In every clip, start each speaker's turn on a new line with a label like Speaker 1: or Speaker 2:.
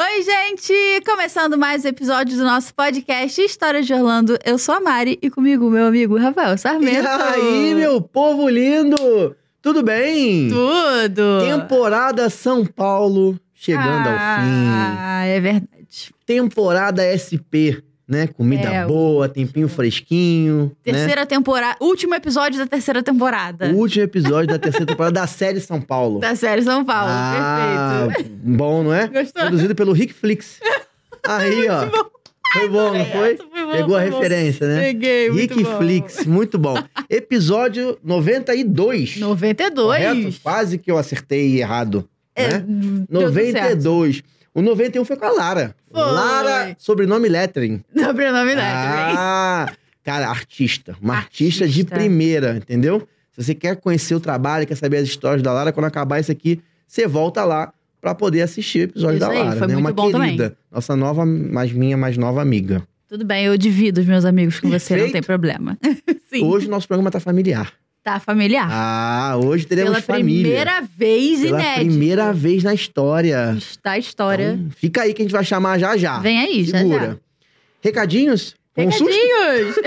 Speaker 1: Oi, gente! Começando mais um episódio do nosso podcast História de Orlando. Eu sou a Mari e comigo meu amigo Rafael Sarmento.
Speaker 2: E aí, meu povo lindo! Tudo bem?
Speaker 1: Tudo!
Speaker 2: Temporada São Paulo chegando ao fim. Né?
Speaker 1: Ah, é verdade.
Speaker 2: Temporada SP, né? Comida
Speaker 1: É, o-
Speaker 2: boa, tempinho fresquinho, né?
Speaker 1: Terceira temporada, último episódio da terceira temporada
Speaker 2: O último episódio da terceira temporada da série São Paulo.
Speaker 1: da série São Paulo.
Speaker 2: ah, Bom, não é?
Speaker 1: Gostou?
Speaker 2: Produzido pelo Rick Flix. Aí, ó. Foi bom, não
Speaker 1: Perfeito.
Speaker 2: foi?
Speaker 1: Essa foi boa,
Speaker 2: Pegou a
Speaker 1: foi boa.
Speaker 2: referência, né?
Speaker 1: Peguei, muito
Speaker 2: Rick
Speaker 1: bom.
Speaker 2: Flix, muito bom. Episódio 92.
Speaker 1: 92.
Speaker 2: Correto? Quase que eu acertei errado.
Speaker 1: É,
Speaker 2: né?
Speaker 1: deu tudo certo.
Speaker 2: 92. O 91 foi com a Lara.
Speaker 1: Foi.
Speaker 2: Lara, sobrenome Lettering.
Speaker 1: Sobrenome Lettering.
Speaker 2: Ah, cara, artista. Uma artista. de
Speaker 1: Artista.
Speaker 2: primeira, entendeu? Se você quer conhecer o trabalho, quer saber as histórias da Lara, quando acabar isso aqui, você volta lá pra poder assistir o episódio
Speaker 1: Isso
Speaker 2: da
Speaker 1: aí,
Speaker 2: Lara.
Speaker 1: foi
Speaker 2: né?
Speaker 1: muito
Speaker 2: Uma
Speaker 1: bom também.
Speaker 2: querida. Nossa nova, mais minha, mais nova amiga.
Speaker 1: Tudo bem, eu divido os meus amigos com você, não
Speaker 2: Perfeito.
Speaker 1: tem problema. Sim.
Speaker 2: Hoje o nosso programa tá familiar.
Speaker 1: Tá familiar.
Speaker 2: Ah, hoje teremos
Speaker 1: Pela
Speaker 2: família.
Speaker 1: primeira vez
Speaker 2: Pela
Speaker 1: inédito.
Speaker 2: primeira vez na história.
Speaker 1: Está a história.
Speaker 2: Então, fica aí que a gente vai chamar já já.
Speaker 1: Vem aí, já
Speaker 2: Segura.
Speaker 1: já.
Speaker 2: Recadinhos? Com um susto?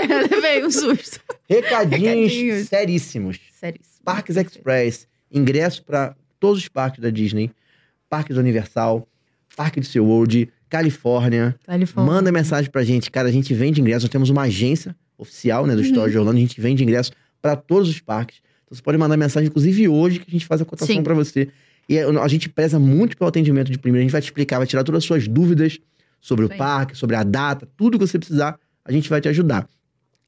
Speaker 1: Recadinhos! Levei um susto.
Speaker 2: Recadinhos,
Speaker 1: Recadinhos.
Speaker 2: seríssimos.
Speaker 1: Sério isso.
Speaker 2: Parques Express, ingresso para todos os parques da Disney, Parque do Universal, Parque do SeaWorld, Califórnia.
Speaker 1: Califórnia.
Speaker 2: Manda mensagem pra gente, cara, a gente vende ingresso, nós temos uma agência oficial, né, do Story
Speaker 1: Uhum.
Speaker 2: de Orlando, a gente vende ingresso para todos os parques. Então você pode mandar mensagem inclusive hoje que a gente faz a
Speaker 1: Sim.
Speaker 2: cotação para você. E é, a a gente preza muito pelo atendimento de primeiro, a gente vai te explicar, vai tirar todas as suas dúvidas sobre
Speaker 1: Sim.
Speaker 2: o parque, sobre a data, tudo que você precisar, a gente vai te ajudar.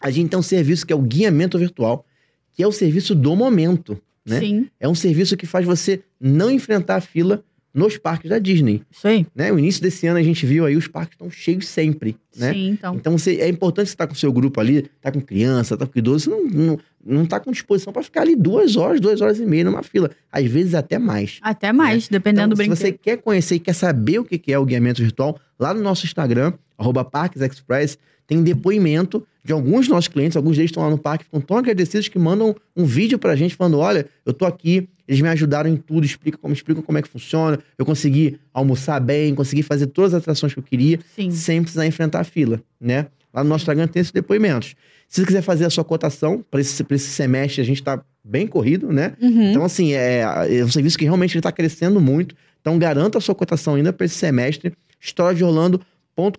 Speaker 2: A gente tem um serviço que é o guiamento virtual, que é o serviço do momento, né?
Speaker 1: Sim,
Speaker 2: É um serviço que faz você não enfrentar a fila nos parques da Disney,
Speaker 1: isso aí.
Speaker 2: né? O início desse ano a gente viu aí os parques estão cheios sempre, né?
Speaker 1: Sim, então.
Speaker 2: Então você, é importante você estar com o seu grupo ali, tá com criança, tá com idoso, você não, não, não tá com disposição para ficar ali duas horas, duas horas e meia numa fila. Às vezes até mais.
Speaker 1: Até mais, dependendo do
Speaker 2: Então, se
Speaker 1: brinquedo.
Speaker 2: você quer conhecer e quer saber o que que é o guiamento virtual, lá no nosso Instagram, arroba Parques Express, tem depoimento de alguns dos nossos clientes, alguns deles estão lá no parque, ficam tão agradecidos que mandam um vídeo pra gente falando, olha, eu tô aqui, eles me ajudaram em tudo, explicam como, explicam como é que funciona, eu consegui almoçar bem, consegui fazer todas as atrações que eu queria
Speaker 1: Sim.
Speaker 2: sem precisar enfrentar a fila, né? Lá no nosso Instagram tem esses depoimentos. Se você quiser fazer a sua cotação para esse, pra esse semestre, a gente está bem corrido, né?
Speaker 1: Uhum.
Speaker 2: Então, assim, é, é um serviço que realmente está crescendo muito. Então, garanta a sua cotação ainda para esse semestre. historiadeorlando.com.br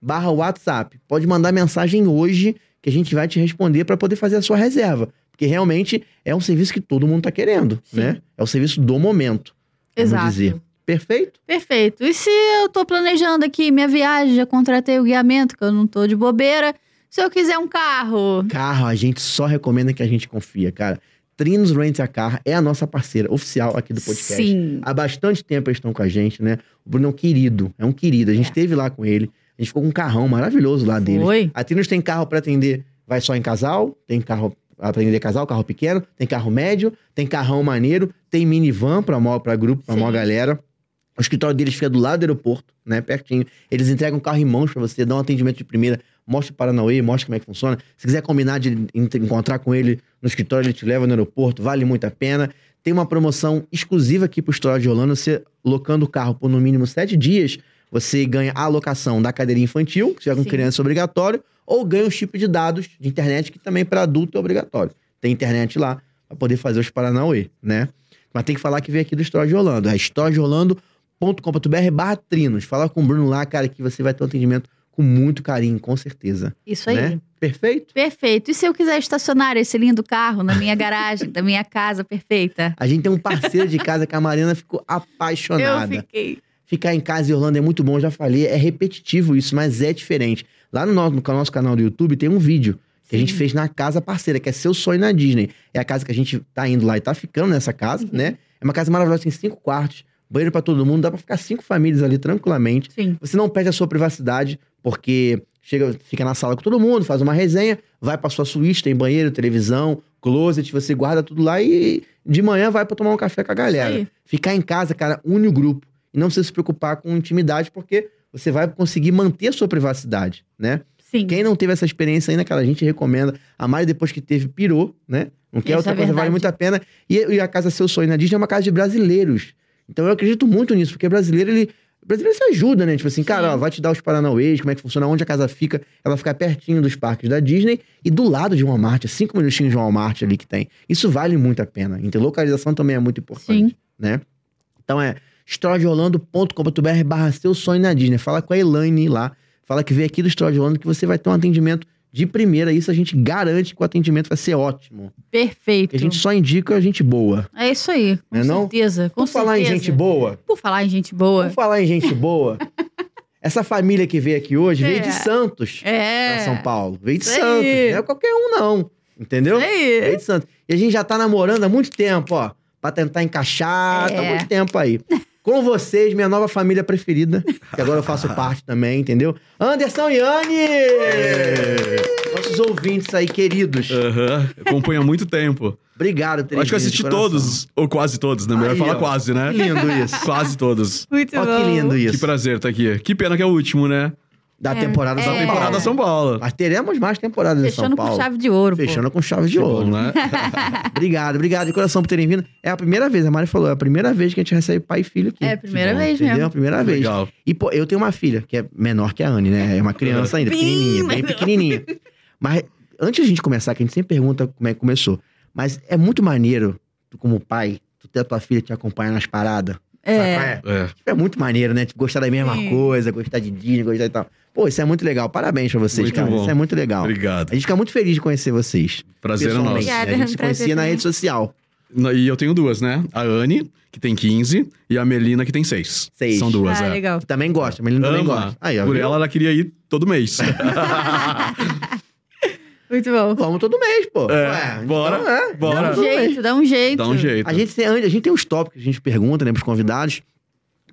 Speaker 2: barra WhatsApp. Pode mandar mensagem hoje que a gente vai te responder para poder fazer a sua reserva. Porque realmente é um serviço que todo mundo está querendo,
Speaker 1: Sim.
Speaker 2: né? É o serviço do momento. vamos
Speaker 1: Exato.
Speaker 2: dizer. Perfeito?
Speaker 1: Perfeito. E se eu tô planejando aqui minha viagem, já contratei o guiamento, que eu não tô de bobeira. Se eu quiser um carro.
Speaker 2: Carro, a gente só recomenda que a gente confia, cara. Trinos Rent a Car é a nossa parceira oficial aqui do podcast.
Speaker 1: Sim.
Speaker 2: Há bastante tempo eles estão com a gente, né? O Bruno é um querido, é um querido. A gente
Speaker 1: É.
Speaker 2: esteve lá com ele. A gente ficou com um carrão maravilhoso lá dele.
Speaker 1: Foi?
Speaker 2: A Trinos tem carro pra atender, vai só em casal, tem carro pra atender casal, carro pequeno, tem carro médio, tem carrão maneiro, tem minivan pra maior pra grupo, pra
Speaker 1: Sim.
Speaker 2: maior galera. O escritório deles fica do lado do aeroporto, né? Pertinho. Eles entregam carro em mãos pra você, dão um atendimento de primeira, mostra o Paranauê, mostra como é que funciona. Se quiser combinar de en- encontrar com ele no escritório, ele te leva no aeroporto, vale muito a pena. Tem uma promoção exclusiva aqui pro História de Holanda. Você locando o carro por no mínimo sete dias, você ganha a locação da cadeirinha infantil, que se tiver com
Speaker 1: Sim.
Speaker 2: criança é obrigatório, ou ganha um chip de dados de internet, que também para adulto é obrigatório. Tem internet lá para poder fazer os Paranauê, né? Mas tem que falar que veio aqui do História de Holanda. É trinos.com.br barra trinos. Fala com o Bruno lá, cara, que você vai ter um atendimento com muito carinho, com certeza.
Speaker 1: Isso aí.
Speaker 2: Né? Perfeito?
Speaker 1: Perfeito. E se eu quiser estacionar esse lindo carro na minha garagem, da minha casa perfeita?
Speaker 2: A gente tem um parceiro de casa que a Mariana ficou
Speaker 1: Eu
Speaker 2: apaixonada.
Speaker 1: fiquei.
Speaker 2: Ficar em casa em Orlando é muito bom, já falei, é repetitivo isso, mas é diferente. Lá no nosso, no nosso canal do YouTube tem um vídeo que a gente fez na casa parceira, que é Seu Sonho na Disney. É a casa que a gente tá indo lá e tá ficando nessa
Speaker 1: Uhum.
Speaker 2: casa, né? É uma casa maravilhosa, tem cinco quartos, banheiro pra todo mundo, dá pra ficar cinco famílias ali tranquilamente.
Speaker 1: Sim.
Speaker 2: Você não perde a sua privacidade, porque chega, fica na sala com todo mundo, faz uma resenha, vai pra sua suíte, tem banheiro, televisão, closet, você guarda tudo lá e de manhã vai pra tomar um café com a galera.
Speaker 1: aí.
Speaker 2: Ficar em casa, cara, une o grupo. E não precisa se preocupar com intimidade, porque você vai conseguir manter a sua privacidade, né?
Speaker 1: Sim.
Speaker 2: Quem não teve essa experiência ainda, cara, a gente recomenda. A Mari, depois que teve, pirou, né? Não quer
Speaker 1: Isso
Speaker 2: outra
Speaker 1: é
Speaker 2: coisa,
Speaker 1: verdade.
Speaker 2: vale muito a pena. E, e a Casa Seu Sonho na Disney é uma casa de brasileiros. Então eu acredito muito nisso, porque brasileiro, ele. Brasileiro se ajuda, né? Tipo assim, cara,
Speaker 1: Sim.
Speaker 2: ó, vai te dar os Paranauês, como é que funciona, onde a casa fica. Ela fica pertinho dos parques da Disney e do lado de um Walmart, é cinco minutinhos de um Walmart ali que tem. Isso vale muito a pena. Então, localização também é muito importante,
Speaker 1: Sim.
Speaker 2: né? Então é estrodiolando.com.br barra seu sonho na Disney. Fala com a Elaine lá. Fala que veio aqui do Estrela de Holanda que você vai ter um atendimento de primeira. Isso a gente garante que o atendimento vai ser ótimo.
Speaker 1: Perfeito.
Speaker 2: Porque a gente só indica gente boa.
Speaker 1: É isso aí. Com
Speaker 2: Não é não?
Speaker 1: certeza. Com
Speaker 2: Vamos falar em
Speaker 1: certeza.
Speaker 2: gente boa?
Speaker 1: Por falar em gente boa.
Speaker 2: Vamos falar em gente boa? Essa família que veio aqui hoje veio
Speaker 1: É.
Speaker 2: de Santos
Speaker 1: É.
Speaker 2: pra São Paulo. Veio de
Speaker 1: Isso aí. É
Speaker 2: Santos. Não é qualquer um, não. Entendeu?
Speaker 1: Isso aí.
Speaker 3: É.
Speaker 2: Veio de Santos. E a gente já tá namorando há muito tempo, ó. Pra tentar encaixar, tá há
Speaker 1: É.
Speaker 2: muito tempo aí. Com vocês, minha nova família preferida, que agora eu faço parte também, entendeu? Anderson e
Speaker 3: É.
Speaker 2: Anne! Nossos ouvintes aí, queridos.
Speaker 3: Aham, acompanho há muito tempo.
Speaker 2: Obrigado,
Speaker 3: Eu
Speaker 2: Terezinha.
Speaker 3: É. acho que eu assisti
Speaker 2: de coração.
Speaker 3: todos, ou quase todos, né? Melhor
Speaker 2: Aí,
Speaker 3: falar
Speaker 2: ó.
Speaker 3: quase, né?
Speaker 2: Que lindo isso.
Speaker 3: Quase todos.
Speaker 1: Muito
Speaker 2: Ó,
Speaker 1: bom.
Speaker 2: que lindo isso.
Speaker 3: Que prazer estar aqui. Que pena que é o último, né?
Speaker 2: Da temporada
Speaker 1: É.
Speaker 2: São
Speaker 3: Da
Speaker 2: Paulo.
Speaker 3: temporada São Paulo.
Speaker 2: Mas teremos mais temporadas de São
Speaker 1: Fechando
Speaker 2: Paulo.
Speaker 1: com chave de ouro. pô.
Speaker 2: Fechando com chave de
Speaker 3: Que
Speaker 2: ouro.
Speaker 3: bom, né?
Speaker 2: Obrigado, obrigado de coração por terem vindo. É a primeira vez, a Mari falou, é a primeira vez que a gente recebe pai e filho aqui.
Speaker 1: É a primeira
Speaker 2: Que
Speaker 1: vez
Speaker 2: entendeu?
Speaker 1: mesmo.
Speaker 2: a primeira vez.
Speaker 3: Legal.
Speaker 2: E pô, eu tenho uma filha, que é menor que a Anne, né? É uma criança ainda,
Speaker 1: Bem
Speaker 2: pequenininha, bem
Speaker 1: menor.
Speaker 2: pequenininha. Mas antes de a gente começar, que a gente sempre pergunta como é que começou. Mas é muito maneiro, tu como pai, tu ter a tua filha te acompanhar nas paradas. Sabe qual
Speaker 1: É.
Speaker 2: é?
Speaker 3: É.
Speaker 2: Tipo, É muito maneiro, né? Tipo, gostar da mesma
Speaker 1: Sim.
Speaker 2: coisa, gostar de Disney, gostar e tal. Pô, isso é muito legal. Parabéns pra vocês,
Speaker 3: Muito
Speaker 2: cara.
Speaker 3: bom.
Speaker 2: Isso é muito legal.
Speaker 3: Obrigado.
Speaker 2: A gente fica muito feliz de conhecer vocês.
Speaker 3: Prazer é
Speaker 2: pessoalmente,
Speaker 3: nosso.
Speaker 2: né?
Speaker 1: Obrigada,
Speaker 2: A gente se
Speaker 1: prazer
Speaker 2: conhecia na
Speaker 1: também.
Speaker 2: rede social.
Speaker 3: No- E eu tenho duas, né? A Anne, que tem 15, e a Melina, que tem 6.
Speaker 2: Seis.
Speaker 3: São duas,
Speaker 1: Ah,
Speaker 3: é.
Speaker 1: legal.
Speaker 2: Que Também gosta, mas ele também
Speaker 3: Ama.
Speaker 2: gosta. Aí, ó.
Speaker 3: Por
Speaker 2: viu?
Speaker 3: ela, ela queria ir todo mês.
Speaker 1: Muito bom.
Speaker 2: Vamos todo mês, pô.
Speaker 3: É,
Speaker 2: Ué,
Speaker 3: bora,
Speaker 2: então, é.
Speaker 3: bora.
Speaker 1: Dá
Speaker 2: Vamos
Speaker 1: um
Speaker 2: todo mês.
Speaker 1: jeito, dá um jeito.
Speaker 3: Dá um jeito.
Speaker 2: A gente, tem- a gente tem uns tópicos que a gente pergunta, né, pros convidados,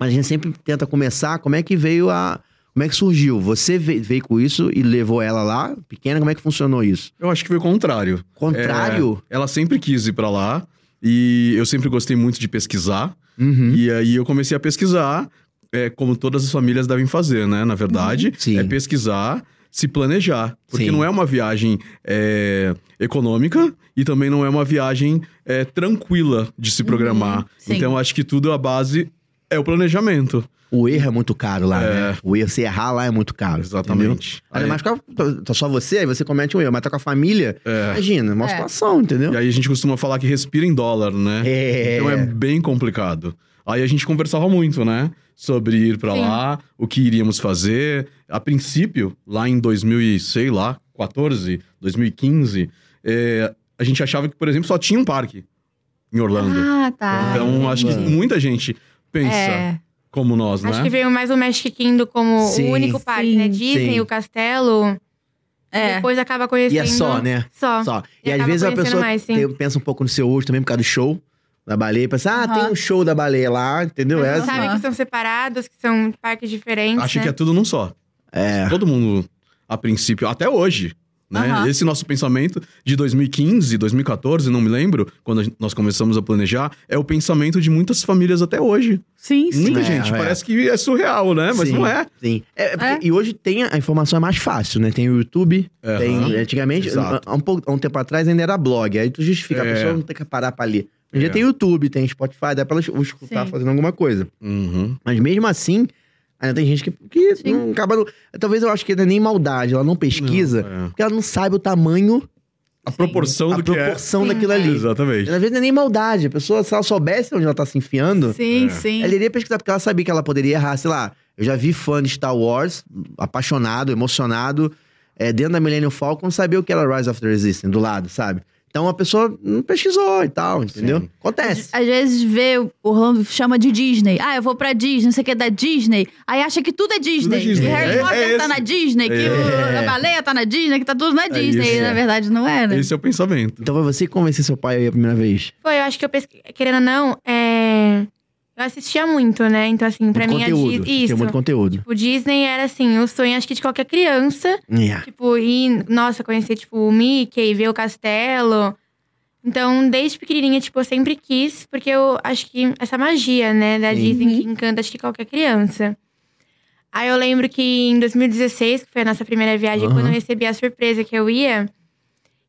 Speaker 2: mas a gente sempre tenta começar como é que veio a. Como é que surgiu? Você ve- veio com isso e levou ela lá, pequena, como é que funcionou isso?
Speaker 3: Eu acho que foi o contrário.
Speaker 2: Contrário?
Speaker 3: É, ela sempre quis ir pra lá, e eu sempre gostei muito de pesquisar.
Speaker 2: Uhum.
Speaker 3: E aí eu comecei a pesquisar, é, como todas as famílias devem fazer, né? Na verdade,
Speaker 2: Uhum. Sim.
Speaker 3: é pesquisar, se planejar. Porque
Speaker 2: Sim.
Speaker 3: não é uma viagem é, econômica e também não é uma viagem é, tranquila de
Speaker 2: Uhum.
Speaker 3: se programar.
Speaker 1: sim.
Speaker 3: Então acho que tudo a base é o planejamento.
Speaker 2: O erro é muito caro lá,
Speaker 3: É.
Speaker 2: né? O erro, se errar lá é muito caro. entendeu?
Speaker 3: Exatamente.
Speaker 2: Ainda
Speaker 3: Aí-
Speaker 2: mais com a- tá só você, aí você comete um erro, mas tá com a família,
Speaker 3: É.
Speaker 2: imagina, uma
Speaker 1: É.
Speaker 2: situação, entendeu?
Speaker 3: E aí a gente costuma falar que respira em dólar, né?
Speaker 2: É.
Speaker 3: Então é bem complicado. Aí a gente conversava muito, né? Sobre ir pra
Speaker 1: Sim.
Speaker 3: lá, o que iríamos fazer. A princípio, lá em 2000 e sei lá, 14, 2015, é, a gente achava que, por exemplo, só tinha um parque em Orlando.
Speaker 1: Ah, tá.
Speaker 3: então acho que
Speaker 2: mano.
Speaker 3: muita gente pensa
Speaker 1: É.
Speaker 3: como nós,
Speaker 4: Acho
Speaker 3: né?
Speaker 4: que é veio mais o Magic Kingdom como
Speaker 2: é? Sim.
Speaker 4: o único parque,
Speaker 1: Sim,
Speaker 4: né? Disney,
Speaker 2: sim.
Speaker 4: o castelo.
Speaker 1: É.
Speaker 4: Depois acaba conhecendo.
Speaker 2: E é só, né?
Speaker 4: Só.
Speaker 2: Só. E,
Speaker 4: E
Speaker 2: às
Speaker 4: acaba
Speaker 2: vezes a
Speaker 4: conhecendo
Speaker 2: pessoa
Speaker 4: mais, sim.
Speaker 2: tem- pensa um pouco no seu hoje também por causa do show da baleia. Pensa, ah,
Speaker 1: Aham.
Speaker 2: tem um show da baleia lá, entendeu?
Speaker 4: Mas
Speaker 2: É,
Speaker 4: não
Speaker 2: assim,
Speaker 4: sabe
Speaker 1: Aham.
Speaker 4: que são separados, que são parques diferentes.
Speaker 3: Acho
Speaker 4: né?
Speaker 3: que é tudo num só.
Speaker 2: é.
Speaker 3: Todo mundo, a princípio, até hoje. Né?
Speaker 1: Aham.
Speaker 3: Esse nosso pensamento de 2015, 2014, não me lembro, quando a gente- nós começamos a planejar, é o pensamento de muitas famílias até hoje.
Speaker 1: Sim, sim.
Speaker 3: Muita
Speaker 2: É,
Speaker 3: gente,
Speaker 2: é.
Speaker 3: parece que é surreal, né? Mas
Speaker 2: Sim,
Speaker 3: não é.
Speaker 2: Sim. É, é porque-
Speaker 1: É.
Speaker 2: E hoje tem a informação é mais fácil, né? Tem o YouTube,
Speaker 3: Aham.
Speaker 2: tem. Antigamente,
Speaker 3: Exato.
Speaker 2: há um, pouco- há um tempo atrás ainda era blog. Aí tu justifica, a
Speaker 3: É.
Speaker 2: pessoa não tem que parar pra ler. Hoje em dia
Speaker 3: É.
Speaker 2: tem YouTube, tem Spotify, dá pra ela escutar
Speaker 1: Sim.
Speaker 2: fazendo alguma coisa.
Speaker 3: Uhum.
Speaker 2: Mas mesmo assim, ainda tem gente que, que
Speaker 1: Sim.
Speaker 2: não acaba. não- Talvez eu acho que não é nem maldade, ela não pesquisa,
Speaker 3: Não, é.
Speaker 2: porque ela não sabe o tamanho
Speaker 3: a proporção
Speaker 2: a
Speaker 3: do que é.
Speaker 2: proporção
Speaker 4: Sim,
Speaker 2: daquilo
Speaker 4: é.
Speaker 2: ali.
Speaker 3: Exatamente.
Speaker 2: Às vezes não é nem maldade. A pessoa, se ela soubesse onde ela tá se enfiando,
Speaker 1: Sim,
Speaker 3: É.
Speaker 1: sim.
Speaker 2: ela iria pesquisar, porque ela sabia que ela poderia errar. Sei lá, eu já vi fã de Star Wars, apaixonado, emocionado, é, dentro da Millennium Falcon, sabia o que era Rise of the Resistance, do lado, sabe? Então a pessoa não pesquisou e tal, entendeu?
Speaker 3: Sim.
Speaker 2: Acontece.
Speaker 4: É
Speaker 1: Às vezes vê, o Orlando chama de Disney. Ah, eu vou pra Disney, não sei o que é da Disney. Aí acha que tudo é Disney.
Speaker 3: Disney.
Speaker 1: Que Harry
Speaker 3: É-
Speaker 1: Potter
Speaker 3: é
Speaker 1: tá
Speaker 3: esse.
Speaker 1: na Disney, que
Speaker 2: É.
Speaker 1: o- a baleia tá na Disney, que tá tudo na Disney.
Speaker 3: isso.
Speaker 1: E, na verdade não é, né?
Speaker 3: Esse é o pensamento.
Speaker 2: Então foi você que convenceu seu pai aí a primeira vez.
Speaker 4: Foi, eu acho que eu pesquei, querendo ou não, é, eu assistia muito, né? Então, assim, pra
Speaker 2: Muito
Speaker 4: mim,
Speaker 2: conteúdo.
Speaker 4: a
Speaker 2: tinha
Speaker 4: Disney. Isso.
Speaker 2: muito conteúdo.
Speaker 4: O Disney era assim, o sonho, acho que de qualquer criança.
Speaker 2: Yeah.
Speaker 4: Tipo, e, nossa, conhecer, tipo, o Mickey, ver o castelo. Então, desde pequenininha, tipo, eu sempre quis, porque eu acho que essa magia, né, da
Speaker 2: Sim.
Speaker 4: Disney que encanta, acho que qualquer criança. Aí eu lembro que em 2016, que foi a nossa primeira viagem,
Speaker 2: Aham.
Speaker 4: quando eu recebi a surpresa que eu ia,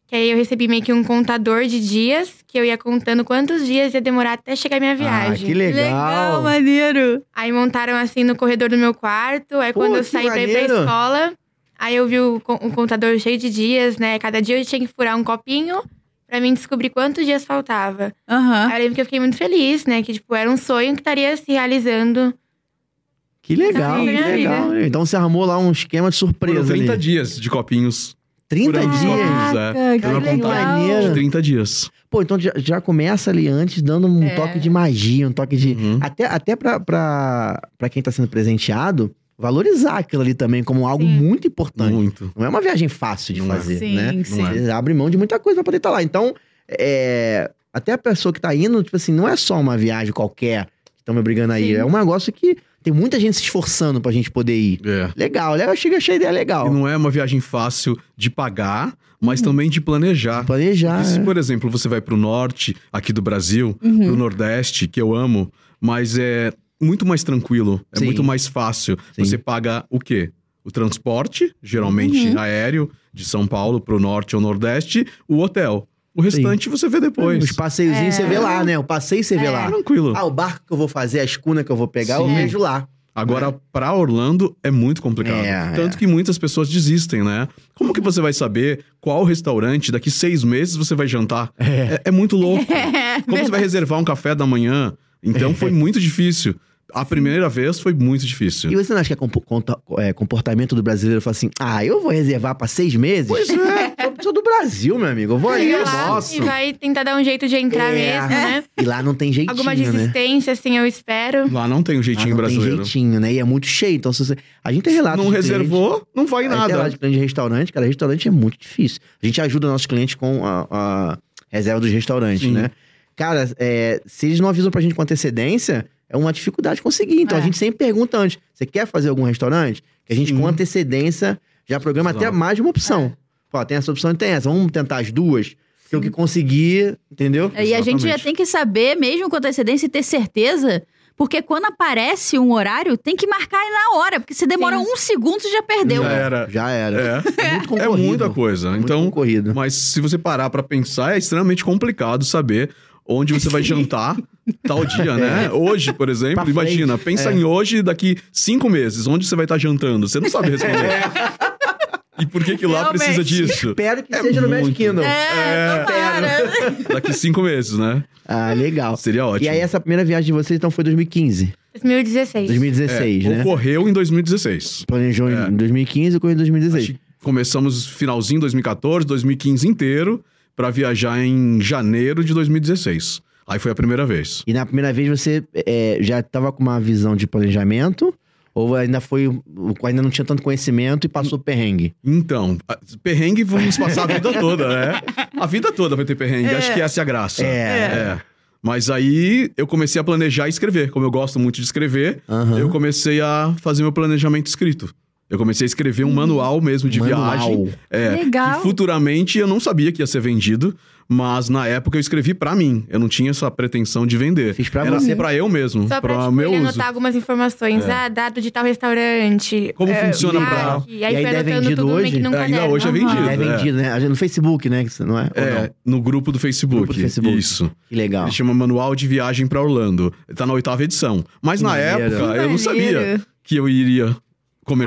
Speaker 4: que aí eu recebi meio que um contador de dias, que eu ia contando quantos dias ia demorar até chegar a minha
Speaker 2: Ah,
Speaker 4: viagem.
Speaker 2: que
Speaker 3: é
Speaker 2: legal.
Speaker 1: maneiro.
Speaker 4: Aí montaram assim no corredor do meu quarto. Aí
Speaker 2: Pô,
Speaker 4: quando eu
Speaker 2: que
Speaker 4: saí pra ir pra
Speaker 2: maneiro.
Speaker 4: escola, aí eu vi o, co- o contador cheio de dias, né? Cada dia eu tinha que furar um copinho pra mim descobrir quantos dias faltava.
Speaker 1: Aham.
Speaker 4: Aí eu lembro que eu fiquei muito feliz, né? Que, tipo, era um sonho que estaria se realizando.
Speaker 2: Que legal,
Speaker 4: Sim,
Speaker 2: que
Speaker 4: minha
Speaker 2: legal. Então você armou lá um esquema de
Speaker 3: Foram
Speaker 2: surpresa
Speaker 3: 30
Speaker 2: ali.
Speaker 3: dias de copinhos.
Speaker 2: 30
Speaker 3: Furando os
Speaker 2: dias.
Speaker 3: copinhos, é.
Speaker 1: Caraca,
Speaker 3: Tem uma
Speaker 2: que
Speaker 3: contagem
Speaker 1: Ah.
Speaker 2: legal.
Speaker 3: de 30 dias.
Speaker 2: Pô, então já, já começa ali antes dando um
Speaker 1: É.
Speaker 2: toque de magia, um toque de...
Speaker 3: Uhum.
Speaker 2: Até, até pra, pra, pra quem tá sendo presenteado, valorizar aquilo ali também como algo
Speaker 4: Sim.
Speaker 2: muito importante.
Speaker 3: Muito.
Speaker 2: Não é uma viagem fácil de
Speaker 3: Uhum. Não é.
Speaker 2: fazer,
Speaker 1: Sim,
Speaker 2: né?
Speaker 1: sim.
Speaker 3: Não é.
Speaker 2: Você abre mão de muita coisa pra poder estar lá. Então, é, até a pessoa que tá indo, tipo assim, não é só uma viagem qualquer que estão me brigando aí.
Speaker 1: Sim.
Speaker 2: É um negócio que tem muita gente se esforçando pra gente poder ir.
Speaker 3: É.
Speaker 2: Legal, né? eu achei, achei a ideia legal.
Speaker 3: E não é uma viagem fácil de pagar, mas
Speaker 1: Hum.
Speaker 3: também de planejar.
Speaker 2: Planejar.
Speaker 3: Porque se,
Speaker 2: né?
Speaker 3: por exemplo, você vai pro norte aqui do Brasil,
Speaker 1: Uhum.
Speaker 3: pro Nordeste, que eu amo, mas é muito mais tranquilo, é
Speaker 2: Sim.
Speaker 3: muito mais fácil.
Speaker 2: Sim.
Speaker 3: Você paga o quê? O transporte, geralmente aéreo, de São Paulo pro norte ou nordeste, o hotel. O restante você vê depois.
Speaker 2: Os passeiozinhos
Speaker 4: É.
Speaker 2: você vê lá, né? O passeio você vê
Speaker 4: É.
Speaker 2: lá.
Speaker 3: Tranquilo.
Speaker 2: Ah, o barco que eu vou fazer, a escuna que eu vou pegar, eu
Speaker 3: Sim.
Speaker 2: vejo lá.
Speaker 3: Agora, pra Orlando, é muito complicado.
Speaker 2: É,
Speaker 3: Tanto que muitas pessoas desistem, né? Como que você vai saber qual restaurante daqui seis meses você vai jantar? É, é muito louco.
Speaker 1: É,
Speaker 3: Como você vai reservar um café da manhã?
Speaker 2: É.
Speaker 3: Então foi muito difícil. A primeira vez foi muito difícil.
Speaker 2: E você não acha que é compo- conta- é, comportamento do brasileiro falar assim, ah, eu vou reservar pra seis meses? Pois é, eu sou do Brasil, meu amigo. Eu vou aí,
Speaker 4: Chega
Speaker 2: eu
Speaker 4: lá
Speaker 2: posso.
Speaker 4: e vai tentar dar um jeito de entrar
Speaker 2: É.
Speaker 4: mesmo, né?
Speaker 2: E lá não tem jeitinho,
Speaker 4: Alguma
Speaker 2: né?
Speaker 4: desistência, assim, eu espero.
Speaker 3: Lá não tem um
Speaker 2: Lá
Speaker 3: jeitinho
Speaker 2: Ah, não
Speaker 3: brasileiro.
Speaker 2: tem jeitinho, né? E é muito cheio. Então, se você... a gente tem relato
Speaker 3: não
Speaker 2: de cliente-
Speaker 3: reservou, não vai
Speaker 2: A gente tem
Speaker 3: nada.
Speaker 2: relato de cliente de restaurante, cara, restaurante é muito difícil. A gente ajuda nossos clientes com a, a reserva dos restaurantes,
Speaker 3: Sim.
Speaker 2: né? Cara, é, se eles não avisam pra gente com antecedência, é uma dificuldade conseguir. Então,
Speaker 1: É.
Speaker 2: a gente sempre pergunta antes, você quer fazer algum restaurante? Que a gente,
Speaker 3: Sim.
Speaker 2: com antecedência, já programa até
Speaker 3: Exato. É.
Speaker 2: mais de uma opção. Ó, tem essa opção e tem essa. Vamos tentar as duas? Porque o que conseguir, entendeu?
Speaker 1: É, E a gente já
Speaker 3: é. Exatamente.
Speaker 1: tem que saber, mesmo com antecedência, e ter certeza. Porque quando aparece um horário, tem que marcar na hora. Porque se demora
Speaker 4: Sim.
Speaker 1: um segundo, você já perdeu.
Speaker 3: Já era.
Speaker 2: Já era.
Speaker 3: É.
Speaker 2: Muito
Speaker 3: É
Speaker 2: concorrido.
Speaker 3: muita coisa.
Speaker 2: Muito
Speaker 3: Então,
Speaker 2: concorrido.
Speaker 3: Mas se você parar pra pensar, é extremamente complicado saber onde você vai jantar tal dia, né? Hoje, por exemplo,
Speaker 2: É. Pra é.
Speaker 3: imagina, pensa em hoje e daqui cinco meses, onde você vai estar jantando? Você não sabe responder.
Speaker 2: É.
Speaker 3: E por que que lá
Speaker 1: Realmente.
Speaker 3: precisa disso?
Speaker 2: Espero que seja no Magic
Speaker 3: muito.
Speaker 2: Kingdom.
Speaker 1: É, tomara.
Speaker 3: Daqui cinco meses, né?
Speaker 2: Ah, legal.
Speaker 3: Seria ótimo.
Speaker 2: E aí, essa primeira viagem de vocês, então, foi 2015.
Speaker 4: 2016.
Speaker 2: 2016, né?
Speaker 3: É, Ocorreu em 2016.
Speaker 2: Planejou
Speaker 3: É.
Speaker 2: em 2015 e correu em
Speaker 3: Acho
Speaker 2: 2016.
Speaker 3: que começamos finalzinho de 2014, 2015 inteiro, pra viajar em janeiro de 2016. Aí foi a primeira vez.
Speaker 2: E na primeira vez você é, já estava com uma visão de planejamento? Ou ainda foi. Ainda não tinha tanto conhecimento e passou perrengue?
Speaker 3: Então, a- perrengue vamos passar a vida toda, né? A vida toda vai ter perrengue, acho que essa é a graça. É. Mas aí eu comecei a planejar e escrever. Como eu gosto muito de escrever,
Speaker 2: Aham.
Speaker 3: eu comecei a fazer meu planejamento escrito. Eu comecei a escrever um manual mesmo de
Speaker 2: Hum. Manual.
Speaker 3: viagem. É,
Speaker 1: Legal.
Speaker 3: Que futuramente eu não sabia que ia ser vendido, mas na época eu escrevi pra mim. Eu não tinha essa pretensão de vender.
Speaker 2: Fiz pra
Speaker 3: Era
Speaker 2: você.
Speaker 3: pra eu mesmo,
Speaker 4: Só pra,
Speaker 3: pra
Speaker 4: tipo,
Speaker 3: meu
Speaker 4: ele
Speaker 3: uso.
Speaker 4: anotar algumas informações. Ah, dado de tal restaurante.
Speaker 3: É. Como funciona
Speaker 4: ah,
Speaker 3: pra-
Speaker 4: E aí, foi
Speaker 2: E ainda é
Speaker 4: anotando
Speaker 2: vendido
Speaker 4: tudo meio
Speaker 2: hoje?
Speaker 4: que num
Speaker 3: É, ainda
Speaker 4: caderno.
Speaker 3: hoje é
Speaker 4: Aham.
Speaker 3: vendido.
Speaker 2: É vendido, né? No Facebook, né? Que isso Não é? Ou
Speaker 3: É,
Speaker 2: não?
Speaker 3: no grupo do Facebook.
Speaker 2: Grupo do Facebook.
Speaker 3: Isso.
Speaker 2: Que legal.
Speaker 3: Ele chama Manual de Viagem pra Orlando. Tá na oitava edição. Mas
Speaker 2: Que
Speaker 3: na
Speaker 2: maneiro.
Speaker 3: época,
Speaker 1: Que
Speaker 3: eu não sabia
Speaker 1: maneiro.
Speaker 3: que eu iria
Speaker 2: Maneiro,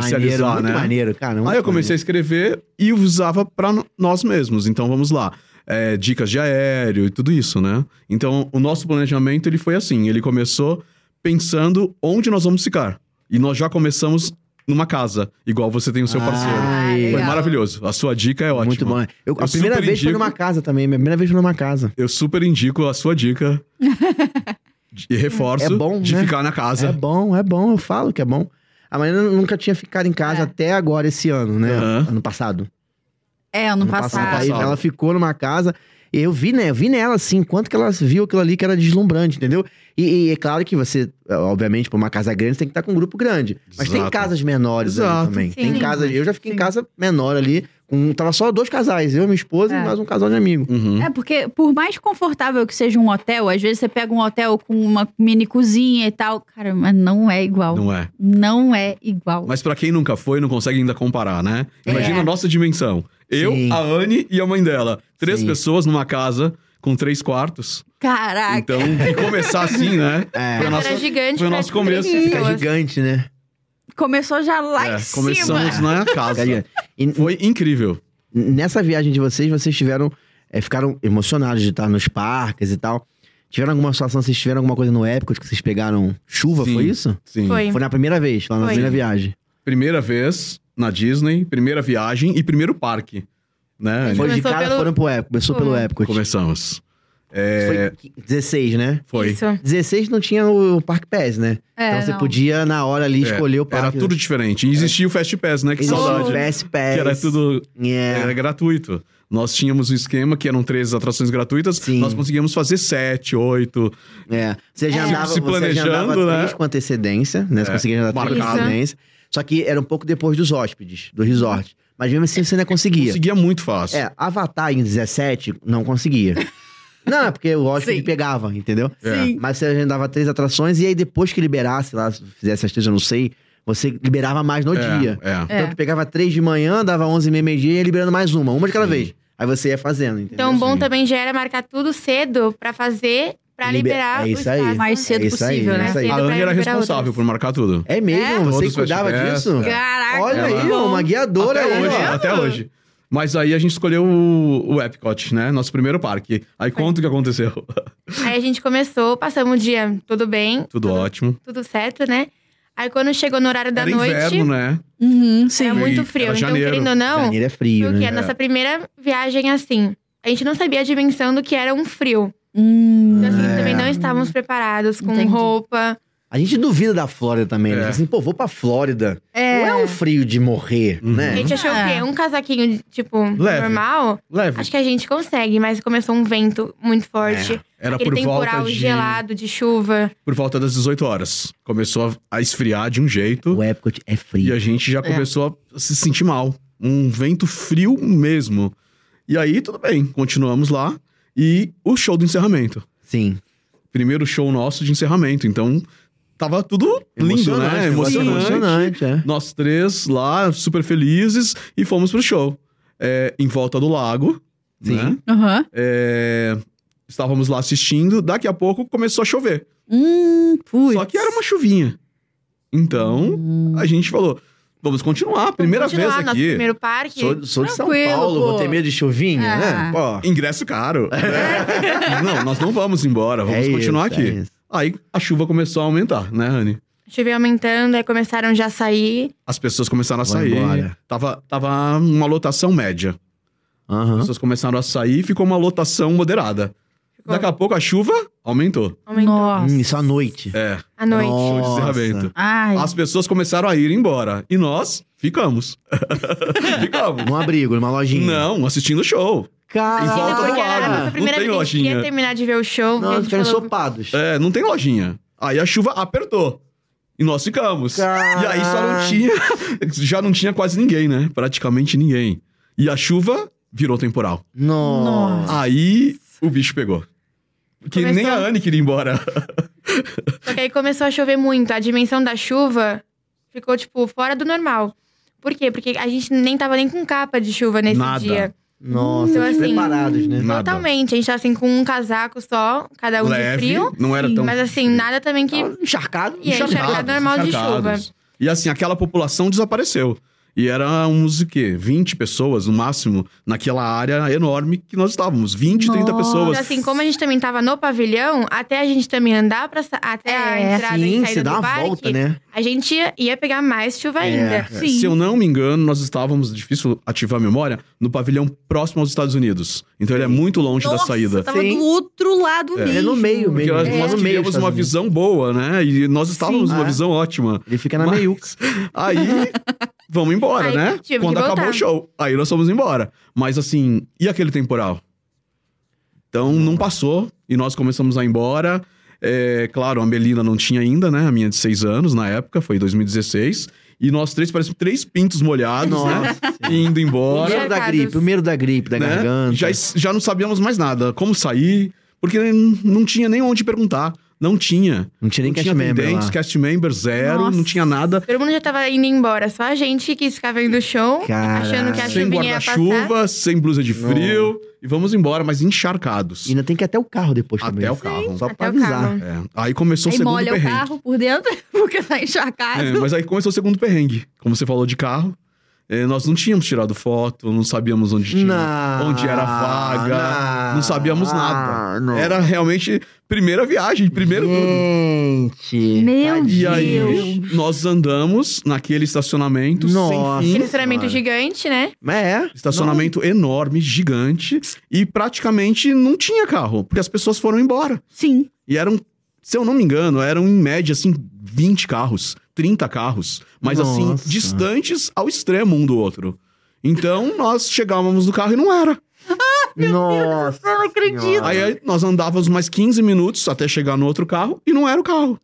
Speaker 3: comercializar,
Speaker 2: muito
Speaker 3: né?
Speaker 2: maneiro, cara. muito
Speaker 3: Aí eu comecei a escrever e usava pra no- nós mesmos. Então vamos lá. É, dicas de aéreo e tudo isso, né? Então o nosso planejamento ele foi assim: ele começou pensando onde nós vamos ficar. E nós já começamos numa casa, igual você tem o seu
Speaker 2: Ah,
Speaker 3: parceiro.
Speaker 2: Ai,
Speaker 3: foi
Speaker 2: legal.
Speaker 3: maravilhoso. A sua dica é ótima.
Speaker 2: Muito bom. Eu- a
Speaker 3: Eu
Speaker 2: primeira
Speaker 3: super
Speaker 2: vez foi
Speaker 3: indico.
Speaker 2: numa casa também. Minha primeira vez foi numa casa.
Speaker 3: Eu super indico a sua dica. De- e reforço
Speaker 2: É bom,
Speaker 3: de
Speaker 2: né?
Speaker 3: ficar na
Speaker 2: É
Speaker 3: casa.
Speaker 2: bom, é bom. Eu falo que é bom. A Marina nunca tinha ficado em casa
Speaker 1: É.
Speaker 2: até agora, esse ano, né?
Speaker 3: Aham.
Speaker 2: Ano passado.
Speaker 1: É, ano passado.
Speaker 2: Aí
Speaker 3: passado.
Speaker 2: ela ficou numa casa. E eu vi, né? Eu vi nela, assim, quanto que ela viu aquilo ali que era deslumbrante, entendeu? E, e é claro que você, obviamente, pra uma casa grande, você tem que estar com um grupo grande. Mas tem
Speaker 3: Exato.
Speaker 2: casas menores ali
Speaker 3: Exato.
Speaker 2: também.
Speaker 4: Sim.
Speaker 2: Tem casa. Eu já fiquei em
Speaker 1: Sim.
Speaker 2: casa menor ali. Com, tava só dois casais, eu, minha esposa
Speaker 1: É.
Speaker 2: e mais um casal de amigo.
Speaker 3: Uhum.
Speaker 1: É, porque por mais confortável que seja um hotel, às vezes você pega um hotel com uma mini cozinha e tal. Cara, mas não é igual. Não,
Speaker 3: Não é.
Speaker 1: é igual.
Speaker 3: Mas pra quem nunca foi, não consegue ainda comparar, né? Imagina
Speaker 1: É.
Speaker 3: a nossa dimensão. Eu,
Speaker 2: Sim.
Speaker 3: a Anne e a mãe dela. Três
Speaker 2: Sim.
Speaker 3: pessoas numa casa com três quartos.
Speaker 2: Ah,
Speaker 1: Caraca.
Speaker 3: Então, e começar assim, né?
Speaker 2: É.
Speaker 3: Foi a nossa-
Speaker 4: era gigante né?
Speaker 3: foi o
Speaker 4: pra
Speaker 3: nosso
Speaker 4: três
Speaker 3: começo.
Speaker 4: pessoas.
Speaker 2: Fica é gigante, né?
Speaker 1: Começou já lá
Speaker 3: É,
Speaker 1: em cima.
Speaker 3: começamos na casa.
Speaker 2: Fica gigante. E-
Speaker 3: Foi incrível.
Speaker 2: Nessa viagem de vocês, vocês tiveram. eh, ficaram emocionados de estar nos parques e tal. Tiveram alguma situação, vocês tiveram alguma coisa no Epcot que vocês pegaram chuva,
Speaker 3: Sim.
Speaker 2: foi isso?
Speaker 3: Sim.
Speaker 4: Foi.
Speaker 2: Foi na primeira vez, lá na
Speaker 4: Foi.
Speaker 2: primeira viagem.
Speaker 3: Primeira vez na Disney, primeira viagem e primeiro parque. Né?
Speaker 2: Foi de
Speaker 4: começou
Speaker 2: cara,
Speaker 4: pelo-
Speaker 2: foram pro Epcot. Começou
Speaker 4: Foi.
Speaker 2: pelo Epcot.
Speaker 3: Começamos. É,
Speaker 2: Foi 16, né?
Speaker 3: foi.
Speaker 4: Isso.
Speaker 2: 16 não tinha o Parque Pass, né?
Speaker 1: É,
Speaker 2: então você
Speaker 1: não.
Speaker 2: podia, na hora ali,
Speaker 3: É,
Speaker 2: escolher o
Speaker 3: Era
Speaker 2: parque. né?
Speaker 3: tudo diferente. E existia o Fast Pass, né? Que
Speaker 2: Existia
Speaker 3: saudade.
Speaker 2: o Fast Pass. É.
Speaker 3: Que era tudo
Speaker 2: Yeah.
Speaker 3: Era gratuito. Nós tínhamos um esquema que eram três atrações gratuitas,
Speaker 2: Sim.
Speaker 3: nós conseguíamos fazer sete, oito.
Speaker 2: É. Você já
Speaker 1: É.
Speaker 2: andava,
Speaker 3: Se
Speaker 2: você
Speaker 3: planejando,
Speaker 2: já andava
Speaker 3: né?
Speaker 2: três com antecedência, né? Você
Speaker 3: É.
Speaker 2: conseguia andar três com
Speaker 4: Marcado.
Speaker 2: antecedência. Só que era um pouco depois dos hóspedes, do resort. Mas mesmo assim você ainda conseguia.
Speaker 3: Conseguia muito fácil.
Speaker 2: É, Avatar em 17 não conseguia. não, é porque o hóspede
Speaker 1: Sim.
Speaker 2: pegava, entendeu?
Speaker 3: É.
Speaker 1: Sim.
Speaker 2: Mas você agendava três atrações e aí depois que liberasse lá, se fizesse as três, eu não sei, você liberava mais no
Speaker 3: É,
Speaker 2: dia.
Speaker 3: é.
Speaker 2: Então
Speaker 1: É.
Speaker 2: tu pegava três de manhã, dava onze e meia, meio-dia e ia liberando mais uma, uma de cada vez. Aí você ia fazendo, entendeu?
Speaker 4: Então, bom
Speaker 3: Sim.
Speaker 4: também já era marcar tudo cedo pra fazer, pra
Speaker 2: Liber-
Speaker 4: liberar o
Speaker 2: é isso aí.
Speaker 4: espaço.
Speaker 1: Mais cedo
Speaker 2: É isso aí,
Speaker 1: possível,
Speaker 2: é
Speaker 1: né?
Speaker 2: isso aí.
Speaker 3: A
Speaker 4: Cedo pra
Speaker 3: Anne era
Speaker 4: liberar
Speaker 3: responsável
Speaker 4: outras.
Speaker 3: por marcar tudo.
Speaker 2: É mesmo?
Speaker 1: É?
Speaker 2: Você
Speaker 3: Todos
Speaker 2: cuidava
Speaker 3: os festivais,
Speaker 2: disso?
Speaker 3: é.
Speaker 4: Tá
Speaker 1: Caraca.
Speaker 2: Olha
Speaker 3: Ela-
Speaker 2: aí, ó, uma guiadora
Speaker 3: até
Speaker 2: aí,
Speaker 3: hoje,
Speaker 2: ó.
Speaker 3: até hoje. Mas aí a gente escolheu o, o Epcot, né? Nosso primeiro parque. Aí conta o que aconteceu.
Speaker 4: Aí a gente começou, passamos o dia tudo bem,
Speaker 3: Tudo ótimo.
Speaker 4: tudo certo, né? Aí quando chegou no horário da
Speaker 3: era
Speaker 4: noite,
Speaker 3: inverno, né?
Speaker 1: Uhum, sim.
Speaker 4: era muito
Speaker 3: Sim,
Speaker 4: frio.
Speaker 3: era
Speaker 4: então,
Speaker 3: janeiro.
Speaker 4: querendo ou não,
Speaker 2: Janeiro é frio,
Speaker 4: porque
Speaker 2: né?
Speaker 4: a nossa primeira viagem assim. A gente não sabia a dimensão do que era um frio.
Speaker 1: Hum.
Speaker 4: Então, assim,
Speaker 2: É.
Speaker 4: também não estávamos preparados com
Speaker 1: Entendi.
Speaker 4: roupa.
Speaker 2: A gente duvida da Flórida também, né?
Speaker 3: É.
Speaker 2: Assim, pô, vou pra Flórida.
Speaker 1: É.
Speaker 2: Não é um frio de morrer,
Speaker 3: Uhum.
Speaker 4: A
Speaker 2: né?
Speaker 4: gente achou o
Speaker 1: É.
Speaker 4: quê? Um casaquinho, tipo,
Speaker 3: Leve.
Speaker 4: normal.
Speaker 3: Leve.
Speaker 4: Acho que a gente consegue, mas começou um vento muito forte.
Speaker 3: Era
Speaker 4: Aquele
Speaker 3: É, por volta,
Speaker 4: temporal
Speaker 3: de,
Speaker 4: gelado de chuva.
Speaker 3: por volta das 18 horas. Começou a, a esfriar de um jeito.
Speaker 2: O Epcot é
Speaker 3: E a
Speaker 2: frio.
Speaker 3: gente já
Speaker 1: É.
Speaker 3: começou a se sentir mal. Um vento frio mesmo. E aí, tudo bem, continuamos lá. E o show do encerramento.
Speaker 2: Sim.
Speaker 3: Primeiro show nosso de encerramento. Então, tava tudo lindo, né?
Speaker 2: negócio
Speaker 3: Emocionante.
Speaker 2: Emocionante, é.
Speaker 3: Nós três lá, super felizes, e fomos pro show. É, em volta do lago.
Speaker 2: Sim.
Speaker 3: né?
Speaker 1: Aham.
Speaker 3: É, estávamos lá assistindo. Daqui a pouco começou a chover.
Speaker 1: Hum, putz.
Speaker 3: Só que era uma chuvinha. Então, a gente falou: vamos continuar. Primeira
Speaker 4: Vamos continuar,
Speaker 3: vez
Speaker 4: nosso
Speaker 3: aqui.
Speaker 4: primeiro parque.
Speaker 2: Sou, sou de São
Speaker 1: Tranquilo,
Speaker 2: Paulo,
Speaker 1: pô.
Speaker 2: vou ter medo de chuvinha,
Speaker 1: Ah.
Speaker 2: né? Pô,
Speaker 3: Ingresso caro. né? não, nós não vamos embora, vamos
Speaker 2: é
Speaker 3: continuar
Speaker 2: isso,
Speaker 3: aqui.
Speaker 2: é isso.
Speaker 3: Aí a chuva começou a aumentar, né, Anne?
Speaker 4: Choveu aumentando, aí começaram já a sair.
Speaker 3: As pessoas começaram a
Speaker 2: Vai
Speaker 3: sair.
Speaker 2: embora.
Speaker 3: Tava, tava uma lotação média. As
Speaker 2: Aham.
Speaker 3: pessoas começaram a sair ficou uma lotação moderada.
Speaker 4: Ficou-
Speaker 3: Daqui a pouco a chuva aumentou.
Speaker 4: Aumentou
Speaker 1: Nossa.
Speaker 2: Hum, isso à noite.
Speaker 3: É,
Speaker 4: à noite.
Speaker 3: foi
Speaker 2: Nossa.
Speaker 3: encerramento.
Speaker 1: Ai.
Speaker 3: As pessoas começaram a ir embora. E nós ficamos. ficamos.
Speaker 2: Num abrigo, numa lojinha.
Speaker 3: Não, assistindo o show.
Speaker 2: Cara,
Speaker 3: Em
Speaker 4: Sim,
Speaker 3: volta né? do
Speaker 4: porque era a
Speaker 3: lago.
Speaker 4: nossa
Speaker 3: Não
Speaker 4: primeira
Speaker 3: tem
Speaker 4: vez que a gente queria
Speaker 3: lojinha.
Speaker 4: terminar de ver o show.
Speaker 2: Não,
Speaker 4: a
Speaker 2: eles
Speaker 4: gente
Speaker 2: ficaram
Speaker 4: falou,
Speaker 2: ensopados.
Speaker 3: É, não tem lojinha. Aí a chuva apertou. E nós ficamos.
Speaker 2: Caraca.
Speaker 3: E aí só não tinha. Já não tinha quase ninguém, né? Praticamente ninguém. E a chuva virou temporal.
Speaker 2: Nossa.
Speaker 3: Aí o bicho pegou. Porque
Speaker 4: Começou-
Speaker 3: nem a Anne queria ir embora.
Speaker 4: Só que aí começou a chover muito. A dimensão da chuva ficou, tipo, fora do normal. Por quê? Porque a gente nem tava nem com capa de chuva nesse
Speaker 3: Nada.
Speaker 4: dia.
Speaker 2: Nossa,
Speaker 4: Então, assim,
Speaker 2: preparados, né?
Speaker 3: Nada.
Speaker 4: Totalmente. A gente tava assim com um casaco só, cada um de frio.
Speaker 3: não era tão.
Speaker 4: Mas assim, nada também que.
Speaker 2: Encharcado,
Speaker 4: E aí, encharcado normal de
Speaker 3: encharcados. E assim, aquela população desapareceu. E éramos o quê? 20 pessoas, no máximo, naquela área enorme que nós estávamos. 20, 30
Speaker 1: Nossa.
Speaker 3: pessoas.
Speaker 4: Então, assim, como a gente também tava no pavilhão, até a gente também andar pra, sa- até a
Speaker 1: É.
Speaker 4: entrada e
Speaker 2: Sim,
Speaker 4: saída
Speaker 2: você
Speaker 4: do
Speaker 2: dá uma
Speaker 4: parque,
Speaker 2: volta, né?
Speaker 4: a gente ia, ia pegar mais chuva
Speaker 2: É,
Speaker 4: ainda.
Speaker 2: é.
Speaker 1: Sim.
Speaker 3: Se eu não me engano, nós estávamos, difícil ativar a memória, no pavilhão próximo aos Estados Unidos. Então ele é muito longe da
Speaker 1: Nossa,
Speaker 3: saída.
Speaker 1: tava
Speaker 2: Sim.
Speaker 1: do outro lado
Speaker 3: É.
Speaker 1: mesmo.
Speaker 2: É no meio
Speaker 3: Porque
Speaker 2: mesmo.
Speaker 3: nós,
Speaker 2: tá é.
Speaker 3: nós
Speaker 2: no meio dos
Speaker 3: queríamos uma
Speaker 2: Estados Unidos.
Speaker 3: visão boa, né? E nós estávamos
Speaker 2: Sim.
Speaker 3: numa
Speaker 2: Ah.
Speaker 3: visão ótima.
Speaker 2: Ele fica na
Speaker 3: Mas-
Speaker 2: meiuca.
Speaker 3: Aí, vamos embora,
Speaker 4: Aí
Speaker 3: né?
Speaker 4: tive que
Speaker 3: Quando acabou
Speaker 4: voltar.
Speaker 3: o show. Aí nós fomos embora. Mas assim, e aquele temporal? Então não passou e nós começamos a ir embora. É, claro, a Melina não tinha ainda, né? A minha de seis anos na época, foi em 2016. E nós três parecemos três pintos molhados, né?
Speaker 2: Nossa.
Speaker 3: Indo embora.
Speaker 2: Primeiro da
Speaker 4: Machucados.
Speaker 2: gripe, primeiro da gripe, da
Speaker 3: né?
Speaker 2: garganta.
Speaker 3: Já, es- já não sabíamos mais nada. Como sair? Porque n- não tinha nem onde perguntar. Não tinha.
Speaker 2: Não tinha nem
Speaker 3: não
Speaker 2: cast
Speaker 3: tinha
Speaker 2: member
Speaker 3: atendentes,
Speaker 2: lá.
Speaker 3: cast member zero,
Speaker 1: Nossa.
Speaker 3: não tinha nada.
Speaker 4: Todo mundo já tava indo embora, só a gente que ficava indo do show,
Speaker 2: Caraca.
Speaker 4: achando que a
Speaker 3: Sem
Speaker 4: chuvinha ia passar.
Speaker 3: guarda-chuva, sem blusa de
Speaker 2: Não.
Speaker 3: frio. E vamos embora, mas encharcados.
Speaker 2: E ainda tem que ir até o carro depois também.
Speaker 3: Até o carro.
Speaker 2: Só
Speaker 4: Até
Speaker 2: pra
Speaker 4: o
Speaker 2: avisar.
Speaker 4: carro.
Speaker 3: É. Aí começou o
Speaker 1: Aí
Speaker 3: segundo
Speaker 1: molha o
Speaker 3: perrengue.
Speaker 1: carro por dentro, porque tá
Speaker 3: É,
Speaker 1: encharcado.
Speaker 3: mas aí começou o segundo perrengue. Como você falou de carro, é, nós não tínhamos tirado foto, não sabíamos onde tinha,
Speaker 2: Não,
Speaker 3: onde era a vaga, não,
Speaker 2: não, Ah,
Speaker 3: sabíamos nada.
Speaker 2: não.
Speaker 3: Era realmente primeira viagem, primeiro tudo.
Speaker 2: Gente.
Speaker 1: Meu
Speaker 2: tadinho.
Speaker 3: E aí,
Speaker 1: Deus.
Speaker 3: nós andamos naquele estacionamento
Speaker 2: Nossa.
Speaker 3: sem
Speaker 4: Aquele
Speaker 3: fim.
Speaker 4: estacionamento
Speaker 2: Senhora.
Speaker 4: gigante, né?
Speaker 2: É.
Speaker 3: Estacionamento enorme, gigante, e praticamente não tinha carro, porque as pessoas foram embora.
Speaker 1: Sim.
Speaker 3: E eram, se eu não me engano, eram em média, assim, 20 carros, 30 carros. Mas,
Speaker 2: Nossa.
Speaker 3: assim, distantes ao extremo um do outro. Então, nós chegávamos no carro e não era.
Speaker 2: Nossa.
Speaker 1: Eu não acredito.
Speaker 2: senhora.
Speaker 3: Aí, aí, nós andávamos mais 15 minutos até chegar no outro carro e não era o carro.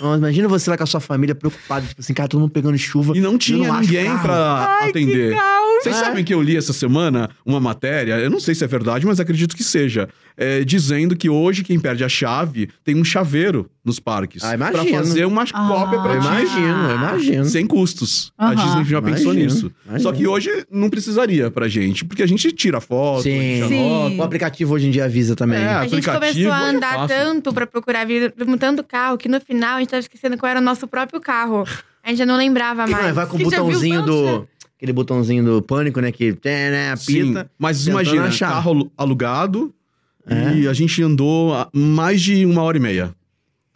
Speaker 2: Nossa, imagina você lá com a sua família preocupada, tipo assim, cara, todo mundo pegando chuva.
Speaker 3: E não tinha
Speaker 2: acho
Speaker 3: ninguém
Speaker 2: carro.
Speaker 3: pra atender. Vocês
Speaker 2: É.
Speaker 3: sabem que eu li essa semana uma matéria, eu não sei se é verdade, mas acredito que seja, é, dizendo que hoje quem perde a chave tem um chaveiro nos parques.
Speaker 2: Ah,
Speaker 3: Pra
Speaker 2: imagino.
Speaker 3: fazer uma cópia pra
Speaker 2: Eu
Speaker 3: ti.
Speaker 2: imagino, eu imagino.
Speaker 3: Sem custos. A
Speaker 1: Aham.
Speaker 3: Disney já pensou
Speaker 2: Imagino,
Speaker 3: nisso.
Speaker 2: imagino.
Speaker 3: Só que hoje não precisaria pra gente, porque a gente tira foto,
Speaker 2: Sim.
Speaker 3: tira
Speaker 1: Sim.
Speaker 3: nota.
Speaker 2: O aplicativo hoje em dia avisa também.
Speaker 3: É,
Speaker 4: a gente
Speaker 3: aplicativo,
Speaker 4: começou a
Speaker 3: hoje é
Speaker 4: andar
Speaker 3: fácil.
Speaker 4: tanto pra procurar, vir- vimos tanto carro, que no final a gente tava esquecendo qual era o nosso próprio carro. A gente já não lembrava
Speaker 2: Não,
Speaker 4: mais.
Speaker 2: vai com o
Speaker 1: Você já viu
Speaker 2: botãozinho
Speaker 1: tanto,
Speaker 2: do. Aquele botãozinho do pânico, né? Que tem, né?
Speaker 3: Sim,
Speaker 2: Apita.
Speaker 3: mas
Speaker 2: tentando
Speaker 3: imagina,
Speaker 2: achar.
Speaker 3: carro alu- alugado
Speaker 2: É.
Speaker 3: e a gente andou a- mais de uma hora e meia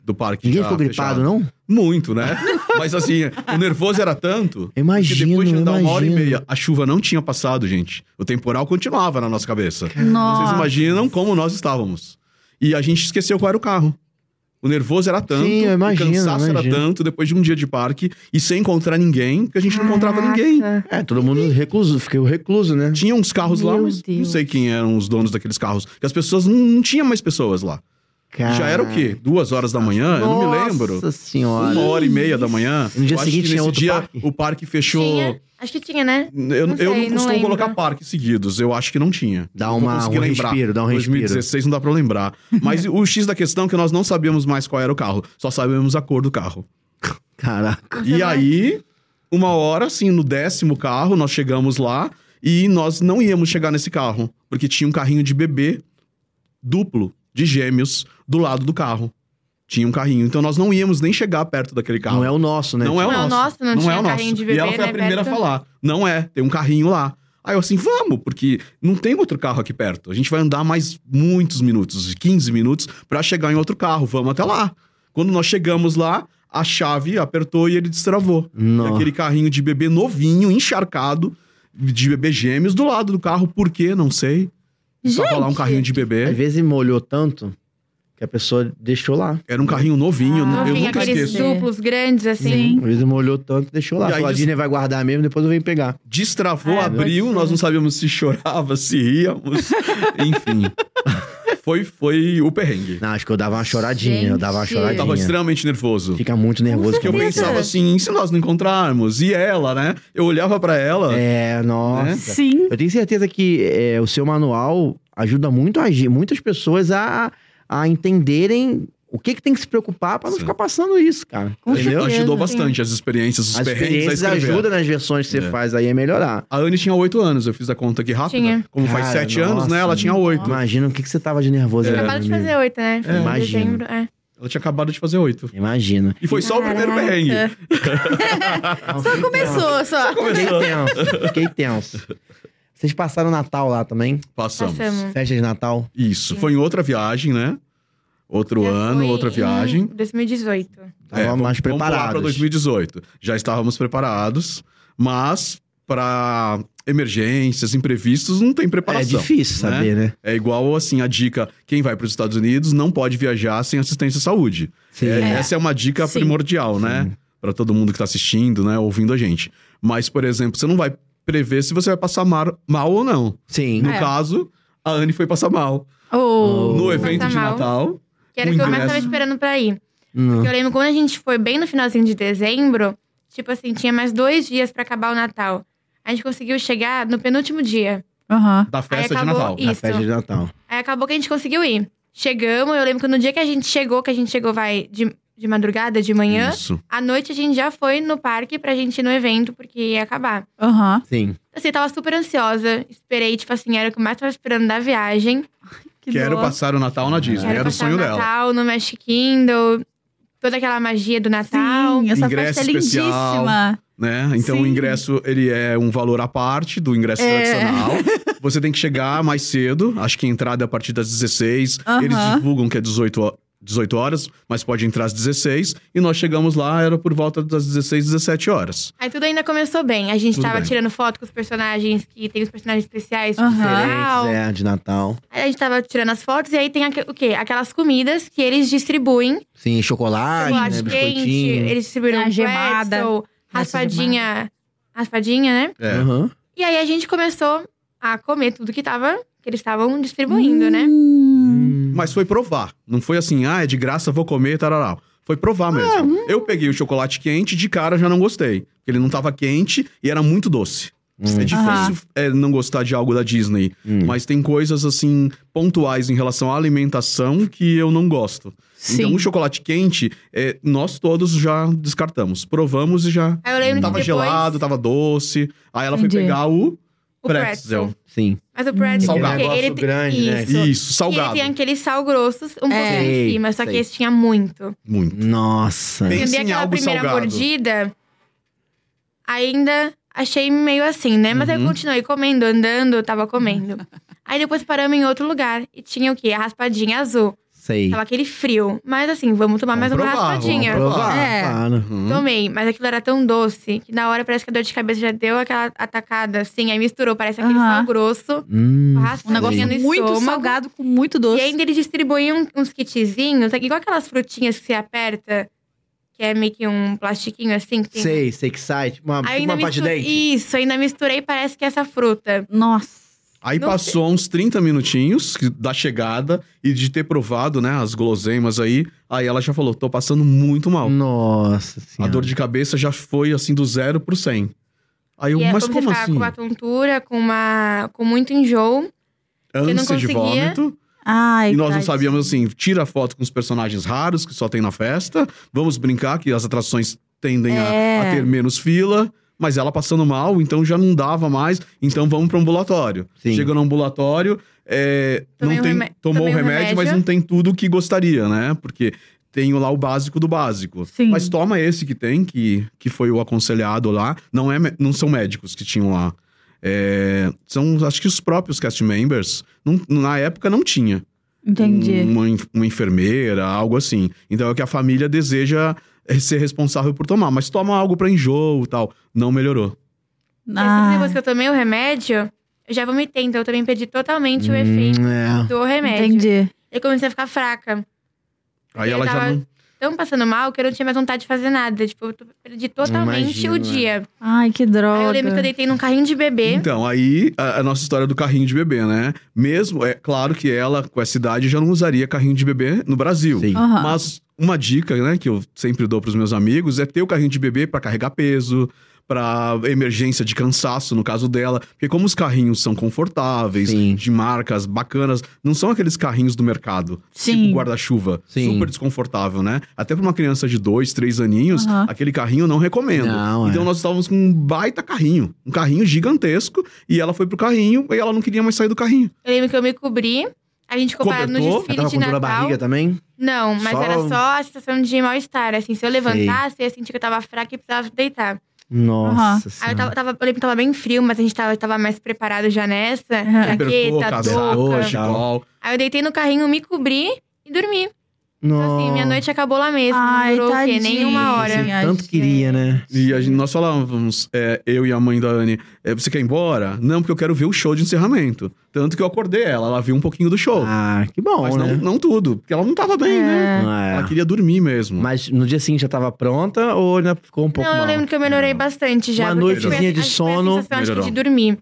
Speaker 3: do parque.
Speaker 2: Ninguém
Speaker 3: já
Speaker 2: ficou gripado,
Speaker 3: Tá fechado.
Speaker 2: não?
Speaker 3: Muito, né? mas assim, o nervoso era tanto
Speaker 2: Eu
Speaker 3: que
Speaker 2: Imagino,
Speaker 3: depois de andar
Speaker 2: eu
Speaker 3: uma hora e
Speaker 2: imagino.
Speaker 3: meia, a chuva não tinha passado, gente. O temporal continuava na nossa cabeça. Vocês
Speaker 1: Nossa.
Speaker 3: imaginam como nós estávamos. E a gente esqueceu qual era o carro. O nervoso era tanto,
Speaker 2: Sim, eu imagino,
Speaker 3: o cansaço
Speaker 2: eu
Speaker 3: era
Speaker 2: imagino.
Speaker 3: tanto, depois de um dia de parque, e sem encontrar ninguém, porque a gente não encontrava
Speaker 4: Caraca.
Speaker 3: ninguém.
Speaker 1: Ah.
Speaker 2: É, todo mundo recluso, fiquei recluso, né?
Speaker 3: Tinha uns carros lá,
Speaker 1: Meu
Speaker 3: mas não
Speaker 1: Deus.
Speaker 3: sei quem eram os donos daqueles carros. Porque as pessoas, não, não tinha mais pessoas lá. Já era o quê? Duas horas da manhã? eu não me lembro.
Speaker 2: Nossa senhora.
Speaker 3: Uma hora e meia da manhã.
Speaker 2: No dia
Speaker 3: Eu acho
Speaker 2: seguinte
Speaker 3: que
Speaker 2: tinha
Speaker 3: nesse
Speaker 2: outro
Speaker 3: dia
Speaker 2: parque?
Speaker 3: o parque fechou...
Speaker 4: Tinha? Acho que tinha, né?
Speaker 3: Eu eu não,
Speaker 4: Não sei, não
Speaker 3: costumo
Speaker 4: lembro.
Speaker 3: colocar parques seguidos, eu acho que não tinha.
Speaker 2: Dá
Speaker 3: Não
Speaker 2: uma-
Speaker 3: consegui
Speaker 2: um respiro, dá um respiro.
Speaker 3: 2016 não dá pra lembrar. Mas o X da questão é que nós não sabíamos mais qual era o carro, só sabíamos a cor do carro.
Speaker 2: Caraca.
Speaker 3: E aí, uma hora, assim, no décimo carro, nós chegamos lá e nós não íamos chegar nesse carro, porque tinha um carrinho de bebê duplo, de gêmeos, do lado do carro. Tinha um carrinho. Então nós não íamos nem chegar perto daquele carro.
Speaker 2: Não é o nosso, né?
Speaker 3: Não é
Speaker 4: Não
Speaker 3: o
Speaker 4: é
Speaker 3: nosso.
Speaker 4: o nosso, não tinha carrinho de
Speaker 3: E
Speaker 4: bebê,
Speaker 3: ela foi a
Speaker 4: né,
Speaker 3: primeira
Speaker 4: perto?
Speaker 3: a falar: não é, tem um carrinho lá. Aí eu assim, vamos, porque não tem outro carro aqui perto. A gente vai andar mais muitos minutos, 15 minutos, pra chegar em outro carro. Vamos até lá. Quando nós chegamos lá, a chave apertou e ele destravou. E
Speaker 2: Não.
Speaker 3: aquele carrinho de bebê novinho, encharcado, de bebê gêmeos, do lado do carro. Por quê? Não sei. Só lá um carrinho de
Speaker 2: Às
Speaker 3: bebê.
Speaker 2: vezes molhou tanto que a pessoa deixou lá.
Speaker 3: Era um carrinho novinho,
Speaker 1: Ah,
Speaker 3: eu
Speaker 4: Novinho,
Speaker 3: nunca
Speaker 4: aqueles
Speaker 3: esqueço.
Speaker 4: duplos grandes, assim.
Speaker 2: Às vezes molhou tanto que deixou lá.
Speaker 3: E aí
Speaker 2: Falou, a
Speaker 3: des-
Speaker 2: Disney vai guardar mesmo, depois eu venho pegar.
Speaker 3: Destravou,
Speaker 4: É,
Speaker 3: abriu,
Speaker 4: pode ser.
Speaker 3: nós não sabíamos se chorava, se ríamos. Enfim. Foi, foi o perrengue.
Speaker 2: Não, acho que eu dava uma choradinha. Eu dava uma
Speaker 1: Gente.
Speaker 3: Eu tava
Speaker 2: choradinha.
Speaker 3: extremamente nervoso.
Speaker 2: Fica muito nervoso.
Speaker 3: Porque eu
Speaker 2: também.
Speaker 4: certeza.
Speaker 3: pensava assim, e se nós não encontrarmos? E ela, né? Eu olhava pra ela.
Speaker 2: É, nossa.
Speaker 1: Sim.
Speaker 2: Eu tenho certeza que é, o seu manual ajuda muito a ge- muitas pessoas a, a entenderem o que, que tem que se preocupar pra não
Speaker 3: Sim.
Speaker 2: ficar passando isso, cara.
Speaker 1: Com
Speaker 2: Entendeu?
Speaker 1: certeza.
Speaker 3: Ajudou
Speaker 4: sim.
Speaker 3: bastante as experiências, os
Speaker 2: As
Speaker 3: perrengues
Speaker 2: experiências
Speaker 3: a escrever.
Speaker 2: ajudam né? nas versões que você
Speaker 3: É.
Speaker 2: faz aí a melhorar.
Speaker 3: A Anne tinha oito anos, eu fiz a conta aqui rápida.
Speaker 4: Tinha.
Speaker 3: Como faz
Speaker 2: Cara,
Speaker 3: sete
Speaker 2: nossa,
Speaker 3: anos, né? Ela tinha oito. É,
Speaker 2: Imagina o que, que você tava de nervoso.
Speaker 4: Eu
Speaker 2: ali,
Speaker 4: acabo de
Speaker 2: amigo.
Speaker 4: fazer oito, né? Foi em
Speaker 2: imagino.
Speaker 4: dezembro, é.
Speaker 3: Ela tinha acabado de fazer oito.
Speaker 2: Imagina.
Speaker 3: E foi só o primeiro
Speaker 4: Caraca.
Speaker 3: perrengue.
Speaker 1: Só começou, só.
Speaker 2: Fiquei
Speaker 3: Ah, Começou.
Speaker 2: tenso, fiquei tenso. Vocês passaram o Natal lá também?
Speaker 3: Passamos.
Speaker 4: Passamos.
Speaker 2: Festa de Natal?
Speaker 3: Isso. Foi em outra viagem, né? Outro
Speaker 4: Já
Speaker 3: ano,
Speaker 4: foi
Speaker 3: outra
Speaker 4: em
Speaker 3: viagem.
Speaker 4: 2018.
Speaker 2: Estavam Tá mais
Speaker 3: É, Vamos para
Speaker 2: preparados.
Speaker 3: 2018. Já estávamos preparados, mas para emergências, imprevistos, não tem
Speaker 2: É
Speaker 3: preparação.
Speaker 2: difícil
Speaker 3: né?
Speaker 2: saber, né?
Speaker 3: É igual assim a dica: quem vai para os Estados Unidos não pode viajar sem assistência à saúde.
Speaker 2: Sim.
Speaker 3: É, Essa é uma dica
Speaker 1: Sim.
Speaker 3: primordial, né? Para todo mundo que está assistindo, né? Ouvindo a gente. Mas, por exemplo, você não vai prever se você vai passar mar- mal ou não.
Speaker 2: Sim.
Speaker 3: No
Speaker 1: É.
Speaker 3: caso, a Anne foi passar mal.
Speaker 1: Oh.
Speaker 3: No evento
Speaker 4: Passar
Speaker 3: de
Speaker 4: mal.
Speaker 3: Natal.
Speaker 4: Que era o
Speaker 3: O
Speaker 4: que eu mais
Speaker 3: ingresso.
Speaker 4: tava esperando pra ir.
Speaker 3: Uhum.
Speaker 2: Não.
Speaker 4: Eu lembro quando a gente foi bem no finalzinho de dezembro, tipo assim, tinha mais dois dias pra acabar o Natal. A gente conseguiu chegar no penúltimo dia.
Speaker 1: Aham.
Speaker 3: Da festa de
Speaker 4: acabou
Speaker 3: Natal.
Speaker 4: isso.
Speaker 2: Na festa de Natal.
Speaker 4: Aí acabou que a gente conseguiu ir. Chegamos, eu lembro que no dia que a gente chegou, que a gente chegou, vai, de, de madrugada, de manhã,
Speaker 3: Isso.
Speaker 4: à noite a gente já foi no parque pra gente ir no evento, porque ia acabar.
Speaker 1: Aham.
Speaker 2: Sim.
Speaker 4: Assim, tava super ansiosa. Esperei, tipo assim, era o que eu mais tava esperando da viagem.
Speaker 1: Que
Speaker 3: Quero
Speaker 1: dó.
Speaker 3: passar o Natal na Disney.
Speaker 4: Quero
Speaker 3: Era o
Speaker 4: passar
Speaker 3: sonho
Speaker 4: o
Speaker 3: dela.
Speaker 4: Natal no Magic Kingdom, toda aquela magia do Natal.
Speaker 1: Sim, essa
Speaker 3: Ingresso
Speaker 1: festa é
Speaker 3: especial.
Speaker 1: lindíssima.
Speaker 3: Né? Então o
Speaker 1: Sim.
Speaker 3: ingresso, ele é um valor à parte do ingresso
Speaker 1: É.
Speaker 3: tradicional. Você tem que chegar mais cedo. Acho que a entrada é a partir das 16.
Speaker 1: Aham.
Speaker 3: Eles divulgam que é 18 ho- 18 horas, mas pode entrar às 16. E nós chegamos lá, era por volta das 16, 17 horas.
Speaker 4: Aí tudo ainda começou bem. A gente
Speaker 3: Tudo
Speaker 4: tava
Speaker 3: bem.
Speaker 4: tirando foto com os personagens que tem os personagens especiais do
Speaker 1: Aham.
Speaker 4: Natal.
Speaker 2: Diferentes, é, de Natal.
Speaker 4: Aí a gente tava tirando as fotos e aí tem aque- o quê? Aquelas comidas que eles distribuem.
Speaker 2: Sim, chocolate,
Speaker 4: Chocolate
Speaker 2: né?
Speaker 4: quente,
Speaker 2: Biscoitinho.
Speaker 4: eles distribuíram
Speaker 1: Ah, gemada.
Speaker 4: pretzel, raspadinha, raspadinha, né?
Speaker 3: É.
Speaker 2: Aham.
Speaker 4: E aí a gente começou a comer tudo que tava, que eles estavam distribuindo, né?
Speaker 1: Hum.
Speaker 3: Mas foi provar. Não foi assim, ah, é de graça, vou comer, tarará. Foi provar mesmo. Eu peguei o chocolate quente, de cara já não gostei. Porque ele não tava quente e era muito doce. É difícil
Speaker 1: Aham.
Speaker 3: é, não gostar de algo da Disney.
Speaker 2: Hum.
Speaker 3: Mas tem coisas, assim, pontuais em relação à alimentação que eu não gosto.
Speaker 1: Sim.
Speaker 3: Então, o chocolate quente, é, nós todos já descartamos. Provamos e já...
Speaker 4: Aí eu lembro
Speaker 3: Tava
Speaker 4: que depois,
Speaker 2: tá
Speaker 3: gelado, tava doce. Aí ela foi
Speaker 1: Entendi.
Speaker 3: pegar o
Speaker 4: o
Speaker 3: pretzel.
Speaker 2: Sim.
Speaker 4: Mas o pretzel,
Speaker 3: Salgado.
Speaker 4: porque
Speaker 2: Negócio
Speaker 4: ele tem...
Speaker 2: Hum. grande, né?
Speaker 4: isso.
Speaker 3: Isso, salgado.
Speaker 4: E ele tem aquele sal grosso, um pouquinho
Speaker 1: É.
Speaker 2: Sei,
Speaker 4: em cima. Só que
Speaker 2: sei.
Speaker 4: esse tinha muito.
Speaker 3: Muito.
Speaker 2: Nossa.
Speaker 3: Bem-
Speaker 4: Eu
Speaker 3: Pensa
Speaker 4: dei
Speaker 3: em
Speaker 4: aquela
Speaker 3: algo
Speaker 4: primeira
Speaker 3: salgado.
Speaker 4: mordida, ainda achei meio assim, né? Mas
Speaker 3: Uhum.
Speaker 4: eu continuei comendo, andando, eu tava comendo. Aí depois paramos em outro lugar e tinha o quê? A raspadinha azul.
Speaker 2: Sei.
Speaker 4: Tava aquele frio. Mas assim, vamos tomar
Speaker 3: Vamos
Speaker 4: mais uma
Speaker 3: provar, vamos
Speaker 4: raspadinha.
Speaker 2: Provar,
Speaker 1: É.
Speaker 2: claro.
Speaker 3: Uhum.
Speaker 4: Tomei, mas aquilo era tão doce que na hora parece que a dor de cabeça já deu aquela atacada assim, aí misturou, parece aquele
Speaker 1: Aham.
Speaker 4: sal grosso.
Speaker 2: Hum,
Speaker 4: raspadinha
Speaker 1: Um negócio
Speaker 4: no
Speaker 1: muito
Speaker 4: estômago.
Speaker 1: salgado com muito
Speaker 4: E
Speaker 1: doce.
Speaker 4: ainda eles distribuíam uns kitzinhos, igual aquelas frutinhas que você aperta, que é meio que um plastiquinho assim. Que tem
Speaker 2: Sei, sei que sai. Tipo uma, tipo
Speaker 4: Ainda
Speaker 2: uma parte de
Speaker 4: misturei-
Speaker 2: dente.
Speaker 4: Isso, ainda misturei, parece que é essa fruta.
Speaker 1: Nossa.
Speaker 3: Aí
Speaker 4: Não
Speaker 3: passou uns 30 minutinhos que- da chegada e de ter provado, né, as guloseimas aí. Aí ela já falou: tô passando muito mal.
Speaker 2: Hum. Nossa
Speaker 3: a
Speaker 2: senhora.
Speaker 3: dor de cabeça já foi assim do zero pro 100. Aí eu,
Speaker 4: e é
Speaker 3: mas
Speaker 4: como,
Speaker 3: como
Speaker 4: você ficar
Speaker 3: assim?
Speaker 4: com uma tontura, com uma. com muito enjoo. não
Speaker 3: Ânsia de
Speaker 4: conseguia.
Speaker 3: vômito.
Speaker 1: Ai,
Speaker 3: E nós não
Speaker 1: tadinho.
Speaker 3: sabíamos assim: tira foto com os personagens raros que só tem na festa. Vamos brincar que as atrações tendem a-
Speaker 1: É.
Speaker 3: a, ter menos fila. Mas ela passando mal, então já não dava mais. Então vamos pro ambulatório.
Speaker 2: Sim.
Speaker 3: Chega no ambulatório, é, não
Speaker 4: Tomei um
Speaker 3: tem,
Speaker 4: reme-
Speaker 3: tomou o
Speaker 4: tomei um
Speaker 3: remédio, mas
Speaker 4: remédio.
Speaker 3: não tem tudo que gostaria, né? Porque tem lá o básico do básico.
Speaker 1: Sim.
Speaker 3: Mas toma esse que tem, que, que foi o aconselhado lá. Não, é, mé- não são médicos que tinham lá. É, são, acho que os próprios cast members. Não- na época não tinha
Speaker 1: Entendi.
Speaker 3: uma, en- uma enfermeira, algo assim. Então é o que a família deseja é, ser responsável por tomar. Mas toma algo pra enjoo e tal. Não melhorou.
Speaker 4: E
Speaker 1: Ah,
Speaker 4: depois tipo que eu tomei o remédio, eu já vomitei, então eu também perdi totalmente o
Speaker 2: Hum,
Speaker 4: efeito
Speaker 2: é.
Speaker 4: do remédio.
Speaker 1: entendi.
Speaker 4: Eu comecei a ficar fraca.
Speaker 3: Aí
Speaker 4: Eu
Speaker 3: ela já
Speaker 4: tava-
Speaker 3: não.
Speaker 4: Tão passando mal que eu não tinha mais vontade de fazer nada. Tipo, eu perdi totalmente
Speaker 2: Imagino,
Speaker 4: o
Speaker 2: é.
Speaker 4: dia.
Speaker 1: Ai, que droga.
Speaker 4: Aí eu lembro que eu deitei num carrinho de bebê.
Speaker 3: Então, aí a, a nossa história do carrinho de bebê, né? Mesmo, é claro que ela, com essa idade, já não usaria carrinho de bebê no Brasil.
Speaker 2: Sim.
Speaker 1: Aham.
Speaker 3: Mas uma dica, né, que eu sempre dou pros meus amigos é ter o carrinho de bebê pra carregar peso, pra emergência de cansaço, no caso dela. Porque como os carrinhos são confortáveis,
Speaker 2: Sim.
Speaker 3: de marcas bacanas, não são aqueles carrinhos do mercado,
Speaker 1: Sim.
Speaker 3: tipo guarda-chuva,
Speaker 2: Sim.
Speaker 3: super desconfortável, né? Até pra uma criança de dois, três aninhos,
Speaker 1: Aham.
Speaker 3: aquele carrinho eu não recomendo.
Speaker 2: Não, é.
Speaker 3: então nós estávamos com um baita carrinho, um carrinho gigantesco, e ela foi pro carrinho e ela não queria mais sair do carrinho.
Speaker 4: Eu lembro que eu me cobri. A gente ficou parado no
Speaker 3: Cobertor?
Speaker 4: desfile
Speaker 2: Ela
Speaker 4: de
Speaker 2: tava com dor na
Speaker 4: Natal.
Speaker 2: barriga também?
Speaker 4: Não, mas
Speaker 2: Só-
Speaker 4: era só a sensação de mal-estar. Assim, se eu levantasse, eu ia sentir que eu tava fraca e precisava deitar.
Speaker 1: Aham.
Speaker 2: Nossa
Speaker 4: Aí eu
Speaker 2: senhora.
Speaker 4: tava, tava, eu lembro que tava bem frio, mas a gente tava, tava mais preparado já nessa.
Speaker 1: Aham.
Speaker 3: Cobertor,
Speaker 4: Jaqueta,
Speaker 3: casaco,
Speaker 4: touca.
Speaker 3: chicol.
Speaker 4: Aí eu deitei no carrinho, me cobri e dormi. Então, assim, minha
Speaker 2: Nossa.
Speaker 4: noite acabou lá mesmo.
Speaker 1: Ai,
Speaker 4: não durou o quê? Nem uma hora.
Speaker 1: tadinha.
Speaker 2: Você tanto
Speaker 1: gente.
Speaker 2: queria, né?
Speaker 3: E a gente- nós falávamos, é, eu e a mãe da Anne, é, você quer ir embora? Não, porque eu quero ver o show de encerramento. Tanto que eu acordei ela, ela viu um pouquinho do show.
Speaker 2: Ah, que bom,
Speaker 3: mas
Speaker 2: né?
Speaker 3: não, não tudo, porque ela não tava bem, né?
Speaker 2: Ah, é.
Speaker 3: Ela queria dormir mesmo.
Speaker 2: Mas no dia seguinte já tava pronta ou ainda ficou um pouco
Speaker 4: não, eu
Speaker 2: mal?
Speaker 4: lembro que eu melhorei bastante já.
Speaker 2: Uma
Speaker 4: porque
Speaker 2: noitezinha
Speaker 4: foi a-
Speaker 2: de
Speaker 4: acho que foi a
Speaker 2: sono.
Speaker 4: sensação, acho que,
Speaker 3: Melhorou.
Speaker 4: de dormir.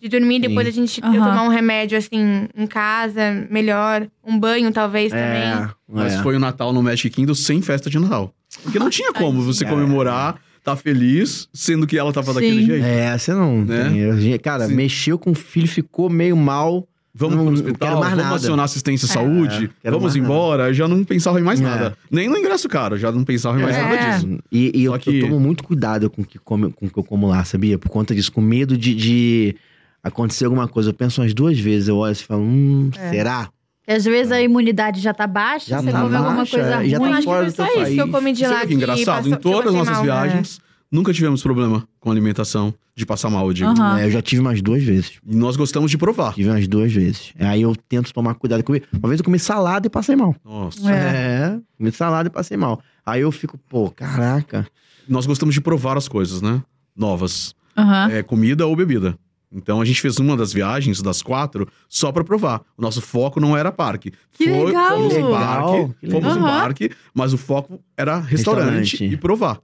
Speaker 4: De dormir, depois a gente eu
Speaker 1: Aham.
Speaker 4: tomar um remédio, assim, em casa, melhor. Um banho, talvez, também.
Speaker 2: É,
Speaker 3: Mas
Speaker 2: é.
Speaker 3: foi o Natal no Magic Kingdom sem festa de Natal. Porque não tinha como você comemorar, tá feliz, sendo que ela
Speaker 1: Sim.
Speaker 3: tava daquele jeito.
Speaker 2: É, você não
Speaker 3: Né?
Speaker 2: tem erro. Cara,
Speaker 3: Sim.
Speaker 2: mexeu com o filho, ficou meio mal.
Speaker 3: Vamos
Speaker 2: Não-
Speaker 3: pro
Speaker 2: não
Speaker 3: hospital,
Speaker 2: quero mais
Speaker 3: vamos
Speaker 2: nada. É,
Speaker 3: acionar
Speaker 4: É.
Speaker 3: assistência à saúde,
Speaker 2: quero
Speaker 3: vamos
Speaker 2: mais nada.
Speaker 3: embora. Eu já não pensava em mais
Speaker 2: É.
Speaker 3: nada. Nem no ingresso caro, eu já não pensava em mais
Speaker 4: É.
Speaker 3: nada disso.
Speaker 2: E, e eu,
Speaker 3: Só que-
Speaker 2: eu tomo muito cuidado com o que, come- com o que eu como lá, sabia? Por conta disso, com medo de, de acontecer alguma coisa. Eu penso umas duas vezes, eu olho e falo, hum, será?
Speaker 1: Porque às vezes a imunidade já tá baixa,
Speaker 2: Já
Speaker 1: você
Speaker 2: tá
Speaker 1: come alguma
Speaker 2: baixa,
Speaker 1: coisa
Speaker 2: já tá
Speaker 4: Então,
Speaker 1: ruim.
Speaker 4: acho
Speaker 2: fora
Speaker 4: que foi
Speaker 2: do
Speaker 4: só
Speaker 2: teu
Speaker 4: isso que eu
Speaker 2: país. é
Speaker 4: comi de
Speaker 3: Sabe
Speaker 4: lá.
Speaker 3: que é engraçado?
Speaker 4: passou- tipo assim,
Speaker 3: em todas
Speaker 4: que eu
Speaker 3: as
Speaker 4: passei
Speaker 3: nossas
Speaker 4: mal. né?
Speaker 3: viagens, nunca tivemos problema com alimentação, de passar mal, eu digo.
Speaker 1: Aham. Ah.
Speaker 2: É, eu já tive umas duas vezes.
Speaker 3: E nós gostamos de provar.
Speaker 2: Tive umas duas vezes. Aí eu tento tomar cuidado. Eu Comi, uma vez eu comi salada e passei mal.
Speaker 3: Nossa.
Speaker 2: É. comi salada e passei mal. Aí eu fico, pô, caraca.
Speaker 3: Nós gostamos de provar as coisas, né? Novas.
Speaker 1: Aham.
Speaker 3: É, comida ou bebida. Então a gente fez uma das viagens, das quatro, só pra provar. O nosso foco não era parque.
Speaker 1: Que legal!
Speaker 3: Fomos um
Speaker 2: Legal,
Speaker 3: parque,
Speaker 2: que
Speaker 3: fomos um
Speaker 1: legal.
Speaker 3: parque, mas o foco era restaurante,
Speaker 2: Restaurante.
Speaker 3: e provar.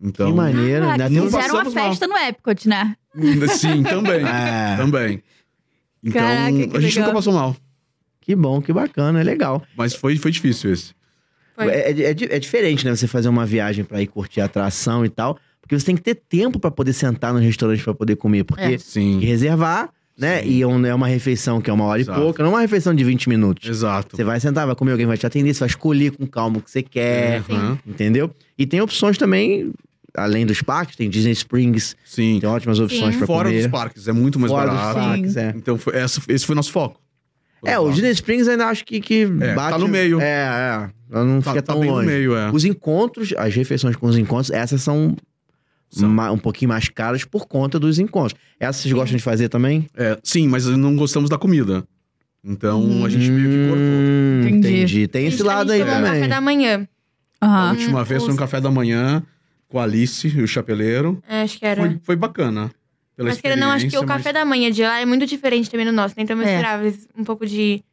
Speaker 3: Então,
Speaker 2: que maneiro.
Speaker 1: Caraca,
Speaker 2: né?
Speaker 3: não
Speaker 2: Tem-
Speaker 1: Ah, fizeram uma
Speaker 3: passamos mal.
Speaker 1: festa no Epcot, né?
Speaker 3: sim, assim, também.
Speaker 2: É.
Speaker 3: Também. Então,
Speaker 1: Caraca, que
Speaker 3: a gente
Speaker 1: legal.
Speaker 3: nunca passou mal,
Speaker 2: Que bom, que bacana, é legal.
Speaker 3: mas foi, foi difícil esse.
Speaker 4: Foi.
Speaker 2: É, é- é di- é diferente, né? Você fazer uma viagem pra ir curtir a atração e tal, porque você tem que ter tempo pra poder sentar no restaurante pra poder comer, porque tem
Speaker 3: Sim.
Speaker 2: que reservar, né?
Speaker 3: Sim.
Speaker 2: E é um- é uma refeição que é uma hora
Speaker 3: Exato.
Speaker 2: e pouca, não é uma refeição de 20 minutos.
Speaker 3: Exato.
Speaker 2: Você vai sentar, vai comer, alguém vai te atender, você vai escolher com calma o que você quer, Uhum.
Speaker 3: Aham.
Speaker 2: entendeu? E tem opções também, além dos parques, tem Disney Springs,
Speaker 3: Sim.
Speaker 2: tem ótimas opções
Speaker 4: Sim.
Speaker 2: pra
Speaker 3: Fora
Speaker 2: comer.
Speaker 3: dos parques, é muito mais
Speaker 2: Fora dos
Speaker 3: barato.
Speaker 2: parques, é.
Speaker 3: Então, foi, essa, esse foi nosso foco.
Speaker 2: É, o Disney Springs ainda acho que, que
Speaker 3: É,
Speaker 2: bate.
Speaker 3: tá no meio.
Speaker 2: É, é. Ela não
Speaker 3: tá,
Speaker 2: fica
Speaker 3: tá
Speaker 2: tão
Speaker 3: bem
Speaker 2: longe.
Speaker 3: no meio, é.
Speaker 2: Os encontros, as refeições com os encontros, essas são
Speaker 3: São.
Speaker 2: ma- um pouquinho mais caras por conta dos encontros. Essas vocês gostam de fazer também?
Speaker 3: É, sim, mas não gostamos da comida. Então, a gente meio que cortou.
Speaker 2: Hum,
Speaker 1: Entendi.
Speaker 2: entendi. Tem
Speaker 4: A gente-
Speaker 2: esse lado
Speaker 4: a
Speaker 2: aí né?
Speaker 4: gente tomou um
Speaker 2: também.
Speaker 4: café da manhã.
Speaker 3: A
Speaker 1: Aham.
Speaker 3: última
Speaker 4: Hum,
Speaker 3: vez foi um
Speaker 4: os-
Speaker 3: café da manhã com a Alice e o Chapeleiro.
Speaker 4: É, acho que era.
Speaker 3: Foi, foi bacana. Pela
Speaker 4: mas querendo ou não, acho que o
Speaker 3: experiência,
Speaker 4: café da manhã de lá é muito diferente também do nosso. né? Então eu
Speaker 1: É.
Speaker 4: misturava um pouco de...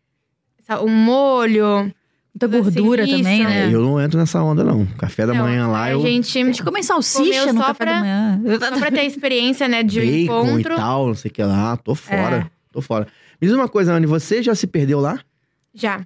Speaker 4: sa- Um molho.
Speaker 1: Muita gordura
Speaker 4: Isso.
Speaker 1: também, né?
Speaker 2: Eu não entro nessa onda, não. Café da
Speaker 4: Não,
Speaker 2: manhã lá,
Speaker 4: aí
Speaker 2: eu
Speaker 4: Então, A gente...
Speaker 1: A gente come salsicha
Speaker 4: Comeu
Speaker 1: no
Speaker 4: só
Speaker 1: café da
Speaker 4: pra-
Speaker 1: manhã.
Speaker 4: Só pra ter a experiência, né, de um
Speaker 2: bacon e
Speaker 4: encontro.
Speaker 2: tal, não sei o que lá. Tô fora.
Speaker 1: É.
Speaker 2: Tô fora. Me diz uma coisa, Anne, você já se perdeu lá?
Speaker 4: Já.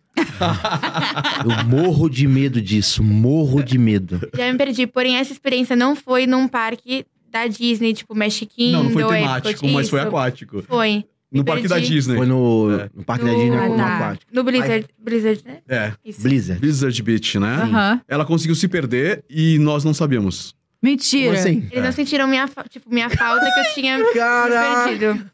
Speaker 2: Eu morro de medo disso. Morro de medo.
Speaker 4: Já me perdi. Porém, essa experiência não foi num parque da Disney, tipo Magic Kingdom,
Speaker 3: Não, não foi
Speaker 4: Epcot,
Speaker 3: temático, mas foi
Speaker 4: isso.
Speaker 3: aquático.
Speaker 4: Foi.
Speaker 3: No
Speaker 4: Me
Speaker 3: parque da
Speaker 4: perdi.
Speaker 3: Disney.
Speaker 2: Foi no,
Speaker 3: É.
Speaker 2: no Parque da Disney
Speaker 4: Ah,
Speaker 2: no
Speaker 4: tá.
Speaker 2: aquático.
Speaker 4: No Blizzard, Blizzard, né?
Speaker 3: É,
Speaker 4: Isso.
Speaker 2: Blizzard.
Speaker 3: Blizzard Beach, né?
Speaker 1: Aham.
Speaker 3: Ela conseguiu se perder e nós não sabíamos.
Speaker 1: Mentira.
Speaker 2: Como assim?
Speaker 4: Eles não sentiram minha, fa- tipo, minha falta que eu tinha
Speaker 2: Caraca.
Speaker 4: me perdido.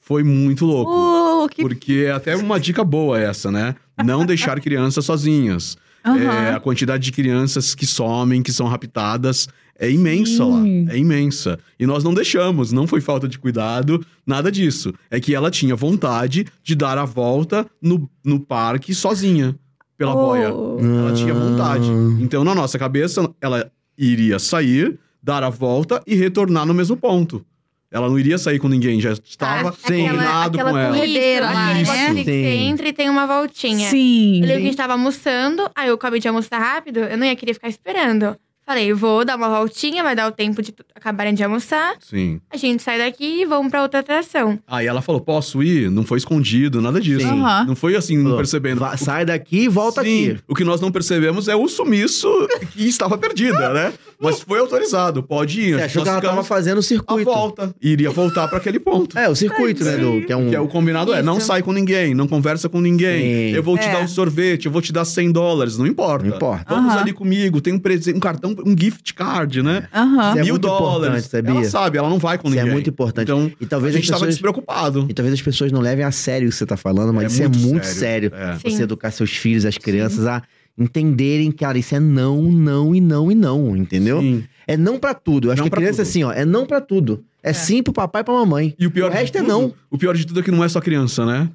Speaker 3: Foi muito louco.
Speaker 1: Uh, que...
Speaker 3: Porque é até uma dica boa essa, né? Não deixar crianças sozinhas.
Speaker 1: Aham.
Speaker 3: É, a quantidade de crianças que somem, que são raptadas, é imensa lá.
Speaker 1: Sim.
Speaker 3: É imensa. E nós não deixamos, não foi falta de cuidado, nada disso. É que ela tinha vontade de dar a volta no, no parque sozinha, pela boia.
Speaker 1: Oh.
Speaker 3: Ela tinha vontade. Então, na nossa cabeça, ela iria sair, dar a volta e retornar no mesmo ponto. Ela não iria sair com ninguém, já estava
Speaker 4: Ah,
Speaker 2: Sim.
Speaker 4: aquela,
Speaker 3: combinado
Speaker 4: aquela
Speaker 3: com ela.
Speaker 4: corredeira lá, né?
Speaker 1: Isso.
Speaker 4: Que Você
Speaker 2: Sim.
Speaker 4: entra e tem uma voltinha.
Speaker 1: Sim.
Speaker 4: Eu lembro que a gente tava almoçando, aí eu acabei de almoçar rápido, eu não ia querer ficar esperando. Falei, vou dar uma voltinha, vai dar o tempo de t- acabarem de almoçar.
Speaker 3: Sim.
Speaker 4: A gente sai daqui e vamos pra outra atração.
Speaker 3: Aí ela falou: posso ir? Não foi escondido, nada disso.
Speaker 2: Sim.
Speaker 1: Aham.
Speaker 3: Não foi assim, não
Speaker 2: Falou,
Speaker 3: percebendo.
Speaker 2: "Va- Ah, sai daqui e volta
Speaker 3: Sim,
Speaker 2: aqui.
Speaker 3: O que nós não percebemos é o sumiço que estava perdida, né? Mas foi autorizado, pode ir.
Speaker 2: Você É, achou
Speaker 3: Nós
Speaker 2: que ela tava
Speaker 3: ficamos
Speaker 2: fazendo o
Speaker 3: a
Speaker 2: circuito.
Speaker 3: volta. E iria voltar para aquele ponto.
Speaker 2: É, o circuito, né? Do, que é um.
Speaker 3: Que é o combinado é,
Speaker 4: Isso.
Speaker 3: não sai com ninguém, não conversa com ninguém.
Speaker 2: Sim.
Speaker 3: Eu vou te
Speaker 1: É.
Speaker 3: dar um sorvete, eu vou te dar 100 dólares, não importa.
Speaker 2: Não importa.
Speaker 3: Vamos
Speaker 1: Aham.
Speaker 3: ali comigo, tem um, presen- um cartão um, um gift card, né?
Speaker 1: Aham.
Speaker 2: Isso é
Speaker 3: Mil
Speaker 2: muito
Speaker 3: dólares.
Speaker 2: importante, sabia?
Speaker 3: Ela sabe, ela não vai com
Speaker 2: Isso
Speaker 3: ninguém.
Speaker 2: é muito importante.
Speaker 3: Então,
Speaker 2: e
Speaker 3: a
Speaker 2: talvez
Speaker 3: gente
Speaker 2: as
Speaker 3: tava
Speaker 2: pessoas...
Speaker 3: despreocupado.
Speaker 2: E talvez as pessoas não levem a sério o que você tá falando, mas isso é muito sério.
Speaker 3: É.
Speaker 4: Sim.
Speaker 2: Você educar seus filhos, as crianças a entenderem, cara, isso é não, não e não e não, entendeu?
Speaker 3: Sim.
Speaker 2: É não pra tudo. Eu acho
Speaker 3: Não
Speaker 2: que
Speaker 3: pra
Speaker 2: criança é
Speaker 3: tudo.
Speaker 2: assim, ó, é não pra tudo. É, sim pro papai e pra mamãe.
Speaker 3: E o pior
Speaker 2: O resto
Speaker 3: de
Speaker 2: é
Speaker 3: tudo,
Speaker 2: não.
Speaker 3: O pior de tudo é que não é só criança, né?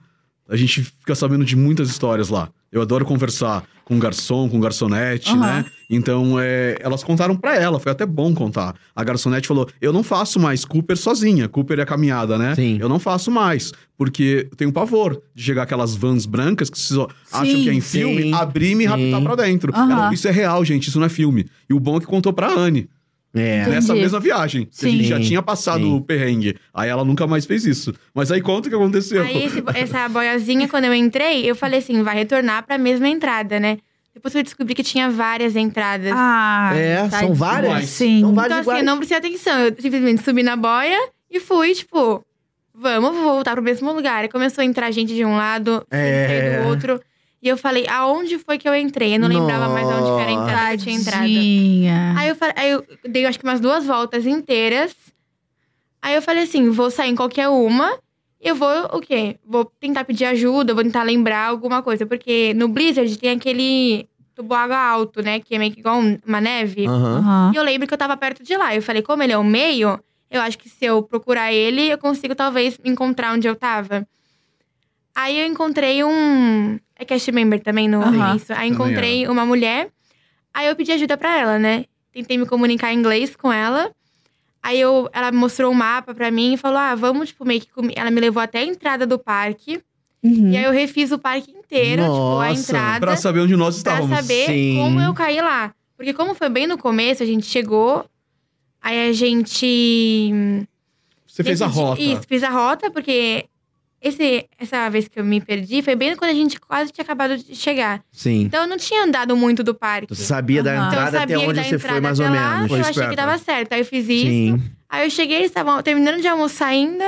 Speaker 3: A gente fica sabendo de muitas histórias lá. Eu adoro conversar com um garçom, com garçonete,
Speaker 1: Aham.
Speaker 3: né? Então, é, elas contaram pra ela, foi até bom contar. A garçonete falou: Eu não faço mais Cooper sozinha. Cooper é a caminhada, né?
Speaker 2: Sim.
Speaker 3: Eu não faço mais, porque eu tenho pavor de chegar aquelas vans brancas que vocês ó, acham
Speaker 1: Sim,
Speaker 3: que é em filme,
Speaker 2: sim,
Speaker 3: abrir e me
Speaker 2: sim.
Speaker 3: raptar pra dentro.
Speaker 1: Aham.
Speaker 3: Ela, isso é real, gente, isso não é filme. E o bom é que contou pra Anne
Speaker 2: É.
Speaker 3: nessa
Speaker 1: Entendi.
Speaker 3: mesma viagem. que a
Speaker 1: Sim.
Speaker 3: gente já tinha passado
Speaker 2: Sim.
Speaker 3: o perrengue. Aí ela nunca mais fez isso. Mas aí conta o que aconteceu.
Speaker 4: Aí esse- essa boiazinha, quando eu entrei, eu falei assim, vai retornar pra mesma entrada, né? Depois eu descobri que tinha várias entradas.
Speaker 1: Ah,
Speaker 2: É, são
Speaker 1: tadinho.
Speaker 2: várias.
Speaker 1: Sim.
Speaker 2: São várias
Speaker 4: Tá então assim,
Speaker 2: iguais.
Speaker 4: eu não prestei atenção. Eu simplesmente subi na boia e fui, tipo... Vamos voltar pro mesmo lugar. Aí começou a entrar gente de um lado, gente
Speaker 2: É.
Speaker 4: do outro. E eu falei, aonde foi que eu entrei? Eu não lembrava mais aonde que era a entrada, eu tinha entrado.
Speaker 1: Tadinha.
Speaker 4: Aí eu, falei, aí eu dei acho que umas duas voltas inteiras. Aí eu falei assim, vou sair em qualquer uma. Eu vou, o quê? Vou tentar pedir ajuda, vou tentar lembrar alguma coisa. Porque no Blizzard tem aquele tubo água alto, né? Que é meio que igual um- uma neve.
Speaker 2: Aham.
Speaker 1: Aham.
Speaker 4: E eu lembro que eu tava perto de lá. Eu falei, como ele é o meio, eu acho que se eu procurar ele, eu consigo talvez encontrar onde eu tava. Aí eu encontrei um. É cast member também no
Speaker 1: Aham.
Speaker 4: início. Aí encontrei uma mulher. Aí eu pedi ajuda pra ela, né? Tentei me comunicar em inglês com ela. Aí eu, ela mostrou um mapa pra mim e falou: Ah, vamos, tipo, meio que. comi- Ela me levou até a entrada do parque.
Speaker 1: Uhum.
Speaker 4: E aí eu refiz o parque inteiro, tipo, a
Speaker 2: Nossa,
Speaker 4: entrada
Speaker 3: Pra saber onde nós
Speaker 4: pra
Speaker 3: estávamos.
Speaker 4: saber
Speaker 2: sim.
Speaker 4: como eu caí lá. Porque como foi bem no começo, a gente chegou, aí a gente.
Speaker 3: Você fez a
Speaker 4: decidi-
Speaker 3: rota.
Speaker 4: Isso, fiz a rota, porque esse, essa vez que eu me perdi foi bem quando a gente quase tinha acabado de chegar.
Speaker 2: Sim.
Speaker 4: Então eu não tinha andado muito do parque.
Speaker 2: Então, você sabia da
Speaker 1: Aham.
Speaker 4: Então, eu
Speaker 2: entrada até
Speaker 4: sabia
Speaker 2: onde
Speaker 4: da
Speaker 2: você
Speaker 4: entrada
Speaker 2: foi, mais ou
Speaker 4: até lá,
Speaker 2: menos.
Speaker 3: Foi
Speaker 4: Eu achei
Speaker 3: esperta.
Speaker 4: que dava certo. Aí eu fiz isso.
Speaker 2: Sim.
Speaker 4: Aí eu cheguei, eles estavam terminando de almoçar ainda.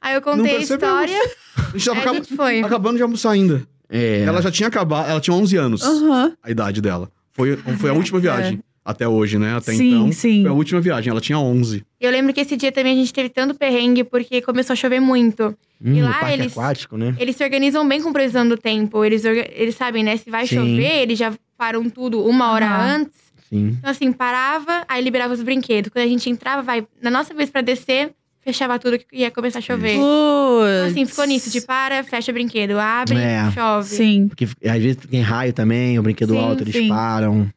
Speaker 4: Aí eu
Speaker 3: Não
Speaker 4: contei a
Speaker 3: percebemos.
Speaker 4: história.
Speaker 3: A gente
Speaker 4: Aí
Speaker 3: tava
Speaker 4: É, a
Speaker 3: acab-
Speaker 4: gente foi.
Speaker 3: acabando de almoçar ainda.
Speaker 2: É.
Speaker 3: Ela já tinha acabado. Ela tinha 11 anos,
Speaker 1: Aham.
Speaker 3: a idade dela. Foi, foi a última viagem. Até hoje, né? Até
Speaker 1: Sim,
Speaker 3: então.
Speaker 1: sim.
Speaker 3: Foi a última viagem. Ela tinha 11.
Speaker 4: Eu lembro que esse dia também a gente teve tanto perrengue porque começou a chover muito.
Speaker 2: Hum,
Speaker 4: e
Speaker 2: o
Speaker 4: lá
Speaker 2: parque
Speaker 4: eles-
Speaker 2: aquático, né?
Speaker 4: Eles se organizam bem com previsão do tempo. Eles, orga- eles sabem, né? Se vai
Speaker 2: Sim.
Speaker 4: chover, eles já param tudo uma hora
Speaker 1: Ah.
Speaker 4: antes.
Speaker 2: Sim.
Speaker 4: Então, assim, parava, aí liberava os brinquedos. Quando a gente entrava, vai, na nossa vez pra descer, fechava tudo que ia começar a chover. Então,
Speaker 1: Putz.
Speaker 4: assim, ficou nisso:
Speaker 1: tipo,
Speaker 4: de para, fecha brinquedo, abre,
Speaker 2: É.
Speaker 4: chove.
Speaker 1: Sim.
Speaker 2: Porque às vezes tem raio também, o brinquedo
Speaker 4: Sim,
Speaker 2: alto, eles
Speaker 1: sim.
Speaker 2: param.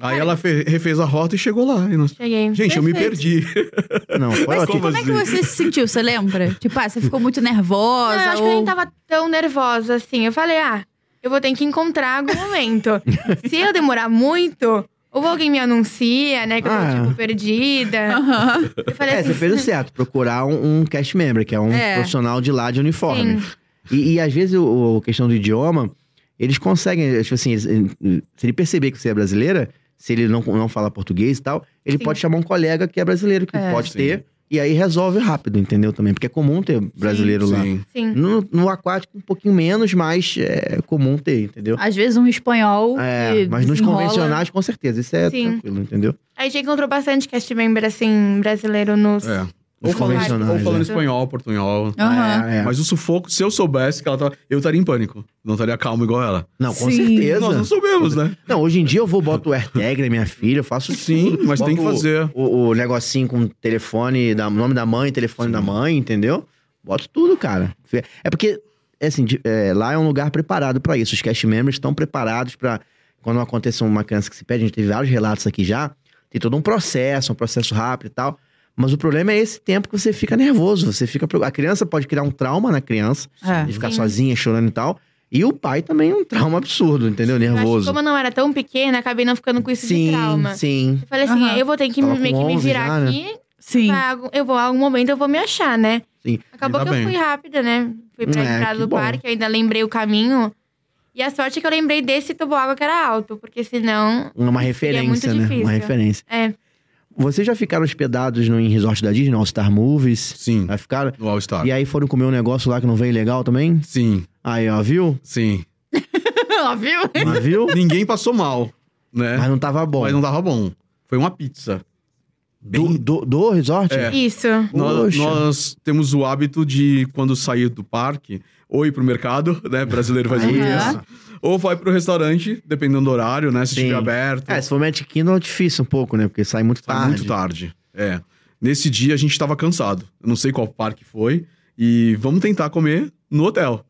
Speaker 3: Aí ela fe- refez a rota e chegou lá. E nós-
Speaker 4: Cheguei.
Speaker 3: Gente, eu me perdi.
Speaker 1: Perfeito.
Speaker 2: Não, foi
Speaker 3: Mas
Speaker 2: ótimo.
Speaker 3: como assim?
Speaker 1: Como é que você se sentiu? Você lembra? Tipo, ah, você ficou muito nervosa?
Speaker 4: Não, eu acho que eu
Speaker 1: ou...
Speaker 4: nem tava tão nervosa assim. Eu falei, ah, eu vou ter que encontrar algum momento. Se eu demorar muito, ou alguém me anuncia, né, que eu
Speaker 2: Ah.
Speaker 4: tô, tipo, perdida.
Speaker 1: Aham.
Speaker 4: Eu falei
Speaker 2: É,
Speaker 4: assim,
Speaker 2: você fez o certo, procurar um, um cast member, que é um
Speaker 1: É.
Speaker 2: profissional de lá de uniforme. E, e, às vezes o, o questão do idioma, eles conseguem, tipo assim, eles- se ele perceber que você é brasileira, se ele não, não fala português e tal, ele
Speaker 4: Sim.
Speaker 2: pode chamar um colega que é brasileiro, que
Speaker 1: É.
Speaker 2: pode
Speaker 3: Sim.
Speaker 2: ter, e aí resolve rápido, entendeu? Também, porque é comum ter brasileiro lá.
Speaker 3: Sim.
Speaker 4: sim.
Speaker 2: No, no aquático, um pouquinho menos, mas é comum ter, entendeu?
Speaker 1: Às vezes um espanhol.
Speaker 2: É,
Speaker 1: que
Speaker 2: mas nos
Speaker 1: desenrola.
Speaker 2: convencionais, com certeza, isso é
Speaker 4: Sim.
Speaker 2: tranquilo, entendeu?
Speaker 4: A gente encontrou bastante cast member, assim, brasileiro nos...
Speaker 3: É.
Speaker 2: Os
Speaker 3: Ou falando,
Speaker 2: convencionais,
Speaker 3: ou falando
Speaker 4: né?
Speaker 3: espanhol, portunhol.
Speaker 1: Aham.
Speaker 2: É, é.
Speaker 3: Mas o sufoco, se eu soubesse que ela tava. Eu estaria em pânico. Não estaria calmo igual ela.
Speaker 2: Não, com
Speaker 1: Sim.
Speaker 2: certeza.
Speaker 3: Nós não soubemos, né?
Speaker 2: Não, hoje em dia eu vou, boto o AirTag na minha filha, eu faço
Speaker 3: Sim, mas
Speaker 2: Boto
Speaker 3: tem que fazer.
Speaker 2: O, o negocinho com o telefone, da, nome da mãe, telefone da mãe, entendeu? Boto tudo, cara. É porque, é assim, de- é, lá é um lugar preparado pra isso. Os cast members estão preparados pra quando acontece uma criança que se perde, a gente teve vários relatos aqui já, tem todo um processo, um processo rápido e tal. Mas o problema é esse tempo que você fica nervoso, você fica... preocup- A criança pode criar um trauma na criança,
Speaker 1: É.
Speaker 2: de ficar
Speaker 4: Sim.
Speaker 2: sozinha, chorando e tal. E o pai também é um trauma absurdo,
Speaker 4: Eu
Speaker 2: entendeu?
Speaker 4: acho que
Speaker 2: Nervoso.
Speaker 4: como eu não era tão pequena, acabei não ficando com isso de trauma.
Speaker 2: sim.
Speaker 4: Eu falei assim,
Speaker 1: Aham.
Speaker 4: eu vou ter que
Speaker 2: Tava
Speaker 4: meio
Speaker 2: com
Speaker 4: que me
Speaker 2: 11
Speaker 4: virar
Speaker 2: já, né?
Speaker 4: aqui.
Speaker 1: Sim.
Speaker 4: pra algum- eu vou, a algum momento eu vou me achar, né?
Speaker 2: Sim.
Speaker 4: Acabou
Speaker 3: Ainda
Speaker 4: que eu
Speaker 3: bem.
Speaker 4: fui rápida, né? Fui pra
Speaker 2: É,
Speaker 4: entrada
Speaker 2: que
Speaker 4: do
Speaker 2: bom.
Speaker 4: parque, eu ainda lembrei o caminho. E a sorte é que eu lembrei desse toboágua que era alto, porque senão.
Speaker 2: Uma
Speaker 4: Seria é muito
Speaker 2: referência, né?
Speaker 4: difícil.
Speaker 2: Uma referência.
Speaker 4: É.
Speaker 2: Vocês já ficaram hospedados no em resort da Disney, no All Star Movies?
Speaker 3: Sim.
Speaker 2: Já ficaram?
Speaker 3: No All-Star.
Speaker 2: E aí foram comer um negócio lá que não veio legal também?
Speaker 3: Sim,
Speaker 2: Aí, ó, viu?
Speaker 3: sim.
Speaker 1: Ó, viu?
Speaker 2: Mas viu?
Speaker 3: Ninguém passou mal, né?
Speaker 2: Mas não tava bom.
Speaker 3: Mas não tava bom. Foi uma pizza.
Speaker 2: Do, do, do resort?
Speaker 3: É.
Speaker 4: Isso.
Speaker 3: Nó- Nós,
Speaker 2: Poxa.
Speaker 3: temos o hábito de, quando sair do parque, ou ir pro mercado, né? Brasileiro faz muito
Speaker 1: Aham.
Speaker 3: isso. Ou vai pro restaurante, dependendo do horário, né?
Speaker 2: é.
Speaker 3: Se
Speaker 2: Sim.
Speaker 3: estiver aberto.
Speaker 2: É, se for Magic Kingdom é difícil um pouco, né? Porque sai muito
Speaker 3: Tá
Speaker 2: tarde.
Speaker 3: muito tarde. É. Nesse dia a gente tava cansado. Eu não sei qual parque foi. E vamos tentar comer no hotel.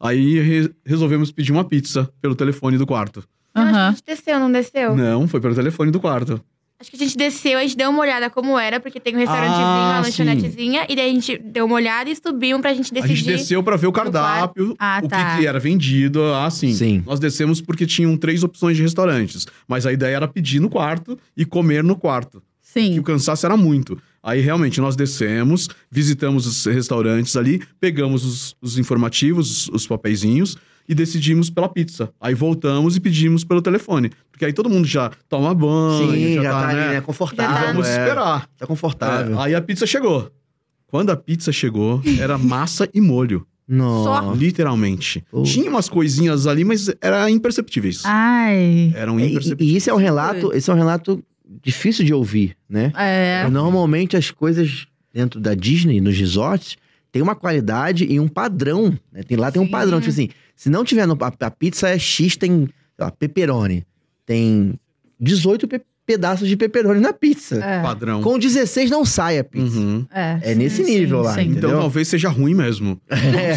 Speaker 3: Aí re- resolvemos pedir uma pizza pelo telefone do quarto.
Speaker 4: Não, acho que a
Speaker 1: Aham.
Speaker 4: gente desceu, não desceu?
Speaker 1: Oh.
Speaker 3: Não, foi pelo telefone do quarto.
Speaker 4: Acho que a gente desceu, a gente deu uma olhada como era, porque tem um restaurantezinho,
Speaker 3: Ah,
Speaker 4: uma
Speaker 3: sim.
Speaker 4: lanchonetezinha. E daí a gente deu uma olhada e subiu pra gente decidir.
Speaker 3: A gente desceu pra ver o
Speaker 4: quarto.
Speaker 3: cardápio,
Speaker 1: Ah,
Speaker 3: o
Speaker 1: tá.
Speaker 3: que, que era vendido, assim.
Speaker 2: Sim.
Speaker 3: Nós descemos porque tinham três opções de restaurantes. Mas a ideia era pedir no quarto e comer no quarto. que
Speaker 1: Sim.
Speaker 3: o cansaço era muito. Aí realmente nós descemos, visitamos os restaurantes ali, pegamos os, os informativos, os, os papeizinhos e decidimos pela pizza. Aí voltamos e pedimos pelo telefone, porque aí todo mundo já toma banho,
Speaker 2: Sim, já, tá, ali,
Speaker 3: né?
Speaker 2: né? Confortável.
Speaker 4: Já tá.
Speaker 3: Vamos
Speaker 2: é.
Speaker 3: esperar.
Speaker 2: Tá confortável.
Speaker 3: É, aí a pizza chegou. Quando a pizza chegou, era massa e molho,
Speaker 2: Nossa.
Speaker 3: literalmente.
Speaker 2: Pô.
Speaker 3: Tinha umas coisinhas ali, mas eram imperceptíveis.
Speaker 1: Ai.
Speaker 3: Eram
Speaker 2: Ah, E,
Speaker 3: imperceptíveis.
Speaker 2: e isso é um relato, esse é um relato difícil de ouvir, né?
Speaker 1: É.
Speaker 2: Normalmente as coisas dentro da Disney, nos resorts, tem uma qualidade e um padrão. né? Tem, lá tem um
Speaker 4: Sim.
Speaker 2: padrão. Tipo assim, se não tiver. no- a, a pizza é X, tem sei lá, pepperoni. Tem 18 pe- pedaços de pepperoni na pizza.
Speaker 1: É.
Speaker 3: Padrão.
Speaker 2: Com 16 não sai a pizza.
Speaker 3: Uhum.
Speaker 1: É,
Speaker 2: É nesse
Speaker 1: sim,
Speaker 2: nível
Speaker 1: sim,
Speaker 2: lá,
Speaker 1: sim.
Speaker 3: Então
Speaker 2: Entendeu? É.
Speaker 3: talvez seja ruim mesmo. Não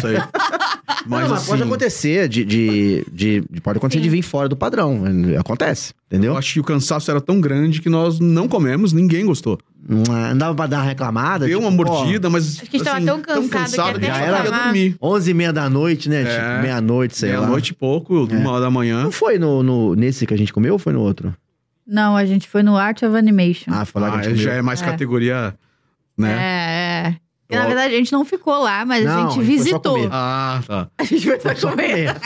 Speaker 3: sei.
Speaker 2: Não,
Speaker 3: Mas,
Speaker 2: mas
Speaker 3: assim,
Speaker 2: pode acontecer de, de, de- de- Pode acontecer
Speaker 4: Sim.
Speaker 2: de vir fora do padrão. Acontece,
Speaker 3: eu
Speaker 2: entendeu?
Speaker 3: acho que o cansaço era tão grande que nós não comemos, ninguém gostou.
Speaker 2: Não, não dava pra dar uma reclamada.
Speaker 3: Deu
Speaker 2: tipo,
Speaker 3: uma mordida, mas
Speaker 4: Acho que a gente tava
Speaker 3: assim,
Speaker 4: tão cansado que
Speaker 3: que
Speaker 4: até
Speaker 3: já
Speaker 2: reclamar.
Speaker 3: era ia dormir.
Speaker 2: Pô, 11 e meia da noite, né?
Speaker 3: É.
Speaker 2: Tipo, meia-noite, sei lá.
Speaker 3: Meia-noite e pouco,
Speaker 2: É.
Speaker 3: uma hora da manhã.
Speaker 2: Não foi no, no- nesse que a gente comeu ou foi no outro?
Speaker 1: Não, a gente foi no Art of Animation.
Speaker 2: Ah, falar que a
Speaker 3: Ah,
Speaker 2: gente comeu.
Speaker 3: já é mais
Speaker 1: É.
Speaker 3: categoria, né?
Speaker 1: É, é. E, na verdade, a gente não ficou lá, mas
Speaker 2: Não,
Speaker 1: a
Speaker 2: a
Speaker 1: gente
Speaker 2: gente foi só
Speaker 1: visitou.
Speaker 2: comer.
Speaker 3: Ah, tá.
Speaker 1: A gente foi só comer.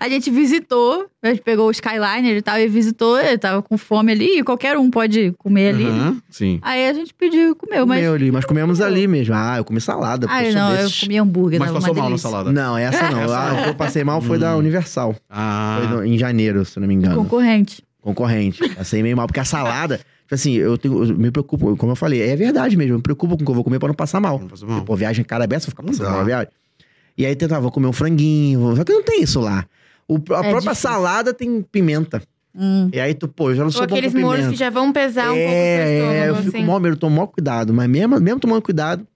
Speaker 1: A gente visitou, a gente pegou o Skyliner e tal, e visitou, eu tava com fome ali, e qualquer um pode comer ali.
Speaker 3: Aham, Sim.
Speaker 1: Aí a gente pediu e comeu, mas.
Speaker 2: Comeu ali, mas comemos ali mesmo. Ah, eu comi salada. porque
Speaker 1: Ai,
Speaker 2: eu sou
Speaker 1: não, eu
Speaker 2: desses.
Speaker 1: comi hambúrguer.
Speaker 3: Mas
Speaker 1: tava
Speaker 3: passou
Speaker 1: uma
Speaker 3: mal na
Speaker 1: delícia.
Speaker 3: salada.
Speaker 2: Não, essa não.
Speaker 3: Essa
Speaker 2: Ah,
Speaker 3: não.
Speaker 2: o que eu passei mal foi da
Speaker 3: Hum.
Speaker 2: Universal.
Speaker 3: Ah,
Speaker 2: Foi no- em janeiro, se eu não me engano.
Speaker 1: Concorrente.
Speaker 2: Concorrente. Passei meio mal, porque a salada... Tipo assim, eu, tenho- eu me preocupo, como eu falei, é verdade mesmo. Eu me preocupo com o que eu vou comer pra não passar mal.
Speaker 3: não passou mal.
Speaker 2: Tipo, Pô, viagem cara beça, vou ficar
Speaker 3: Não
Speaker 2: passando
Speaker 3: dá.
Speaker 2: mal na "Hum, viagem. E aí tentava, vou comer um franguinho. vou- Só que não tem isso lá. O- a
Speaker 4: É
Speaker 2: própria
Speaker 1: difícil.
Speaker 2: salada tem pimenta.
Speaker 1: Hum.
Speaker 2: E aí tu, pô, eu já não
Speaker 4: Ou
Speaker 2: sou bom com
Speaker 4: aqueles
Speaker 2: pimenta.
Speaker 4: molhos que já vão pesar um pouco o
Speaker 2: é,
Speaker 4: seu
Speaker 2: é, eu
Speaker 4: estômago,
Speaker 2: fico
Speaker 4: assim.
Speaker 2: mal, eu tomo maior cuidado. Mas mesmo, mesmo tomando cuidado,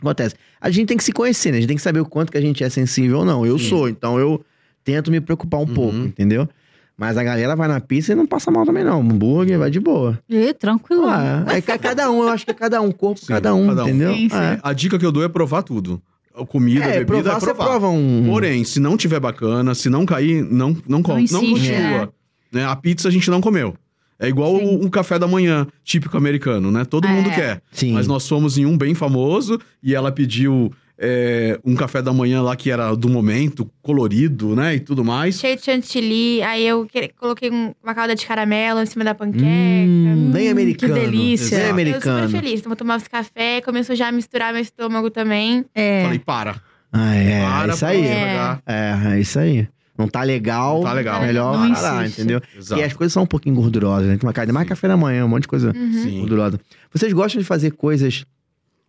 Speaker 2: acontece. A gente tem que se conhecer, né? A gente tem que saber o quanto que a gente é sensível ou não. Eu
Speaker 3: Sim.
Speaker 2: sou, então eu tento me preocupar um
Speaker 3: Uhum.
Speaker 2: pouco, entendeu? Mas a galera vai na pizza e não passa mal também, não. Um Hambúrguer vai de boa.
Speaker 1: E
Speaker 4: Uhum.
Speaker 1: tranquilo. né?
Speaker 2: Ah, é ca- cada um, eu acho que é cada um, corpo,
Speaker 3: Sim,
Speaker 2: cada um,
Speaker 3: cada um.
Speaker 2: entendeu?
Speaker 1: Sim, sim.
Speaker 2: É,
Speaker 3: A dica que eu dou é provar tudo. A Comida,
Speaker 2: é,
Speaker 3: bebida,
Speaker 2: provar,
Speaker 3: é
Speaker 2: você
Speaker 3: provar.
Speaker 2: prova um.
Speaker 3: Porém, se não tiver bacana, se não cair, não, não, com- não,
Speaker 1: insiste, é.
Speaker 3: continua. Né? A pizza a gente não comeu. É igual
Speaker 1: Sim.
Speaker 3: o, o café da manhã, típico americano, né? Todo
Speaker 1: É.
Speaker 3: mundo quer.
Speaker 2: Sim.
Speaker 3: Mas nós fomos em um bem famoso e ela pediu é, um café da manhã lá que era do momento, colorido, né? E tudo mais.
Speaker 4: Cheio de chantilly, aí eu que- coloquei um- uma calda de caramelo em cima da panqueca.
Speaker 2: Hum, bem
Speaker 1: Hum,
Speaker 2: americano.
Speaker 1: que delícia.
Speaker 2: Bem
Speaker 3: Exato.
Speaker 4: Eu
Speaker 2: americano.
Speaker 4: super feliz. Então, vou tomar esse café, começou já a misturar meu estômago também.
Speaker 1: É.
Speaker 3: Falei, para.
Speaker 2: Ah, é,
Speaker 3: para,
Speaker 2: isso aí.
Speaker 3: pô,
Speaker 1: É.
Speaker 3: devagar.
Speaker 2: É, é isso aí. Não tá legal.
Speaker 3: Não tá legal.
Speaker 2: Melhor
Speaker 1: Não
Speaker 2: parar,
Speaker 1: insiste.
Speaker 2: entendeu?
Speaker 3: Exato.
Speaker 2: E as coisas são um pouquinho gordurosas, né? Tem uma carne mais café da manhã, um monte de coisa
Speaker 1: Uhum.
Speaker 3: Sim.
Speaker 2: gordurosa. Vocês gostam de fazer coisas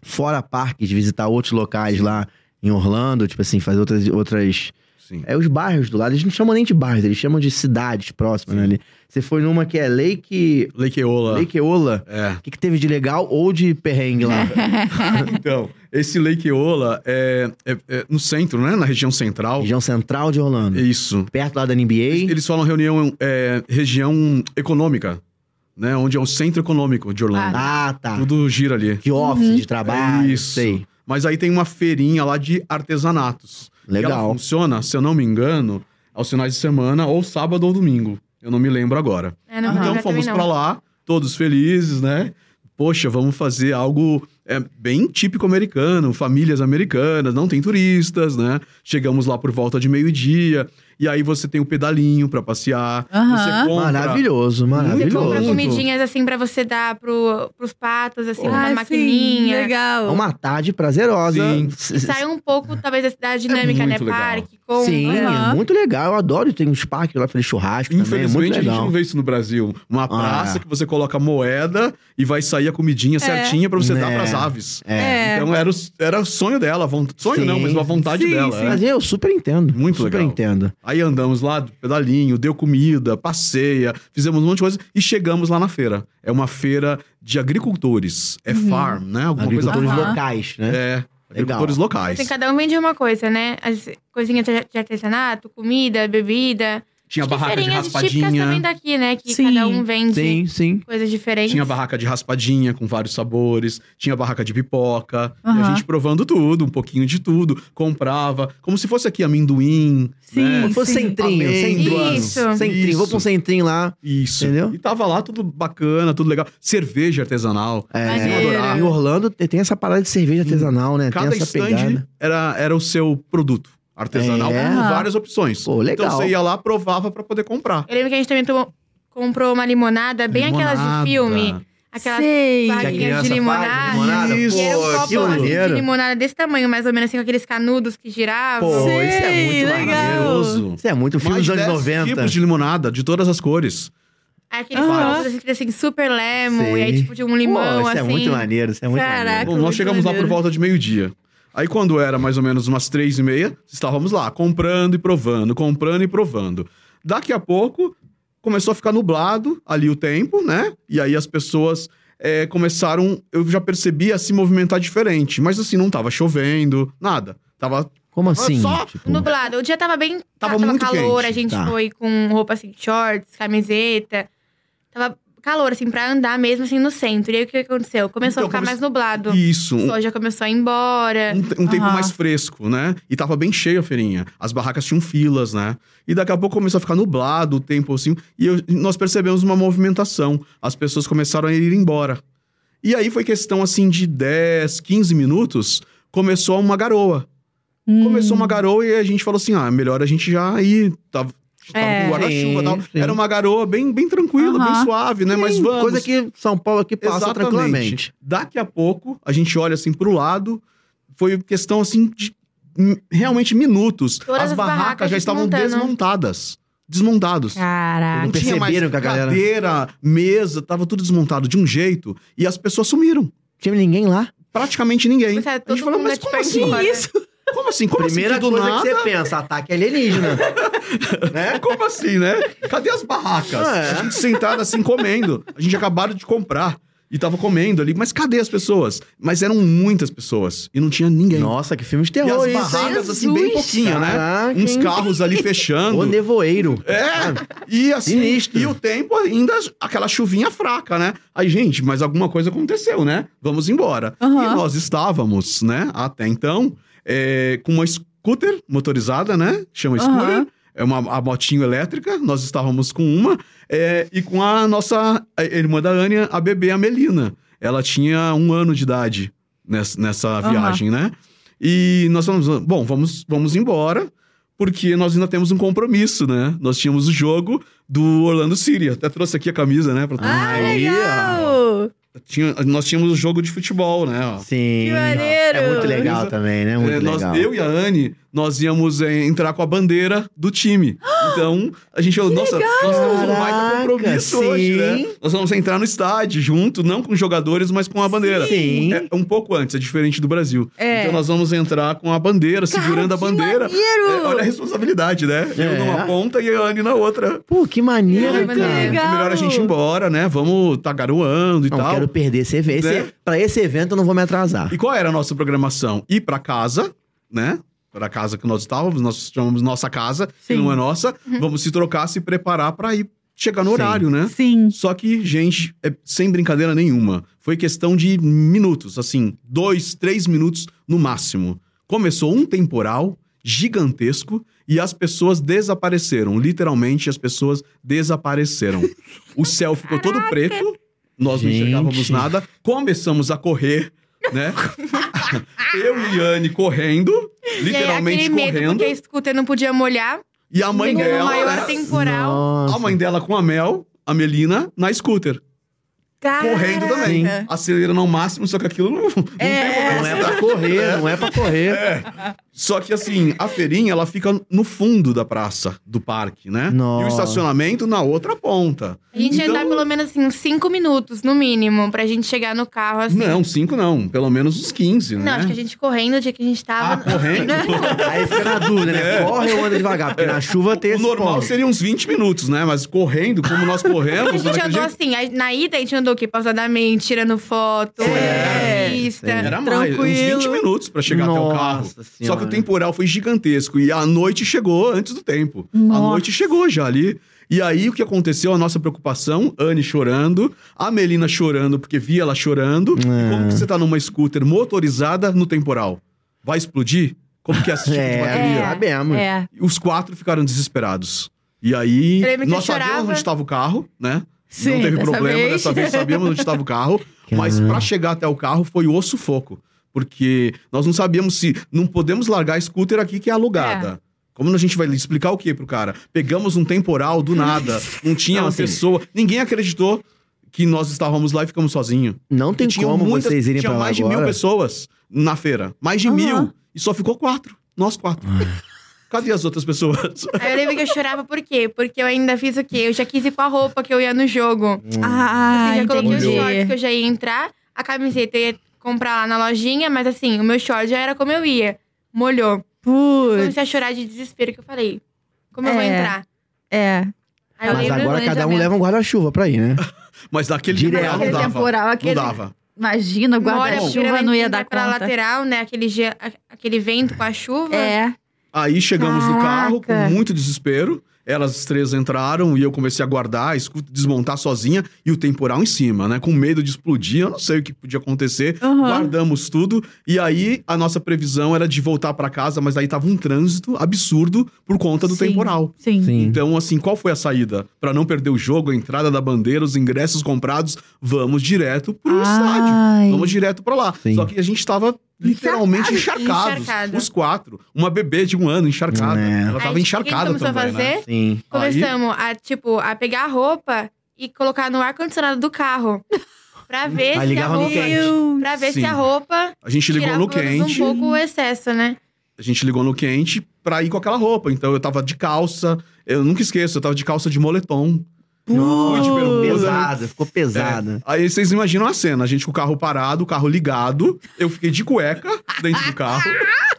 Speaker 2: fora parques, de visitar outros locais lá em Orlando, tipo assim, fazer outras. outras...
Speaker 3: Sim.
Speaker 2: É os bairros do lado, eles não chamam nem de bairros, eles chamam de cidades próximas né, ali. Você foi numa que é Lake.
Speaker 3: Leikeola.
Speaker 2: Lakeola.
Speaker 3: É.
Speaker 2: O que, que teve de legal ou de perrengue lá?
Speaker 3: Então, esse Leikeola é, é, é no centro, né? Na região central.
Speaker 2: Região central de Orlando.
Speaker 3: Isso.
Speaker 2: Perto lá da NBA.
Speaker 3: Eles falam reunião, é, região econômica, né? Onde é o centro econômico de Orlando.
Speaker 2: Ah, tá.
Speaker 3: Tudo gira ali.
Speaker 2: De office,
Speaker 1: Uhum.
Speaker 2: de trabalho.
Speaker 3: Isso.
Speaker 2: Sei.
Speaker 3: Mas aí tem uma feirinha lá de artesanatos. E ela
Speaker 2: Legal.
Speaker 3: funciona, se eu não me engano, aos finais de semana, ou sábado ou domingo. Eu não me lembro agora.
Speaker 4: É, não
Speaker 3: Então
Speaker 4: lembro
Speaker 3: fomos
Speaker 4: também,
Speaker 3: pra
Speaker 4: não.
Speaker 3: lá, todos felizes, né? Poxa, vamos fazer algo é, bem típico americano, famílias americanas, não tem turistas, né? Chegamos lá por volta de meio-dia, e aí você tem o pedalinho pra passear,
Speaker 1: Aham.
Speaker 3: você compra...
Speaker 2: Maravilhoso,
Speaker 3: Muito
Speaker 4: Comprar
Speaker 3: bom.
Speaker 2: maravilhoso.
Speaker 4: comidinhas assim pra você dar pro, pros patos, assim,
Speaker 1: Ah,
Speaker 4: na
Speaker 1: sim,
Speaker 4: maquininha.
Speaker 2: É
Speaker 1: Legal.
Speaker 2: uma tarde prazerosa.
Speaker 3: Sim.
Speaker 2: S- s-
Speaker 4: Sai um pouco, talvez, da cidade
Speaker 3: É
Speaker 4: dinâmica, né?
Speaker 3: muito legal.
Speaker 4: Parque, pombo.
Speaker 2: Sim,
Speaker 1: né? Aham.
Speaker 2: é muito legal. Eu adoro. Tem uns parques lá, fazer churrasco também. É muito
Speaker 3: Infelizmente, a gente não
Speaker 2: legal. Ah, é.
Speaker 3: vê isso no Brasil. Uma praça que você coloca moeda e vai sair a
Speaker 4: É.
Speaker 3: comidinha certinha pra você dar
Speaker 2: Né.
Speaker 3: pras aves.
Speaker 1: É.
Speaker 3: Então era o, era o sonho dela, a von- sonho
Speaker 2: Sim.
Speaker 3: não, mas uma vontade
Speaker 1: Sim,
Speaker 3: dela.
Speaker 1: sim.
Speaker 3: é.
Speaker 2: Mas eu super entendo.
Speaker 3: Muito
Speaker 2: super
Speaker 3: legal.
Speaker 2: entendo.
Speaker 3: Aí andamos lá, pedalinho, deu comida, passeia, fizemos um monte de coisa e chegamos lá na feira. É uma feira de agricultores, é
Speaker 4: Uhum.
Speaker 3: farm, né? Alguma coisa
Speaker 2: Agricultores
Speaker 1: Aham.
Speaker 2: locais, né?
Speaker 3: É, agricultores locais.
Speaker 4: Assim, cada um vende uma coisa, né? As coisinhas de de artesanato, comida, bebida.
Speaker 3: Tinha
Speaker 4: Acho que
Speaker 3: barraca de
Speaker 4: feirinhas típicas também
Speaker 3: raspadinha,
Speaker 4: daqui, né? Que
Speaker 1: Sim.
Speaker 4: cada um vende
Speaker 2: Sim, sim.
Speaker 4: coisas diferentes.
Speaker 3: tinha barraca de raspadinha com vários sabores, tinha barraca de pipoca, e a
Speaker 1: Aham.
Speaker 3: gente provando tudo, um pouquinho de tudo, comprava, como se fosse aqui amendoim,
Speaker 1: Sim,
Speaker 3: né?
Speaker 2: Foi
Speaker 1: sim.
Speaker 2: centrinho, centrinho.
Speaker 4: Isso.
Speaker 2: Centrinho. Vou pra um
Speaker 3: Isso.
Speaker 2: centrinho lá.
Speaker 3: Isso.
Speaker 2: Entendeu?
Speaker 3: E tava lá tudo bacana, tudo legal. Cerveja artesanal.
Speaker 2: É,
Speaker 3: Maneiro.
Speaker 2: em Orlando te- tem essa parada de cerveja artesanal, né?
Speaker 3: Cada
Speaker 2: tem essa
Speaker 3: stand
Speaker 2: pegada.
Speaker 3: era, era o seu produto artesanal
Speaker 2: É.
Speaker 3: com várias opções.
Speaker 2: Pô, legal.
Speaker 3: Então você ia lá, provava pra poder comprar.
Speaker 4: Eu lembro que a gente também tomou- comprou uma limonada, É bem aquelas
Speaker 3: Limonada.
Speaker 4: de filme. Aquelas
Speaker 1: Sei.
Speaker 2: Que a
Speaker 4: barrinhas
Speaker 2: criança
Speaker 4: de
Speaker 2: faz,
Speaker 4: limonada.
Speaker 2: limonada,
Speaker 3: Isso.
Speaker 4: E era um
Speaker 2: pô,
Speaker 4: copo
Speaker 2: que
Speaker 4: assim,
Speaker 2: maneiro.
Speaker 4: de limonada desse tamanho, mais ou menos assim, com aqueles canudos que giravam.
Speaker 3: Pô,
Speaker 1: Sei,
Speaker 3: isso é muito
Speaker 1: legal.
Speaker 3: maravilhoso.
Speaker 2: Isso é muito filme
Speaker 3: Mais
Speaker 2: dos anos
Speaker 3: de
Speaker 2: 90.
Speaker 3: tipos de limonada, de todas as cores.
Speaker 4: Aí Aqueles
Speaker 1: Aham.
Speaker 4: canudos escritos assim, super lemon, e aí
Speaker 2: Sei.
Speaker 4: tipo de um limão,
Speaker 2: Pô, isso
Speaker 4: assim.
Speaker 2: é muito maneiro, isso é muito
Speaker 1: Caraca.
Speaker 2: maneiro.
Speaker 3: Bom, nós
Speaker 1: muito
Speaker 3: chegamos lá por
Speaker 1: maneiro.
Speaker 3: volta de meio-dia. Aí quando era mais ou menos umas três e meia, estávamos lá, comprando e provando, comprando e provando. Daqui a pouco, começou a ficar nublado ali o tempo, né? E aí as pessoas eh, começaram, eu já percebi, a se movimentar diferente. Mas assim, não tava chovendo, nada. Tava
Speaker 2: Como assim?
Speaker 3: Só
Speaker 2: Tipo,
Speaker 4: Nublado. O dia tava bem.
Speaker 3: Tava
Speaker 4: Tava,
Speaker 3: muito
Speaker 4: calor,
Speaker 3: quente,
Speaker 4: a gente
Speaker 2: tá.
Speaker 4: foi com roupa assim, shorts, camiseta. Tava calor, assim, pra andar mesmo assim no centro. E aí o que aconteceu? Começou
Speaker 3: Então,
Speaker 4: a ficar
Speaker 3: come-
Speaker 4: mais nublado.
Speaker 3: isso,
Speaker 4: O
Speaker 3: um,
Speaker 4: sol já começou a ir embora.
Speaker 3: um te- um tempo
Speaker 1: Aham.
Speaker 3: mais fresco, né? E tava bem cheio a feirinha. As barracas tinham filas, né? E daqui a pouco começou a ficar nublado o tempo assim. E eu- nós percebemos uma movimentação. As pessoas começaram a ir embora. E aí foi questão assim de 10, 15 minutos. Começou uma garoa.
Speaker 1: Hum.
Speaker 3: Começou uma garoa e a gente falou assim: ah, melhor a gente já ir. Tava, tava
Speaker 1: É.
Speaker 3: com guarda-chuva e tal.
Speaker 2: Sim, sim.
Speaker 3: Era uma garoa bem, bem tranquila, bem
Speaker 1: Aham.
Speaker 3: suave, né? Mas
Speaker 2: Sim,
Speaker 3: vamos.
Speaker 2: Coisa que São Paulo aqui passa tranquilamente.
Speaker 3: Daqui a pouco, a gente olha assim pro lado, foi questão assim de hum, realmente minutos.
Speaker 4: Todas
Speaker 3: as
Speaker 4: as
Speaker 3: barracas,
Speaker 4: barracas
Speaker 3: já estavam
Speaker 4: desmontando.
Speaker 3: desmontadas. Desmontados.
Speaker 4: Ah,
Speaker 1: Caraca.
Speaker 3: Ah, Não tinha mais
Speaker 2: Perceberam que a galera-
Speaker 3: Cadeira, mesa, tava tudo desmontado de um jeito. E as pessoas sumiram.
Speaker 2: Tinha ninguém lá.
Speaker 3: Praticamente ninguém.
Speaker 4: Mas, sabe,
Speaker 3: a
Speaker 4: todo
Speaker 3: gente falou,
Speaker 4: mundo,
Speaker 3: mas
Speaker 4: tipo,
Speaker 3: como
Speaker 4: é
Speaker 3: assim?
Speaker 4: embora.
Speaker 3: Como assim? Como
Speaker 2: Primeira
Speaker 3: assim? que do
Speaker 2: coisa
Speaker 3: nada?
Speaker 2: que você pensa, ataque alienígena.
Speaker 3: É, como assim, né? Cadê as barracas?
Speaker 2: É.
Speaker 3: A gente sentada assim comendo. A gente acabado de comprar e tava comendo ali. Mas cadê as pessoas? Mas eram muitas pessoas e não tinha ninguém.
Speaker 2: Nossa, que filme de
Speaker 3: E
Speaker 2: terror
Speaker 3: as
Speaker 2: isso, hein?
Speaker 3: barracas, assim, bem
Speaker 1: Jesus!
Speaker 3: pouquinho, né?
Speaker 2: Caraca,
Speaker 3: Uns
Speaker 2: hein?
Speaker 3: carros ali
Speaker 2: O
Speaker 3: fechando.
Speaker 2: nevoeiro.
Speaker 3: É, e assim,
Speaker 2: Sinistro.
Speaker 3: e o tempo ainda, aquela chuvinha fraca, né? Aí, gente, mas alguma coisa aconteceu, né? Vamos embora.
Speaker 1: Aham.
Speaker 3: E nós estávamos, né, até então, é, com uma scooter motorizada, né? Chama scooter.
Speaker 1: Aham.
Speaker 3: É uma a motinho elétrica, nós estávamos com uma, é, e com a nossa a irmã da Ania, a bebê, a Melina. Ela tinha um ano de idade nessa, nessa
Speaker 1: Aham.
Speaker 3: viagem, né? E nós falamos, "Ah, bom, vamos, vamos embora, porque nós ainda temos um compromisso, né? Nós tínhamos o jogo do Orlando City. Até trouxe aqui a camisa, né? pra todo
Speaker 1: Ah,
Speaker 3: mundo.
Speaker 1: legal!
Speaker 3: Tinha- nós tínhamos o jogo de futebol, né? ó.
Speaker 2: Sim.
Speaker 1: Que maneiro.
Speaker 2: É muito legal
Speaker 3: Isso.
Speaker 2: também, né? Muito
Speaker 3: É, nós-
Speaker 2: legal.
Speaker 3: eu e a Anne, nós íamos é, entrar com a bandeira do time. Então, a gente falou, nossa, nós temos um baita
Speaker 2: Caraca,
Speaker 3: compromisso hoje,
Speaker 2: sim.
Speaker 3: né? Nós vamos entrar no estádio junto, não com os jogadores, mas com a bandeira.
Speaker 2: Sim.
Speaker 3: É um pouco antes, é diferente do Brasil.
Speaker 1: É.
Speaker 3: Então nós vamos entrar com a bandeira, segurando a bandeira.
Speaker 1: maneiro!
Speaker 3: É, olha a responsabilidade, né? Eu
Speaker 2: É.
Speaker 3: numa ponta e a Anne na outra.
Speaker 2: Pô, que maneiro,
Speaker 4: Não, mas é
Speaker 2: cara.
Speaker 1: legal.
Speaker 3: É melhor a gente ir embora, né? Vamos tá garoando e
Speaker 2: Não
Speaker 3: tal.
Speaker 2: quero perder esse evento. Esse- é-
Speaker 3: Né?
Speaker 2: Pra esse evento eu não vou me atrasar.
Speaker 3: E qual era a nossa programação? Ir pra casa, né? Pra casa que nós estávamos, nós chamamos nossa casa, que
Speaker 1: Sim.
Speaker 3: não é nossa. Vamos se trocar, se preparar pra ir chegar no
Speaker 2: Sim.
Speaker 3: horário, né?
Speaker 1: Sim.
Speaker 3: Só que, gente, é sem brincadeira nenhuma. Foi questão de minutos, assim, dois, três minutos no máximo. Começou um temporal gigantesco e as pessoas desapareceram. Literalmente, as pessoas desapareceram. O céu ficou todo preto, nós não
Speaker 2: Gente.
Speaker 3: enxergávamos nada. Começamos a correr, né? Eu e Anne correndo,
Speaker 4: E aí,
Speaker 3: literalmente
Speaker 4: aquele medo,
Speaker 3: correndo.
Speaker 4: porque a scooter não podia molhar.
Speaker 3: E a mãe
Speaker 4: pegou
Speaker 3: dela,
Speaker 4: no maior
Speaker 3: né?
Speaker 4: temporal.
Speaker 2: Nossa.
Speaker 3: a mãe dela com a Mel, a Melina, na scooter
Speaker 4: Ah, é.
Speaker 3: correndo também.
Speaker 1: Caraca.
Speaker 3: Acelerando ao máximo, só que aquilo não, não
Speaker 1: É.
Speaker 3: tem
Speaker 2: Não é pra correr, não é pra correr.
Speaker 3: Só que assim, a feirinha ela fica no fundo da praça do parque, né? E o
Speaker 2: Nossa.
Speaker 3: estacionamento na outra ponta.
Speaker 4: A gente ia
Speaker 3: Então-
Speaker 4: andar pelo menos assim, uns 5 minutos, no mínimo, pra gente chegar no carro assim.
Speaker 3: Não, cinco não, pelo menos uns 15, né?
Speaker 4: Não, acho que a gente correndo, o dia que a gente
Speaker 3: Ah,
Speaker 4: tava.
Speaker 3: correndo?
Speaker 2: Aí fica na dúvida, né? Corre ou anda devagar? Porque na chuva tem
Speaker 3: É. O
Speaker 2: esse
Speaker 3: normal é
Speaker 2: ponto.
Speaker 3: seria uns 20 minutos, né? Mas correndo, como nós
Speaker 4: a
Speaker 3: corremos,
Speaker 4: gente
Speaker 3: naquele
Speaker 4: andou
Speaker 3: jeito,
Speaker 4: assim, aí na ida a gente andou o quê? Pausadamente, tirando foto,
Speaker 2: É.
Speaker 4: na pista.
Speaker 2: Sim.
Speaker 3: era mais, uns 20
Speaker 1: Tranquilo.
Speaker 3: minutos pra chegar até o carro.
Speaker 2: Nossa
Speaker 3: Só que
Speaker 2: Senhora.
Speaker 3: o temporal foi gigantesco e a noite chegou antes do tempo.
Speaker 1: Nossa.
Speaker 3: A noite chegou já ali. E aí o que aconteceu? A nossa preocupação, Anne chorando, a Melina chorando porque via ela chorando. E como que você tá numa scooter motorizada no temporal? Vai explodir? Como que é esse tipo de
Speaker 2: É,
Speaker 3: bateria?
Speaker 2: sabemos.
Speaker 1: É.
Speaker 3: Os quatro ficaram desesperados. E aí
Speaker 4: Eu lembro que
Speaker 3: nós
Speaker 4: eu
Speaker 3: sabíamos
Speaker 4: chorava.
Speaker 3: onde estava o carro, né?
Speaker 1: Sim,
Speaker 3: não teve
Speaker 1: dessa
Speaker 3: problema,
Speaker 1: vez.
Speaker 3: dessa vez sabíamos onde estava o carro, mas
Speaker 2: Caramba.
Speaker 3: pra chegar até o carro foi o sufoco, porque nós não sabíamos se não podemos largar a scooter aqui que é alugada. Como a gente vai explicar o que pro cara? Pegamos um temporal do nada, não tinha
Speaker 2: Não,
Speaker 3: uma
Speaker 2: assim-
Speaker 3: pessoa, ninguém acreditou que nós estávamos lá e ficamos sozinhos.
Speaker 2: Não tem
Speaker 3: E tinha
Speaker 2: como
Speaker 3: muitas-
Speaker 2: vocês irem
Speaker 3: tinha
Speaker 2: pra lá
Speaker 3: mais de mil
Speaker 2: agora.
Speaker 3: pessoas na feira, mais de
Speaker 1: Aham.
Speaker 3: mil, e só ficou quatro, nós quatro.
Speaker 2: Ah.
Speaker 3: Cadê as outras pessoas?
Speaker 4: Aí eu lembro que eu chorava por quê? Porque eu ainda fiz o quê? Eu já quis ir com a roupa que eu ia no jogo.
Speaker 3: Hum.
Speaker 1: Ah,
Speaker 4: assim, já coloquei os
Speaker 1: entendi.
Speaker 4: shorts que eu já ia entrar, a camiseta eu ia comprar lá na lojinha, mas assim, o meu short já era como eu ia. Molhou.
Speaker 1: Putz,
Speaker 4: Comecei a chorar de desespero que eu falei. Como eu vou
Speaker 1: É.
Speaker 4: entrar?
Speaker 1: é.
Speaker 4: Aí eu
Speaker 2: Mas
Speaker 4: lembro.
Speaker 2: agora cada um
Speaker 1: planejamento.
Speaker 2: leva um guarda-chuva pra ir, né?
Speaker 3: Mas naquele
Speaker 2: Direto.
Speaker 3: temporal É, não
Speaker 1: Aquele
Speaker 3: dava.
Speaker 1: temporal, aquele-
Speaker 3: Não dava.
Speaker 1: Imagina, o guarda-chuva não ia dar
Speaker 4: Pra
Speaker 1: conta.
Speaker 4: lateral, né? Aquele, ge- a- aquele vento com a chuva.
Speaker 1: É.
Speaker 3: Aí chegamos no carro com
Speaker 1: Caraca.
Speaker 3: muito desespero. Elas três entraram e eu comecei a guardar, a escuta desmontar sozinha e o temporal em cima, né? Com medo de explodir, eu não sei o que podia acontecer.
Speaker 1: Aham.
Speaker 3: Guardamos tudo e aí a nossa previsão era de voltar pra casa, mas aí tava um trânsito absurdo por conta do
Speaker 1: Sim.
Speaker 3: temporal.
Speaker 1: Sim.
Speaker 3: Então, assim, qual foi a saída? Pra não perder o jogo, a entrada da bandeira, os ingressos comprados, vamos direto pro estádio.
Speaker 1: Ai.
Speaker 3: Vamos direto pra lá.
Speaker 2: Sim.
Speaker 3: Só que a gente tava literalmente encharcados.
Speaker 4: Encharcado.
Speaker 3: Os quatro. Uma bebê de um ano encharcada.
Speaker 2: É.
Speaker 3: Ela
Speaker 4: Aí,
Speaker 3: tava
Speaker 4: o que que
Speaker 3: encharcada
Speaker 4: a gente começou
Speaker 3: também,
Speaker 4: a fazer?
Speaker 3: né?
Speaker 2: Sim.
Speaker 4: Começamos a, tipo, a pegar a roupa e colocar no ar-condicionado do carro. Pra ver
Speaker 2: Aí
Speaker 4: se a
Speaker 2: ligava no
Speaker 4: roupa.
Speaker 2: quente.
Speaker 4: Pra ver
Speaker 3: Sim.
Speaker 4: se a roupa
Speaker 3: A gente ligou
Speaker 4: tirava
Speaker 3: no
Speaker 4: pelo menos
Speaker 3: quente.
Speaker 4: um pouco o excesso, né?
Speaker 3: A gente ligou no quente pra ir com aquela roupa. Então eu tava de calça. Eu nunca esqueço, eu tava de calça de moletom.
Speaker 2: Nossa,
Speaker 3: Putz.
Speaker 2: ficou pesada, ficou pesada.
Speaker 3: É. Aí vocês imaginam a cena, a gente com o carro parado, o carro ligado, eu fiquei de cueca dentro do carro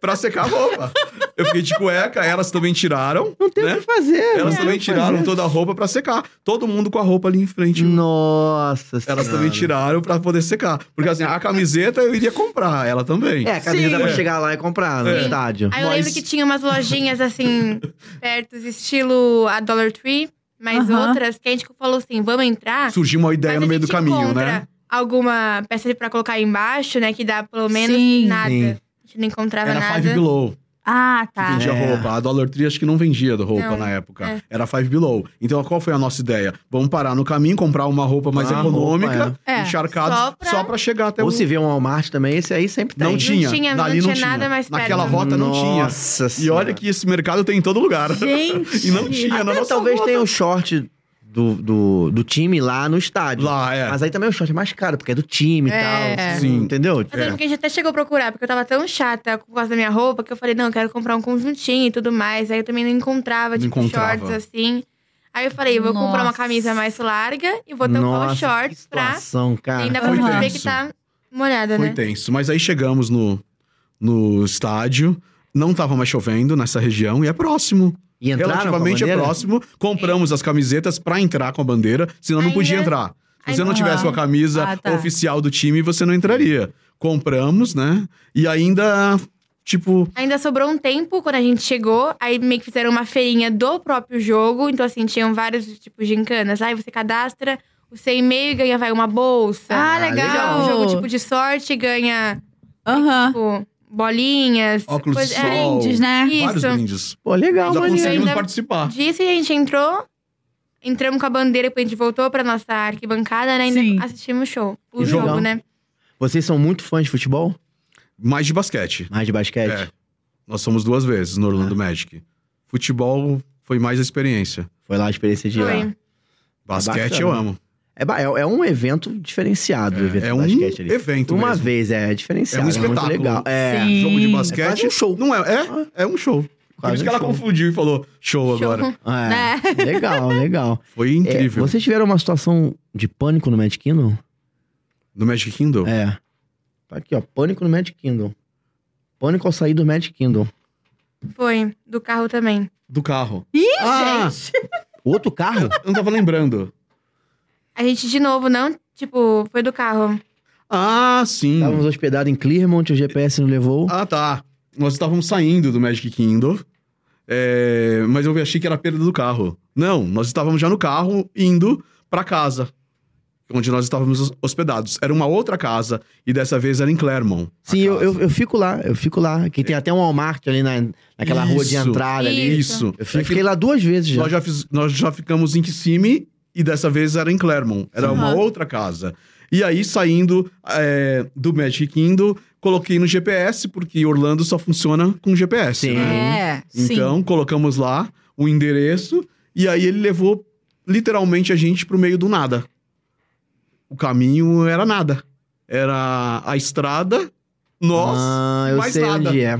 Speaker 3: pra secar a roupa. Eu fiquei de cueca, elas também tiraram.
Speaker 2: Não tem
Speaker 3: né?
Speaker 2: o que fazer.
Speaker 3: Elas
Speaker 2: né?
Speaker 3: também
Speaker 2: Não
Speaker 3: tiraram
Speaker 2: fazer.
Speaker 3: toda a roupa pra secar. Todo mundo com a roupa ali em frente.
Speaker 2: Hum, Nossa
Speaker 3: Elas também
Speaker 2: Senhora.
Speaker 3: tiraram pra poder secar. Porque assim, a camiseta eu iria comprar, ela também.
Speaker 2: É, a camiseta
Speaker 3: Sim.
Speaker 2: pra
Speaker 3: É.
Speaker 2: chegar lá e comprar no
Speaker 3: É.
Speaker 2: estádio.
Speaker 4: Aí eu lembro
Speaker 3: Mas-
Speaker 4: que tinha umas lojinhas assim, perto, estilo a Dollar Tree, mas
Speaker 1: Aham.
Speaker 4: outras que a gente falou assim: vamos entrar.
Speaker 3: Surgiu uma
Speaker 4: mas
Speaker 3: ideia
Speaker 4: a
Speaker 3: no meio do
Speaker 4: gente
Speaker 3: caminho,
Speaker 4: encontra
Speaker 3: né?
Speaker 4: Alguma peça pra colocar aí embaixo, né? Que dá pelo menos
Speaker 1: Sim.
Speaker 4: nada.
Speaker 2: Sim.
Speaker 4: A gente não encontrava
Speaker 3: Era
Speaker 4: nada.
Speaker 3: Five Below
Speaker 1: Ah,
Speaker 3: que
Speaker 1: tá.
Speaker 3: vendia
Speaker 2: É.
Speaker 3: roupa. A Dollar Tree acho que não vendia roupa
Speaker 4: Não,
Speaker 3: na época.
Speaker 4: é.
Speaker 3: Era Five Below. Então qual foi a nossa ideia? Vamos parar no caminho, comprar uma roupa mais
Speaker 2: Ah,
Speaker 3: econômica,
Speaker 2: roupa,
Speaker 1: é. É,
Speaker 3: encharcada,
Speaker 4: só
Speaker 3: só
Speaker 4: pra-
Speaker 3: pra... chegar até
Speaker 2: Ou
Speaker 3: o...
Speaker 2: se vê um Walmart também, esse aí sempre tem. né?
Speaker 3: Então, Não tinha.
Speaker 4: tinha, não
Speaker 3: Dali não
Speaker 4: tinha
Speaker 3: tinha.
Speaker 4: nada mais perto.
Speaker 3: Naquela rota não tinha.
Speaker 2: Nossa
Speaker 3: E
Speaker 2: Senhora.
Speaker 3: olha que esse mercado tem em todo lugar.
Speaker 4: é.
Speaker 1: Gente.
Speaker 3: E não tinha, na
Speaker 2: Até
Speaker 3: nossa
Speaker 2: talvez
Speaker 3: rota.
Speaker 2: tenha o short do, do, do time lá no estádio.
Speaker 3: Lá, é.
Speaker 2: Mas aí também o short é mais caro, porque é do time e
Speaker 1: É.
Speaker 2: tal.
Speaker 3: Sim.
Speaker 2: Entendeu?
Speaker 4: Mas eu lembro que a gente até chegou a procurar, porque eu tava tão chata com causa da minha roupa que eu falei, não, eu quero comprar um conjuntinho e tudo mais. Aí eu também não encontrava,
Speaker 3: Não
Speaker 4: tipo,
Speaker 3: encontrava.
Speaker 4: shorts assim. Aí eu falei, vou comprar uma
Speaker 1: Nossa.
Speaker 4: camisa mais larga e vou tampar
Speaker 2: Nossa,
Speaker 4: os
Speaker 2: que
Speaker 4: shorts pra.
Speaker 2: situação, cara.
Speaker 4: Ainda pra
Speaker 3: Foi
Speaker 4: perceber
Speaker 3: tenso.
Speaker 4: que tá molhada,
Speaker 3: Foi
Speaker 4: né?
Speaker 3: tenso. Mas aí chegamos no, no estádio, não tava mais chovendo nessa região e é próximo.
Speaker 2: E entraram com a
Speaker 3: Relativamente é
Speaker 2: bandeira?
Speaker 3: próximo. Compramos as camisetas pra entrar com a bandeira, senão não
Speaker 4: Ainda-
Speaker 3: podia entrar. Se você não
Speaker 4: ainda-
Speaker 3: tivesse com a camisa
Speaker 1: Ah, tá.
Speaker 3: oficial do time, você não entraria. Compramos, né? E ainda, tipo,
Speaker 4: Ainda sobrou um tempo quando a gente chegou, aí meio que fizeram uma feirinha do próprio jogo. Então, assim, tinham vários tipos de encanas. Aí você cadastra o seu e-mail e ganha, vai, uma bolsa.
Speaker 1: Ah,
Speaker 4: Joga
Speaker 1: legal.
Speaker 4: um jogo tipo de sorte, ganha,
Speaker 1: Aham.
Speaker 4: tipo, bolinhas.
Speaker 3: óculos
Speaker 4: coisa-
Speaker 3: de
Speaker 4: é,
Speaker 3: sol.
Speaker 1: Brindes, né?
Speaker 4: Isso.
Speaker 3: Vários brindes.
Speaker 2: Pô, legal,
Speaker 3: Já
Speaker 2: maneiro.
Speaker 3: conseguimos
Speaker 4: ainda-
Speaker 3: participar.
Speaker 4: Disso a gente entrou, entramos com a bandeira, depois a gente voltou pra nossa arquibancada, né? E
Speaker 1: Sim.
Speaker 4: assistimos o show. O
Speaker 2: Que
Speaker 4: jogo,
Speaker 2: legal.
Speaker 4: né?
Speaker 2: Vocês são muito fãs de futebol?
Speaker 3: Mais de basquete.
Speaker 2: Mais de basquete? Ah.
Speaker 3: É. Nós fomos duas vezes no Orlando Magic. Futebol foi mais a experiência.
Speaker 2: Foi lá a experiência de ir lá.
Speaker 4: Foi.
Speaker 3: Basquete
Speaker 2: bacana.
Speaker 3: eu amo.
Speaker 2: É, ba- é, é um evento diferenciado, o evento
Speaker 3: É
Speaker 2: de
Speaker 3: um
Speaker 2: basquete ali.
Speaker 3: evento
Speaker 2: Uma
Speaker 3: mesmo.
Speaker 2: vez, é,
Speaker 3: É
Speaker 2: diferenciado.
Speaker 3: um
Speaker 2: muito
Speaker 3: espetáculo.
Speaker 2: legal. É,
Speaker 1: Sim.
Speaker 3: Jogo de
Speaker 1: É
Speaker 3: basquete.
Speaker 2: quase um show.
Speaker 3: Não é, é, é um show. Por
Speaker 2: Quase
Speaker 3: isso
Speaker 2: um
Speaker 3: que ela
Speaker 2: show.
Speaker 3: confundiu e falou show agora.
Speaker 2: é. Legal, legal.
Speaker 3: Foi
Speaker 2: É,
Speaker 3: incrível.
Speaker 2: vocês tiveram uma situação de pânico no Magic Kingdom?
Speaker 3: No Magic Kingdom?
Speaker 2: É. Tá aqui, ó. Pânico no Magic Kingdom. Pânico ao sair do Magic Kingdom.
Speaker 4: Foi, do carro também.
Speaker 3: Do carro.
Speaker 1: Ih,
Speaker 3: Ah!
Speaker 1: gente!
Speaker 2: Outro carro?
Speaker 3: Eu não tava lembrando.
Speaker 4: A gente, de novo, não, tipo, foi do carro.
Speaker 3: Ah, sim.
Speaker 2: Estávamos hospedados em Clearmont, o GPS não levou.
Speaker 3: Ah, tá. Nós estávamos saindo do Magic Kingdom, é, mas eu achei que era a perda do carro. Não, nós estávamos já no carro indo pra casa, onde nós estávamos hos- hospedados. Era uma outra casa, e dessa vez era em Clermont. a
Speaker 2: Sim, eu,
Speaker 3: casa.
Speaker 2: eu, eu fico lá, eu fico lá. Que tem até um Walmart ali na, naquela rua de
Speaker 3: Isso.
Speaker 2: entrada ali.
Speaker 3: Isso.
Speaker 2: Eu fi- fiquei lá duas vezes já.
Speaker 3: Nós já, fiz- nós já ficamos em Kissimmee e dessa vez era em Clermont. Era
Speaker 1: Sim.
Speaker 3: uma
Speaker 1: Aham.
Speaker 3: outra casa. E aí, saindo é, do Magic Kingdom, coloquei no GPS, porque Orlando só funciona com GPS.
Speaker 2: Sim.
Speaker 3: né?
Speaker 1: É, sim.
Speaker 3: Então, colocamos lá o endereço e aí ele levou literalmente a gente pro meio do nada. O caminho era nada. Era a estrada, nós,
Speaker 2: ah, eu
Speaker 3: mais
Speaker 2: sei
Speaker 3: nada.
Speaker 2: onde é.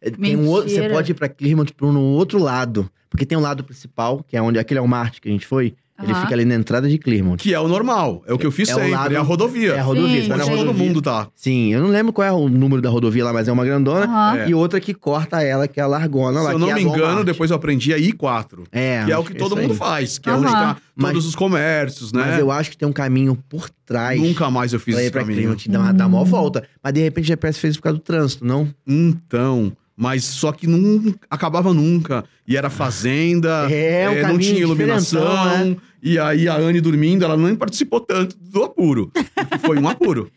Speaker 2: É, Tem um outro, você
Speaker 1: Mentira.
Speaker 2: pode ir pra Clearmont pro no outro lado. Porque tem um lado principal, que é onde aquele Walmart que a gente foi. Ele
Speaker 1: Aham.
Speaker 2: fica ali na entrada de Clearmont.
Speaker 3: que é o normal. É o que eu fiz
Speaker 2: É o
Speaker 3: sempre,
Speaker 2: lado-
Speaker 3: é a rodovia.
Speaker 2: É a rodovia,
Speaker 1: Sim,
Speaker 2: você vai na
Speaker 3: Onde todo
Speaker 2: rodovia.
Speaker 3: mundo tá.
Speaker 2: Sim, eu não lembro qual é o número da rodovia lá, mas é uma grandona.
Speaker 1: Aham.
Speaker 3: É.
Speaker 2: E outra que corta ela, que é a largona lá.
Speaker 3: Se eu
Speaker 2: que
Speaker 3: não
Speaker 2: é a
Speaker 3: me
Speaker 2: do
Speaker 3: engano,
Speaker 2: Walmart.
Speaker 3: depois eu aprendi a I4.
Speaker 2: É,
Speaker 3: que é o
Speaker 2: acho
Speaker 3: que
Speaker 2: é
Speaker 3: todo
Speaker 2: isso aí.
Speaker 3: mundo faz, que é
Speaker 1: Aham.
Speaker 3: onde tá
Speaker 2: Mas-
Speaker 3: todos os comércios, né?
Speaker 2: Mas eu acho que tem um caminho por trás.
Speaker 3: Nunca mais eu fiz
Speaker 2: pra ir
Speaker 3: esse
Speaker 2: pra
Speaker 3: caminho.
Speaker 2: Clearmont, dá, uma- dá uma volta. Mas de repente o GPS fez por causa do trânsito, não?
Speaker 3: Então, mas só que não acabava nunca. E era fazenda,
Speaker 2: É, um
Speaker 3: eh, não
Speaker 2: caminho né?
Speaker 3: tinha iluminação.
Speaker 2: diferentão,
Speaker 3: E aí a Anne dormindo, ela nem participou tanto do apuro. porque Foi um apuro.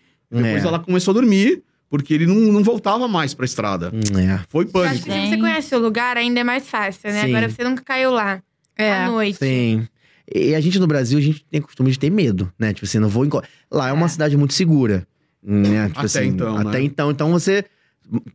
Speaker 3: Depois
Speaker 2: É.
Speaker 3: ela começou a dormir, porque ele não, não voltava mais pra estrada.
Speaker 2: É.
Speaker 4: Eu
Speaker 3: Foi
Speaker 4: acho
Speaker 3: pânico.
Speaker 4: que se
Speaker 1: Gente.
Speaker 4: você conhece o lugar, ainda é mais fácil, né?
Speaker 2: Sim.
Speaker 4: Agora você nunca caiu lá à
Speaker 1: É.
Speaker 4: noite.
Speaker 2: Sim. E a gente no Brasil, a gente tem costume de ter medo, né? Tipo assim, não vou. enco- Lá é uma
Speaker 4: É.
Speaker 2: cidade muito segura. Né? Tipo
Speaker 3: Até
Speaker 2: assim,
Speaker 3: então, né?
Speaker 2: Até então. Então você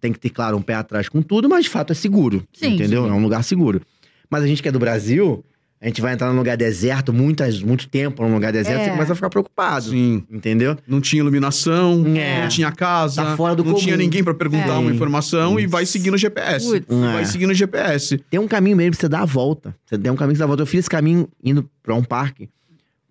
Speaker 2: tem que ter, claro, um pé atrás com tudo, mas de fato é seguro.
Speaker 1: Sim.
Speaker 2: entendeu? É um lugar seguro. Mas a gente que é do Brasil, a gente vai entrar num lugar deserto, muitas, muito tempo num lugar deserto,
Speaker 1: É.
Speaker 2: você começa a ficar preocupado.
Speaker 3: Sim.
Speaker 2: Entendeu?
Speaker 3: Não tinha iluminação,
Speaker 2: É.
Speaker 3: não tinha casa,
Speaker 2: Tá fora do
Speaker 3: não tinha
Speaker 2: comum.
Speaker 3: ninguém pra perguntar
Speaker 2: É.
Speaker 3: uma informação e vai seguindo o GPS.
Speaker 1: Putz.
Speaker 2: É.
Speaker 3: Vai seguindo o GPS.
Speaker 2: Tem um caminho mesmo pra você dar a volta. Você tem um caminho que você dá a volta. Eu fiz esse caminho indo pra um parque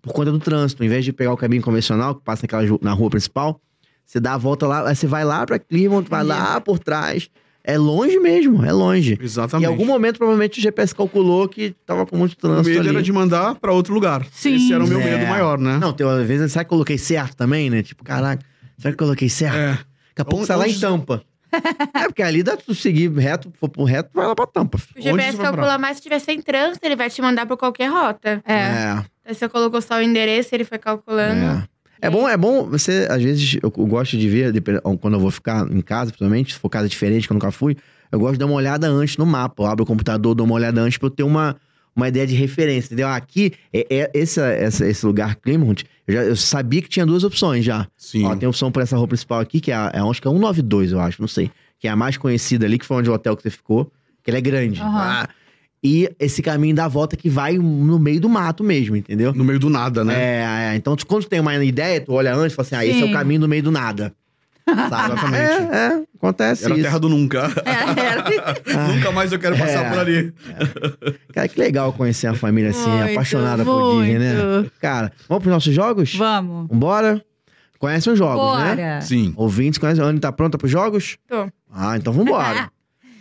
Speaker 2: por conta do trânsito. Em vez de pegar o caminho convencional, que passa naquela, ju- na rua principal, você dá a volta lá, aí você vai lá pra Cleveland,
Speaker 3: Uhum.
Speaker 2: vai lá por trás. É longe mesmo, é longe.
Speaker 3: Exatamente.
Speaker 2: Em algum momento, provavelmente, o GPS calculou que tava com muito
Speaker 3: o
Speaker 2: trânsito
Speaker 3: medo
Speaker 2: ali.
Speaker 3: era de mandar pra outro lugar.
Speaker 1: Sim.
Speaker 3: Esse era o meu
Speaker 2: É.
Speaker 3: medo maior, né?
Speaker 2: Não, tem uma vez, será que eu coloquei certo também, né? Tipo, caraca, será que eu coloquei certo?
Speaker 3: É.
Speaker 2: Daqui a pouco
Speaker 3: Onde-
Speaker 2: você tá lá em
Speaker 3: onde-
Speaker 2: tampa. é, porque ali dá pra tu seguir reto, for pro reto, vai lá pra tampa. filho.
Speaker 4: O
Speaker 3: Onde você
Speaker 4: GPS
Speaker 3: vai
Speaker 4: calcula mais se tiver sem trânsito, ele vai te mandar por qualquer rota.
Speaker 1: É.
Speaker 4: Aí você colocou só o endereço, ele foi calculando.
Speaker 2: É. É bom, é bom você, às vezes, eu, eu gosto de ver, depend- quando eu vou ficar em casa, principalmente, se for casa diferente, que eu nunca fui, eu gosto de dar uma olhada antes no mapa. Eu abro o computador, dou uma olhada antes pra eu ter uma, uma ideia de referência, entendeu? Ah, Aqui, é, é- esse, essa- esse lugar, Climont, eu, já- eu sabia que tinha duas opções já.
Speaker 3: Sim.
Speaker 2: Ó, tem opção pra essa rua principal aqui, que é, a, é, acho que é 192, eu acho, não sei. Que é a mais conhecida ali, que foi onde o hotel que você ficou, que ele é grande.
Speaker 1: Aham.
Speaker 2: Ah, e esse caminho da volta que vai no meio do mato mesmo, entendeu?
Speaker 3: No meio do nada, né?
Speaker 2: É, é. Então, tu- quando tu tem uma ideia, tu olha antes e fala assim: ah, esse é
Speaker 1: Sim.
Speaker 2: o caminho do meio do nada. Sabe?
Speaker 3: Exatamente.
Speaker 2: É, é, acontece
Speaker 3: Era a
Speaker 2: isso.
Speaker 3: terra do nunca.
Speaker 1: É.
Speaker 3: nunca mais eu quero passar
Speaker 2: É.
Speaker 3: por ali.
Speaker 2: Cara, que legal conhecer a família assim,
Speaker 1: Muito,
Speaker 2: apaixonada por Disney, né?
Speaker 1: muito.
Speaker 2: Cara, vamos pros nossos jogos?
Speaker 1: Vamos.
Speaker 2: Vambora? Conhecem os jogos, né?
Speaker 1: Bora.
Speaker 3: Sim.
Speaker 2: Ouvintes, conhecem. A Anne tá pronta pros jogos?
Speaker 4: Tô.
Speaker 2: Ah, então vambora.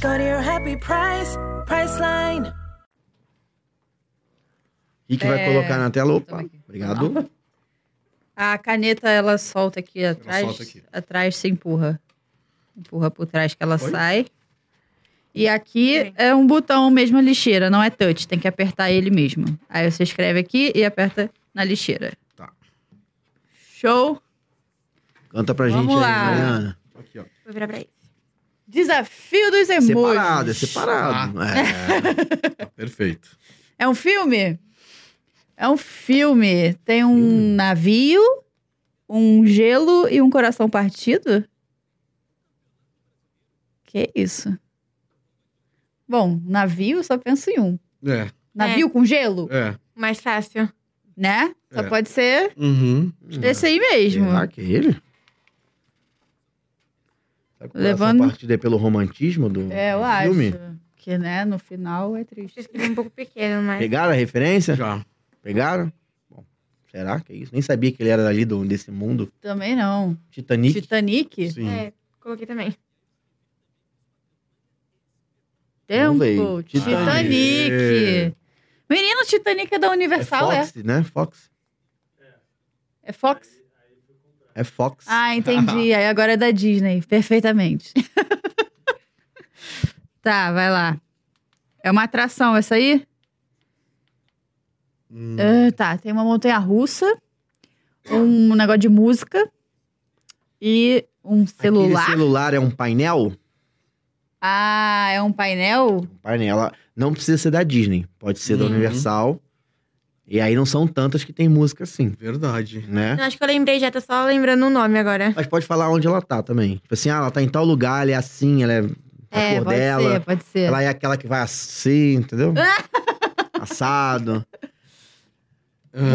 Speaker 5: Go to your happy price, Priceline.
Speaker 2: E que vai
Speaker 1: É.
Speaker 2: colocar na
Speaker 1: Toma
Speaker 2: tela. Opa,
Speaker 1: aqui.
Speaker 2: obrigado.
Speaker 1: A caneta, ela solta aqui atrás.
Speaker 3: solta aqui.
Speaker 1: Atrás você empurra. Empurra por trás que ela
Speaker 3: Oi?
Speaker 1: sai. E aqui
Speaker 4: Sim.
Speaker 1: é um botão mesmo, a lixeira, não é touch, tem que apertar ele mesmo. Aí você escreve aqui e aperta na lixeira.
Speaker 3: Tá.
Speaker 1: Show.
Speaker 2: Canta pra
Speaker 1: Vamos
Speaker 2: gente
Speaker 1: lá.
Speaker 2: aí, Mariana.
Speaker 3: Aqui, ó.
Speaker 4: Vou virar pra isso.
Speaker 1: Desafio dos emojis.
Speaker 2: Separado, é separado.
Speaker 3: Ah,
Speaker 2: É.
Speaker 3: Tá perfeito.
Speaker 1: É um filme? É um filme. Tem um navio, um gelo e um coração partido? Que isso? Bom, navio, só penso em um.
Speaker 3: É,
Speaker 1: Navio com gelo,
Speaker 3: é.
Speaker 4: Mais fácil.
Speaker 1: né? Só
Speaker 3: É.
Speaker 1: pode ser
Speaker 3: Uhum.
Speaker 1: esse aí mesmo.
Speaker 2: Será que é ele? Será que o
Speaker 1: Levando-
Speaker 2: Levando... partida é pelo romantismo do,
Speaker 1: É, eu
Speaker 2: do
Speaker 1: acho.
Speaker 2: filme?
Speaker 1: Que, né, no final é triste.
Speaker 4: Eu escrevi um pouco pequeno, mas.
Speaker 2: Pegaram a referência?
Speaker 3: Já.
Speaker 2: Pegaram? Bom, será que é isso? Nem sabia que ele era ali do, desse mundo.
Speaker 1: Também não.
Speaker 2: Titanic.
Speaker 1: Titanic?
Speaker 3: Sim.
Speaker 4: É, coloquei também.
Speaker 1: Tempo.
Speaker 2: Não veio.
Speaker 1: Titanic.
Speaker 3: Aê.
Speaker 1: Menino, Titanic é da
Speaker 2: É
Speaker 1: Universal, é?
Speaker 2: Fox, né? Fox.
Speaker 1: É Fox?
Speaker 2: É Fox.
Speaker 1: Ah, entendi. Aí agora é da Disney. Perfeitamente. tá, vai lá. É uma atração essa aí?
Speaker 3: Hum.
Speaker 1: Ah, tá, tem uma montanha russa, um negócio de música e um
Speaker 2: Aquele
Speaker 1: celular.
Speaker 2: celular é um painel?
Speaker 1: Ah, é um painel?
Speaker 2: Um painel. Ela não precisa ser da Disney. Pode ser da
Speaker 3: Uhum.
Speaker 2: Universal. E aí não são tantas que tem música assim,
Speaker 3: Verdade.
Speaker 2: né?
Speaker 4: Não, acho que eu lembrei já, tô só lembrando o nome agora.
Speaker 2: Mas pode falar onde ela tá também. Tipo assim, ah, ela tá em tal lugar, ela é assim, ela é a
Speaker 1: é,
Speaker 2: cor
Speaker 1: pode
Speaker 2: dela.
Speaker 1: ser, pode ser.
Speaker 2: Ela é aquela que vai assim, entendeu? Assado.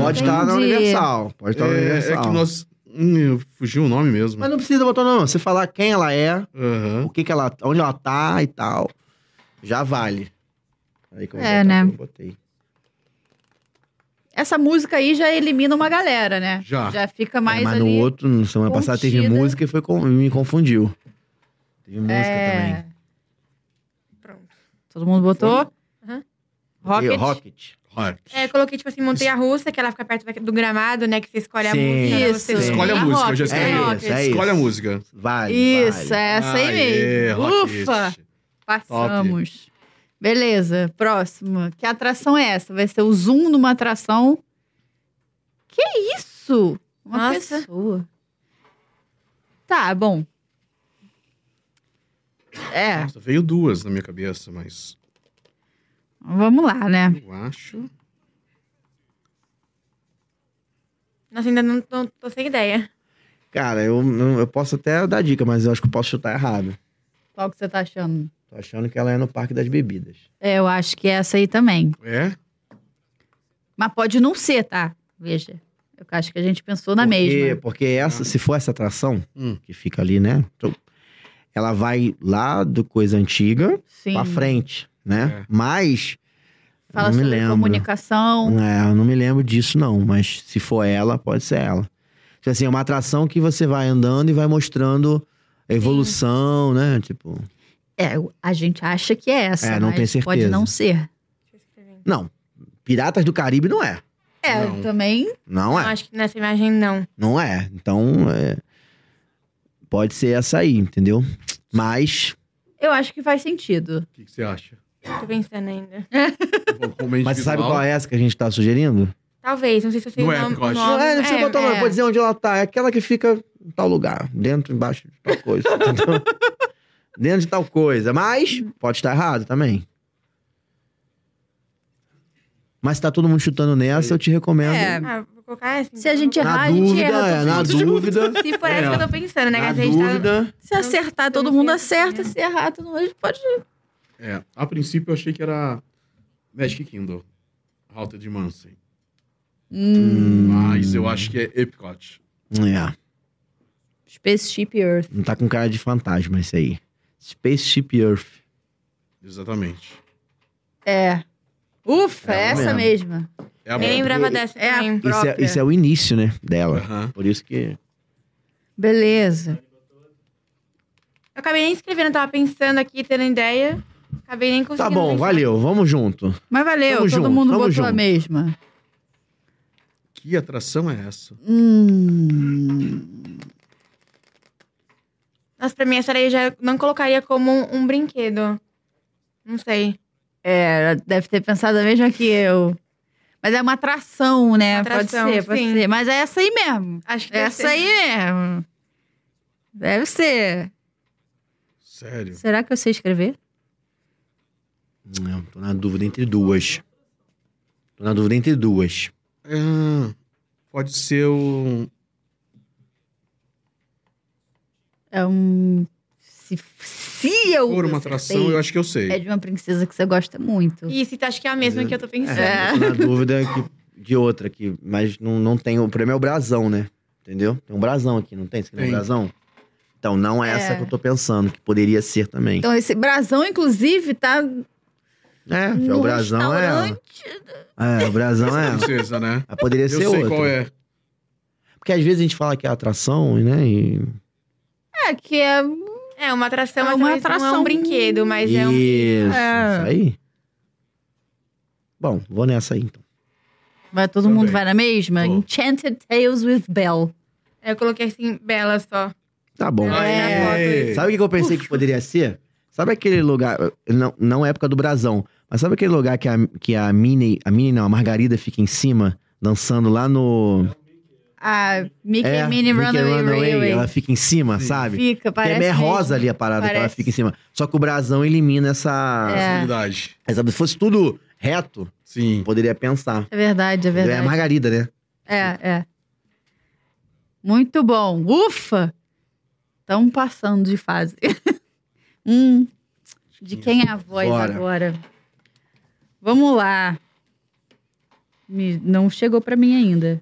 Speaker 2: Pode estar na
Speaker 1: Entendi.
Speaker 2: Universal. Pode estar na
Speaker 3: Ah. É, é
Speaker 2: Universal.
Speaker 3: que nós. Hum, fugiu o nome mesmo.
Speaker 2: Mas não precisa botar não. Você falar quem ela é,
Speaker 3: Aham.
Speaker 2: o que que ela, onde ela tá e tal, já vale. Aí que eu vou
Speaker 1: É,
Speaker 2: botar
Speaker 1: né?
Speaker 2: que eu botei.
Speaker 1: Essa música aí já elimina uma galera, né?
Speaker 3: Já.
Speaker 1: Já fica
Speaker 2: É,
Speaker 1: mais
Speaker 2: mas
Speaker 1: ali.
Speaker 2: no outro, na semana passada teve
Speaker 1: contida.
Speaker 2: música e foi com- me confundiu. Teve música
Speaker 1: É.
Speaker 2: também.
Speaker 4: Pronto.
Speaker 1: Todo mundo botou?
Speaker 4: Aham.
Speaker 2: Teve
Speaker 1: Rocket.
Speaker 2: Rocket.
Speaker 3: Rock.
Speaker 4: É, eu coloquei, tipo assim, Montanha Russa, que ela fica perto da- do gramado, né? Que você escolhe a
Speaker 2: Sim,
Speaker 4: música. né, Você escolhe
Speaker 1: isso.
Speaker 3: Escolhe a
Speaker 4: a
Speaker 3: música,
Speaker 4: rock,
Speaker 3: eu já
Speaker 4: né?
Speaker 3: escrevi.
Speaker 4: Rock.
Speaker 2: Isso, é isso.
Speaker 3: Escolhe a música.
Speaker 2: Vale,
Speaker 1: Isso,
Speaker 2: vale.
Speaker 1: é essa aí
Speaker 3: Aê,
Speaker 1: mesmo.
Speaker 3: Rocket.
Speaker 1: Ufa! Passamos. Beleza, próxima. Que atração é essa? Vai ser o zoom numa atração. Que isso? Uma
Speaker 4: Nossa.
Speaker 1: pessoa. Tá, bom. É,
Speaker 3: Nossa, veio duas na minha cabeça, mas
Speaker 1: vamos lá, né?
Speaker 3: eu acho.
Speaker 4: Nossa, ainda não não- tô sem ideia.
Speaker 2: Cara, eu, eu posso até dar dica, mas eu acho que eu posso chutar errado.
Speaker 1: Qual que você tá achando?
Speaker 2: Tô achando que ela é no Parque das Bebidas.
Speaker 1: É, eu acho que é essa aí também.
Speaker 3: É?
Speaker 1: Mas pode não ser, tá? Veja. Eu acho que a gente pensou na
Speaker 2: porque,
Speaker 1: mesma.
Speaker 2: Porque essa, se for essa atração,
Speaker 3: Hum.
Speaker 2: que fica ali, né? Então, ela vai lá do coisa antiga
Speaker 1: Sim.
Speaker 2: pra frente, né?
Speaker 3: É.
Speaker 2: Mas. eu
Speaker 1: Fala
Speaker 2: não me
Speaker 1: sobre
Speaker 2: lembro.
Speaker 1: comunicação.
Speaker 2: É, eu não me lembro disso, não. Mas se for ela, pode ser ela. Tipo assim, é uma atração que você vai andando e vai mostrando a evolução, né? Tipo.
Speaker 1: É, a gente acha que é essa.
Speaker 2: É, não
Speaker 1: mas
Speaker 2: tenho
Speaker 1: Pode
Speaker 2: certeza.
Speaker 1: não ser.
Speaker 4: Deixa eu escrever.
Speaker 2: Não. Piratas do Caribe não é.
Speaker 1: É,
Speaker 3: Não.
Speaker 1: também.
Speaker 2: Não
Speaker 4: Não,
Speaker 2: é.
Speaker 4: acho que nessa imagem não.
Speaker 2: Não é. Então, é, pode ser essa aí, entendeu? Mas.
Speaker 1: Eu acho que faz sentido.
Speaker 3: O que, que você acha?
Speaker 4: Tô pensando ainda.
Speaker 2: Mas você sabe qual é essa que a gente tá sugerindo?
Speaker 4: Talvez, não sei se eu sei
Speaker 3: Não
Speaker 4: o
Speaker 3: é,
Speaker 4: nome.
Speaker 3: eu acho.
Speaker 4: o
Speaker 2: Não
Speaker 4: nome.
Speaker 2: é, não precisa botar o nome, pode dizer onde ela tá. É aquela que fica em tal lugar, dentro, embaixo de tal coisa. entendeu? dentro de tal coisa. Mas pode estar errado também. Mas se tá todo mundo chutando nessa, eu te recomendo.
Speaker 1: É.
Speaker 4: Ah, vou colocar essa.
Speaker 1: Se a gente
Speaker 4: então.
Speaker 1: errar,
Speaker 2: Na
Speaker 1: a gente
Speaker 2: dúvida,
Speaker 1: erra,
Speaker 2: é,
Speaker 1: todo
Speaker 2: na
Speaker 1: mundo
Speaker 2: dúvida.
Speaker 4: Se for essa que eu tô pensando, né?
Speaker 2: Na
Speaker 4: que a gente tá...
Speaker 2: dúvida.
Speaker 1: Se acertar, todo
Speaker 4: não
Speaker 1: mundo
Speaker 4: sei se
Speaker 1: acerta.
Speaker 4: é.
Speaker 1: Se errar, todo mundo pode.
Speaker 3: É, a princípio eu achei que era Magic Kingdom, Rauta de Manson.
Speaker 2: Hum.
Speaker 3: Mas eu acho que é Epcot.
Speaker 2: É.
Speaker 1: Spaceship Earth.
Speaker 2: Não tá com cara de fantasma esse aí. Spaceship Earth.
Speaker 3: Exatamente.
Speaker 1: É. Ufa, é
Speaker 2: É
Speaker 1: essa mesma.
Speaker 3: É a
Speaker 4: Nem lembrava
Speaker 2: Porque
Speaker 4: dessa
Speaker 1: é a-
Speaker 4: também.
Speaker 2: Isso é,
Speaker 1: Própria.
Speaker 2: isso é o início, né? Dela.
Speaker 3: Aham.
Speaker 2: Por isso que.
Speaker 1: Beleza.
Speaker 3: é-
Speaker 4: Eu acabei nem escrevendo, tava pensando aqui, tendo ideia. Acabei nem
Speaker 2: Tá
Speaker 4: conseguindo.
Speaker 2: bom,
Speaker 4: pensar.
Speaker 2: valeu. Vamos junto.
Speaker 1: Mas valeu, todo
Speaker 2: Tamo junto,
Speaker 1: mundo
Speaker 2: tamo
Speaker 1: botou a
Speaker 2: junto.
Speaker 1: mesma.
Speaker 3: Que atração é essa?
Speaker 1: Hum.
Speaker 4: Nossa, pra mim essa daí eu já não colocaria como um, um brinquedo. Não sei.
Speaker 1: É, ela deve ter pensado a mesma que eu. Mas é uma atração, né?
Speaker 4: Atração,
Speaker 1: pode ser, pode
Speaker 4: sim.
Speaker 1: ser. Mas é essa aí mesmo. É
Speaker 4: Acho que deve
Speaker 1: Essa
Speaker 4: ser.
Speaker 1: aí mesmo. Deve ser.
Speaker 3: Sério?
Speaker 1: Será que eu sei escrever?
Speaker 2: Não, tô na dúvida entre duas. Tô na dúvida entre duas.
Speaker 3: Ah, pode ser um, o.
Speaker 1: É um. Se, se eu.
Speaker 3: Por uma atração,
Speaker 1: acertei,
Speaker 3: eu acho que eu sei.
Speaker 1: É de uma princesa que você gosta muito.
Speaker 4: Isso, então acho que é a mesma que eu tô pensando.
Speaker 2: É, eu tô na dúvida que- de outra aqui, mas não, não tem. O prêmio é o brasão, né? Entendeu? Tem um brasão aqui, não tem? Você tem um
Speaker 3: Tem.
Speaker 2: brasão? Então, não é, essa
Speaker 1: É.
Speaker 2: que eu tô pensando, que poderia ser também.
Speaker 1: Então, esse brasão, inclusive, tá
Speaker 2: é, porque
Speaker 1: no
Speaker 2: o brasão é. ela.
Speaker 1: restaurante.
Speaker 2: É, o brasão é. ela.
Speaker 3: Princesa, né?
Speaker 2: Mas Poderia
Speaker 3: Eu
Speaker 2: ser
Speaker 3: sei
Speaker 2: outra.
Speaker 3: qual é.
Speaker 2: Porque às vezes a gente fala que é atração, né? E...
Speaker 1: É, que é...
Speaker 4: É, uma atração,
Speaker 1: É
Speaker 4: mas
Speaker 1: uma
Speaker 4: talvez não é
Speaker 1: atração.
Speaker 4: um brinquedo, mas é um...
Speaker 2: Isso,
Speaker 1: É.
Speaker 2: isso aí. Bom, vou nessa aí então.
Speaker 1: Vai, todo
Speaker 3: Também.
Speaker 1: mundo vai na mesma?
Speaker 3: Vou.
Speaker 1: Enchanted Tales with Belle.
Speaker 4: Eu coloquei assim, bela só.
Speaker 2: Tá bom.
Speaker 1: Ah,
Speaker 3: É.
Speaker 2: Sabe o que que eu pensei que poderia ser? Sabe aquele lugar, não, não é época do brasão, mas sabe aquele lugar que a, que a Minnie, a Minnie não, a Margarida fica em cima, dançando lá no...
Speaker 1: A Ah, Mickey
Speaker 2: É,
Speaker 1: and Minnie
Speaker 2: Mickey
Speaker 1: Runaway, Railway.
Speaker 2: Ela fica em cima, sabe?
Speaker 1: Fica,
Speaker 2: Que
Speaker 1: parece.
Speaker 2: é meio
Speaker 1: mesmo.
Speaker 2: rosa ali a parada que ela
Speaker 1: Parece.
Speaker 2: fica em cima. Só que o brasão elimina essa...
Speaker 1: É.
Speaker 3: Possibilidade.
Speaker 2: essa- Se fosse tudo reto,
Speaker 3: Sim.
Speaker 2: poderia pensar.
Speaker 1: É verdade, é
Speaker 2: É a
Speaker 1: verdade.
Speaker 2: Margarida, né?
Speaker 1: É, é. Muito bom. Ufa! Estão passando de fase. hum, de quem é a voz
Speaker 2: Bora.
Speaker 1: agora? Vamos lá. Me- não chegou pra mim ainda.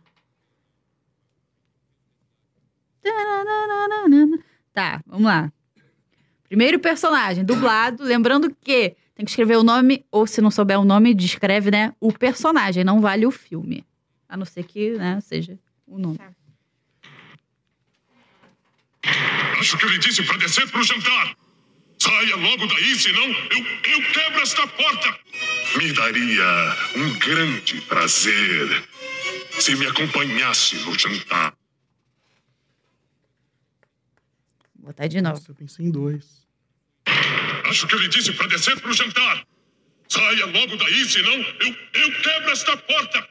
Speaker 1: Tá, vamos lá. Primeiro personagem, dublado. Lembrando que tem que escrever o nome, ou se não souber o nome, descreve, né? O personagem, não vale o filme. A não ser que, né, seja o nome.
Speaker 6: Acho que eu lhe disse para descer pro jantar. Saia logo daí, senão eu, eu quebro esta porta. Me daria um grande prazer se me acompanhasse no jantar.
Speaker 1: Vou botar de novo.
Speaker 3: Nossa, eu pensei em dois.
Speaker 6: Acho que eu lhe disse para descer pro jantar. Saia logo daí, senão eu, eu quebro esta porta.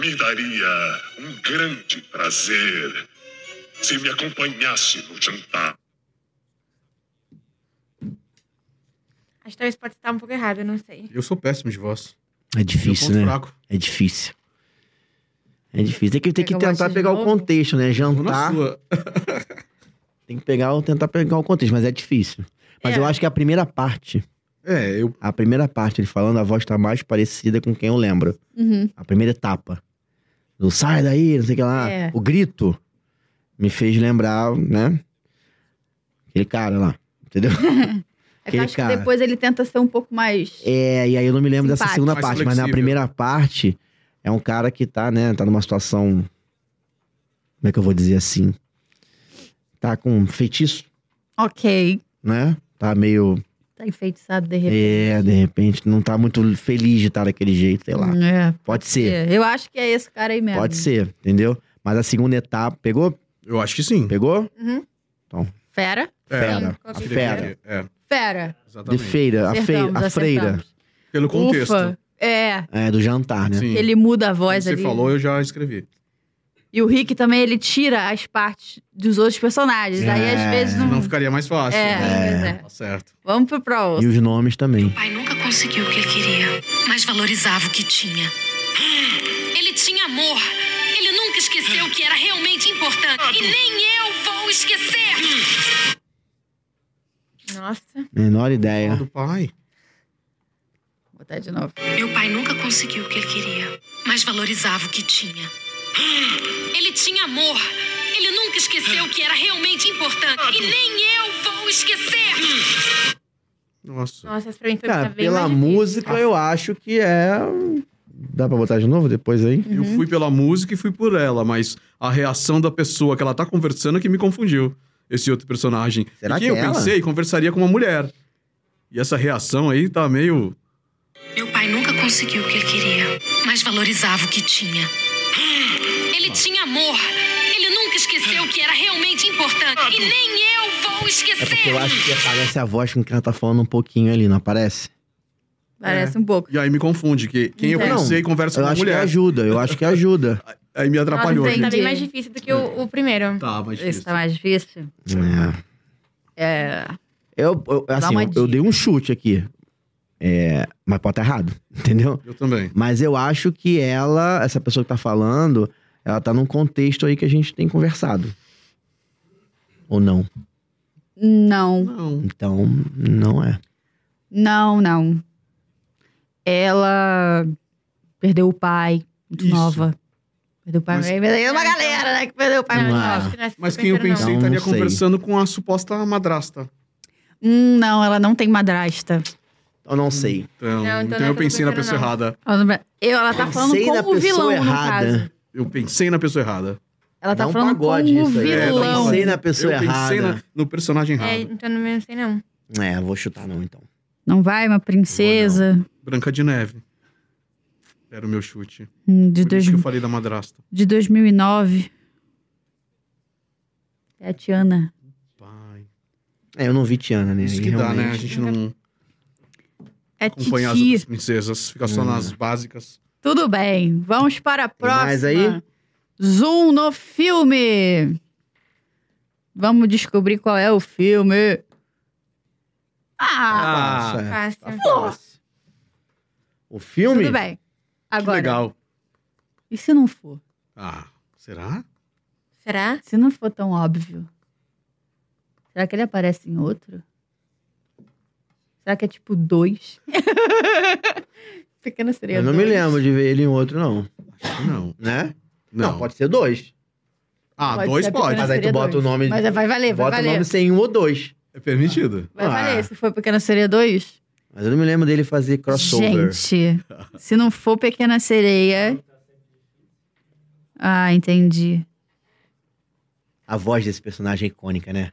Speaker 6: Me daria um grande prazer se me acompanhasse no jantar.
Speaker 4: Acho que talvez pode estar um pouco errado, eu não sei.
Speaker 3: Eu sou péssimo de voz.
Speaker 2: É
Speaker 3: Eu
Speaker 2: difícil,
Speaker 3: ponto
Speaker 2: né?
Speaker 3: fraco.
Speaker 2: É difícil. É difícil. Tem que, tem que
Speaker 1: Quer que eu
Speaker 2: tentar
Speaker 1: bote de
Speaker 2: pegar o
Speaker 1: novo?
Speaker 2: contexto, né?
Speaker 3: Vou na
Speaker 2: Jantar.
Speaker 3: sua.
Speaker 2: Tem que pegar, o- tentar pegar o contexto, mas é difícil. Mas
Speaker 4: É.
Speaker 2: eu acho que a primeira parte,
Speaker 3: É, eu.
Speaker 2: a primeira parte, ele falando, a voz tá mais parecida com quem eu lembro.
Speaker 1: Uhum.
Speaker 2: A primeira etapa. Do sai daí, não sei o que lá.
Speaker 1: É.
Speaker 2: O grito me fez lembrar, né? Aquele cara lá, entendeu?
Speaker 1: É que eu
Speaker 2: Aquele
Speaker 1: acho
Speaker 2: cara.
Speaker 1: que depois ele tenta ser um pouco mais.
Speaker 2: É, e aí eu não me lembro dessa
Speaker 1: Simpático.
Speaker 2: segunda
Speaker 3: Mais
Speaker 2: parte, mas na
Speaker 3: flexível.
Speaker 2: primeira parte é um cara que tá, né, tá numa situação como é que eu vou dizer assim? Tá com um feitiço,
Speaker 1: Ok.
Speaker 2: né? Tá meio
Speaker 1: Tá enfeitiçado de repente.
Speaker 2: é, de repente não tá muito feliz de estar daquele jeito, sei lá.
Speaker 1: É,
Speaker 2: Pode ser.
Speaker 1: é. Eu acho que é esse cara aí mesmo.
Speaker 2: Pode ser, entendeu? Mas a segunda etapa, pegou?
Speaker 3: Eu acho que sim.
Speaker 2: Pegou?
Speaker 1: Fera?
Speaker 2: Fera, a
Speaker 4: Sim,
Speaker 2: fera.
Speaker 3: É,
Speaker 1: Fera.
Speaker 2: De
Speaker 3: exatamente.
Speaker 2: feira, a, fei,
Speaker 1: Acertamos,
Speaker 2: a freira.
Speaker 1: acertamos.
Speaker 3: Pelo contexto. né?
Speaker 1: Ufa. É.
Speaker 2: É, do jantar, né?
Speaker 3: Sim.
Speaker 1: Ele muda a
Speaker 3: Como
Speaker 1: voz
Speaker 3: Você
Speaker 1: ali.
Speaker 3: falou, eu já escrevi.
Speaker 1: E o Rick também, ele tira as partes dos outros personagens. Aí às
Speaker 2: É.
Speaker 1: vezes não.
Speaker 3: Não ficaria mais fácil.
Speaker 1: É,
Speaker 3: né?
Speaker 1: pois é.
Speaker 3: Tá certo.
Speaker 1: Vamos pro
Speaker 2: E
Speaker 1: próximo.
Speaker 2: os nomes também.
Speaker 7: pai nunca conseguiu o que ele queria, mas valorizava o que tinha. Hum, Ele tinha amor. Ele nunca esqueceu o que era realmente importante. E nem eu vou esquecer.
Speaker 4: Nossa.
Speaker 2: Menor
Speaker 3: Fala
Speaker 2: ideia.
Speaker 3: do pai.
Speaker 1: Vou botar de novo.
Speaker 7: Meu pai nunca conseguiu o que ele queria, mas valorizava o que tinha. Ele tinha amor. Ele nunca esqueceu o que era realmente importante. E nem eu vou esquecer.
Speaker 3: Nossa.
Speaker 4: Nossa, essa pra mim foi
Speaker 2: Cara,
Speaker 4: tá bem
Speaker 2: pela
Speaker 4: mais difícil.
Speaker 2: música eu acho que é. Dá pra botar de novo depois aí?
Speaker 1: Uhum.
Speaker 3: Eu fui pela música e fui por ela, mas a reação da pessoa que ela tá conversando é que me confundiu. Esse outro personagem.
Speaker 2: Será
Speaker 3: e quem
Speaker 2: que
Speaker 3: eu
Speaker 2: é ela?
Speaker 3: pensei conversaria com uma mulher. E essa reação aí tá meio.
Speaker 7: Meu pai nunca conseguiu o que ele queria, mas valorizava o que tinha. Ele tinha amor. Ele nunca esqueceu o que era realmente importante. E nem eu vou
Speaker 2: É porque
Speaker 7: esquecer.
Speaker 2: eu acho que aparece a voz com quem ela tá falando um pouquinho ali, não aparece?
Speaker 1: Parece um pouco.
Speaker 3: E aí me confunde, que quem eu
Speaker 1: Não,
Speaker 3: conheci conversa
Speaker 2: Eu
Speaker 3: com uma
Speaker 2: acho que é
Speaker 3: mulher.
Speaker 2: ajuda, eu acho que ajuda.
Speaker 3: Aí me atrapalhou.
Speaker 1: Nossa,
Speaker 3: gente.
Speaker 4: Tá
Speaker 1: Entendi.
Speaker 4: bem mais difícil do que o, o primeiro.
Speaker 3: Tá, mas
Speaker 1: Esse
Speaker 3: difícil.
Speaker 1: tá mais difícil.
Speaker 2: É.
Speaker 1: É.
Speaker 2: Eu, eu- assim,
Speaker 1: uma
Speaker 2: eu-
Speaker 1: dica.
Speaker 2: eu, dei um chute aqui. É, mas pode estar errado, entendeu?
Speaker 3: Eu também.
Speaker 2: Mas eu acho que ela, essa pessoa que tá falando, ela tá num contexto aí que a gente tem conversado. Ou não.
Speaker 1: Não.
Speaker 3: Não.
Speaker 2: Então, não é.
Speaker 1: Não, não. Ela perdeu o pai, muito
Speaker 3: Isso.
Speaker 1: nova. Perdeu o pai.
Speaker 3: Mas-
Speaker 1: Mas... Perdeu uma galera, né? Que perdeu o pai muito
Speaker 2: Não.
Speaker 1: nova.
Speaker 4: Acho que não é esse
Speaker 3: Mas
Speaker 4: que
Speaker 3: quem eu
Speaker 4: prefiro, não.
Speaker 3: pensei
Speaker 2: Não,
Speaker 3: estaria
Speaker 2: não sei.
Speaker 3: conversando com a suposta madrasta.
Speaker 1: Hum, não, ela não tem madrasta.
Speaker 2: Eu não sei.
Speaker 3: Então,
Speaker 4: então
Speaker 3: então
Speaker 4: não é
Speaker 3: eu
Speaker 4: que eu
Speaker 3: pensei na
Speaker 4: prefiro,
Speaker 3: pessoa
Speaker 4: não.
Speaker 3: errada.
Speaker 1: Ela, não- eu, ela tá
Speaker 2: Eu
Speaker 1: falando
Speaker 2: sei da
Speaker 1: como o vilão,
Speaker 2: pessoa errada.
Speaker 1: no caso.
Speaker 3: Eu pensei na pessoa errada.
Speaker 1: Ela tá
Speaker 2: Dá um
Speaker 1: falando como
Speaker 2: pagode
Speaker 1: o
Speaker 2: isso aí. né?
Speaker 3: É, dá um
Speaker 1: vilão.
Speaker 2: Pensei na pessoa
Speaker 3: eu pensei
Speaker 2: errada.
Speaker 3: na- no personagem errado.
Speaker 4: É, então não me sei, não.
Speaker 2: É, eu vou chutar não, então.
Speaker 1: Não vai, uma princesa
Speaker 3: Branca de Neve. Era o meu chute.
Speaker 1: hum, de,
Speaker 3: Por
Speaker 1: dois,
Speaker 3: isso que eu falei da madrasta.
Speaker 1: de 2009. É a Tiana.
Speaker 3: Pai.
Speaker 2: É, eu não vi Tiana, né?
Speaker 3: Isso
Speaker 2: Aí,
Speaker 3: que dá, né? A
Speaker 2: realmente.
Speaker 3: gente não
Speaker 1: É a
Speaker 3: acompanha as
Speaker 1: Titi.
Speaker 3: outras princesas. Fica só
Speaker 2: Hum.
Speaker 3: nas básicas.
Speaker 1: Tudo bem, vamos para a próxima.
Speaker 2: mais aí?
Speaker 1: Zoom no filme. Vamos descobrir qual é o filme. Ah,
Speaker 3: Ah,
Speaker 2: Nossa, é.
Speaker 4: Fácil.
Speaker 2: O filme?
Speaker 1: tudo bem.
Speaker 3: que
Speaker 1: Agora,
Speaker 3: legal.
Speaker 1: e se não for?
Speaker 3: Ah, será?
Speaker 4: Será?
Speaker 1: Se não for tão óbvio, será que ele aparece em outro? Será que é tipo dois? Pequena sereia.
Speaker 2: Eu não me lembro de ver ele em outro, não.
Speaker 3: Acho que não.
Speaker 2: Né?
Speaker 3: Não.
Speaker 2: pode ser dois.
Speaker 3: Ah,
Speaker 1: Pode
Speaker 3: dois
Speaker 1: ser
Speaker 3: pode.
Speaker 1: pequena-
Speaker 2: Mas aí tu
Speaker 1: seria
Speaker 2: bota
Speaker 1: dois.
Speaker 2: o nome.
Speaker 1: Mas é, vai valer, vai
Speaker 2: bota o
Speaker 1: valer.
Speaker 2: nome sem um ou dois.
Speaker 3: É permitido.
Speaker 1: Vai
Speaker 2: Ah.
Speaker 1: valer, se for Pequena Sereia 2.
Speaker 2: Mas eu não me lembro dele fazer crossover.
Speaker 1: Gente, se não for Pequena Sereia. Ah, entendi.
Speaker 2: A voz desse personagem é icônica, né?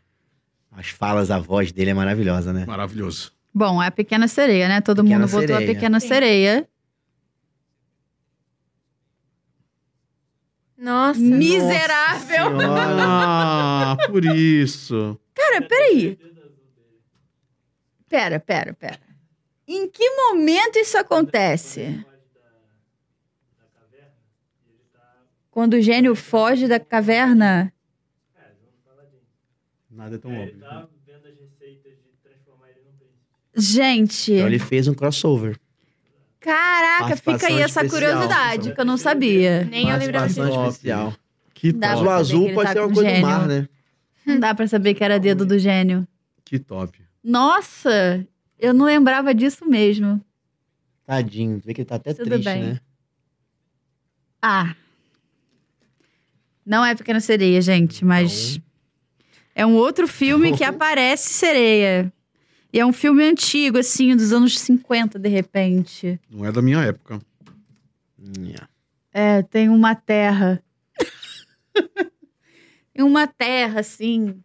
Speaker 2: As falas, a voz dele é maravilhosa, né?
Speaker 3: Maravilhoso.
Speaker 1: Bom, é a Pequena Sereia, né? Todo
Speaker 2: Pequena
Speaker 1: mundo botou
Speaker 2: Sereia.
Speaker 1: a Pequena Sereia.
Speaker 4: Nossa.
Speaker 1: Miserável!
Speaker 2: Senhora.
Speaker 3: Ah, por isso.
Speaker 1: Cara, peraí. Pera, pera, pera. Em que momento isso acontece? Quando o gênio foge da caverna?
Speaker 3: Nada é tão óbvio.
Speaker 1: Gente,
Speaker 2: Então ele fez um crossover.
Speaker 1: caraca, fica aí
Speaker 2: Participação
Speaker 1: essa
Speaker 2: especial. né?
Speaker 1: curiosidade que eu não sabia.
Speaker 4: Nem eu lembro
Speaker 2: Participação
Speaker 3: disso.
Speaker 2: especial.
Speaker 3: Que
Speaker 1: Dá
Speaker 2: Mas
Speaker 3: top.
Speaker 1: pra saber que ele
Speaker 2: o azul pode
Speaker 1: tá
Speaker 2: ser uma
Speaker 1: com
Speaker 2: coisa do
Speaker 1: gênio.
Speaker 2: mar, né?
Speaker 1: Não dá pra saber que era dedo do gênio.
Speaker 3: Que top.
Speaker 1: Nossa, eu não lembrava disso mesmo.
Speaker 2: Tadinho. Tu vê que ele tá até
Speaker 1: Tudo
Speaker 2: triste,
Speaker 1: bem.
Speaker 2: né?
Speaker 1: Ah. Não é Pequena Sereia, gente, mas é um outro filme que aparece sereia. E é um filme antigo, assim, dos anos 50, de repente.
Speaker 3: Não é da minha época.
Speaker 2: Yeah.
Speaker 1: É, tem uma terra. tem uma terra, assim.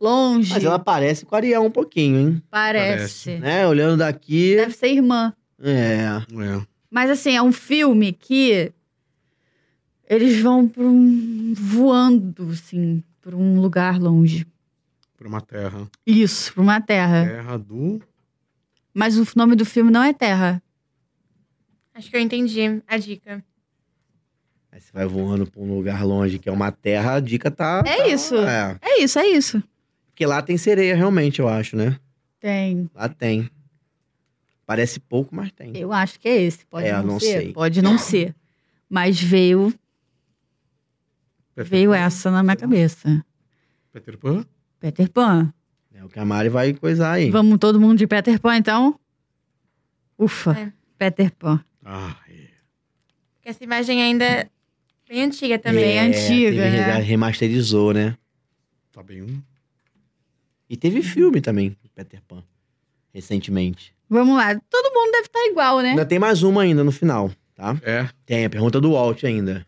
Speaker 1: Longe,
Speaker 2: Mas ela parece com o Ariel um pouquinho, hein?
Speaker 1: parece.
Speaker 2: Né? Olhando daqui.
Speaker 1: Deve ser irmã.
Speaker 2: É.
Speaker 3: É.
Speaker 1: Mas assim, é um filme que eles vão para um voando, assim, para um lugar longe.
Speaker 3: Pra uma terra.
Speaker 1: Isso, para uma
Speaker 2: É.
Speaker 1: terra.
Speaker 3: Terra do.
Speaker 1: Mas o nome do filme não é Terra.
Speaker 4: Acho que eu entendi a dica.
Speaker 2: Aí você vai voando pra um lugar longe, que é uma terra, a dica tá.
Speaker 1: É
Speaker 2: tá-
Speaker 1: isso.
Speaker 2: É.
Speaker 1: É isso, é isso.
Speaker 2: Porque lá tem sereia, realmente, eu acho, né?
Speaker 1: Tem.
Speaker 2: Lá tem. Parece pouco, mas tem.
Speaker 1: Eu acho que é esse. Pode
Speaker 2: É,
Speaker 1: não,
Speaker 2: não
Speaker 1: ser.
Speaker 2: sei.
Speaker 1: Pode não ser. Mas veio,
Speaker 3: Peter
Speaker 1: veio
Speaker 3: Pan.
Speaker 1: essa na minha cabeça.
Speaker 3: Peter Pan?
Speaker 1: Peter Pan.
Speaker 2: É o que a Mari vai coisar aí.
Speaker 1: Vamos todo mundo de Peter Pan, então? Ufa,
Speaker 4: É.
Speaker 1: Peter Pan.
Speaker 3: Ah, é.
Speaker 4: Porque essa imagem ainda é bem antiga
Speaker 1: Bem
Speaker 4: também.
Speaker 1: É. antiga,
Speaker 2: teve-
Speaker 1: né?
Speaker 2: Remasterizou, né?
Speaker 3: Tá bem.
Speaker 2: E teve filme também, do Peter Pan, recentemente.
Speaker 1: Vamos lá. Todo mundo deve estar igual, né?
Speaker 2: Ainda tem mais uma ainda no final, tá?
Speaker 3: É.
Speaker 2: Tem a pergunta do Walt ainda.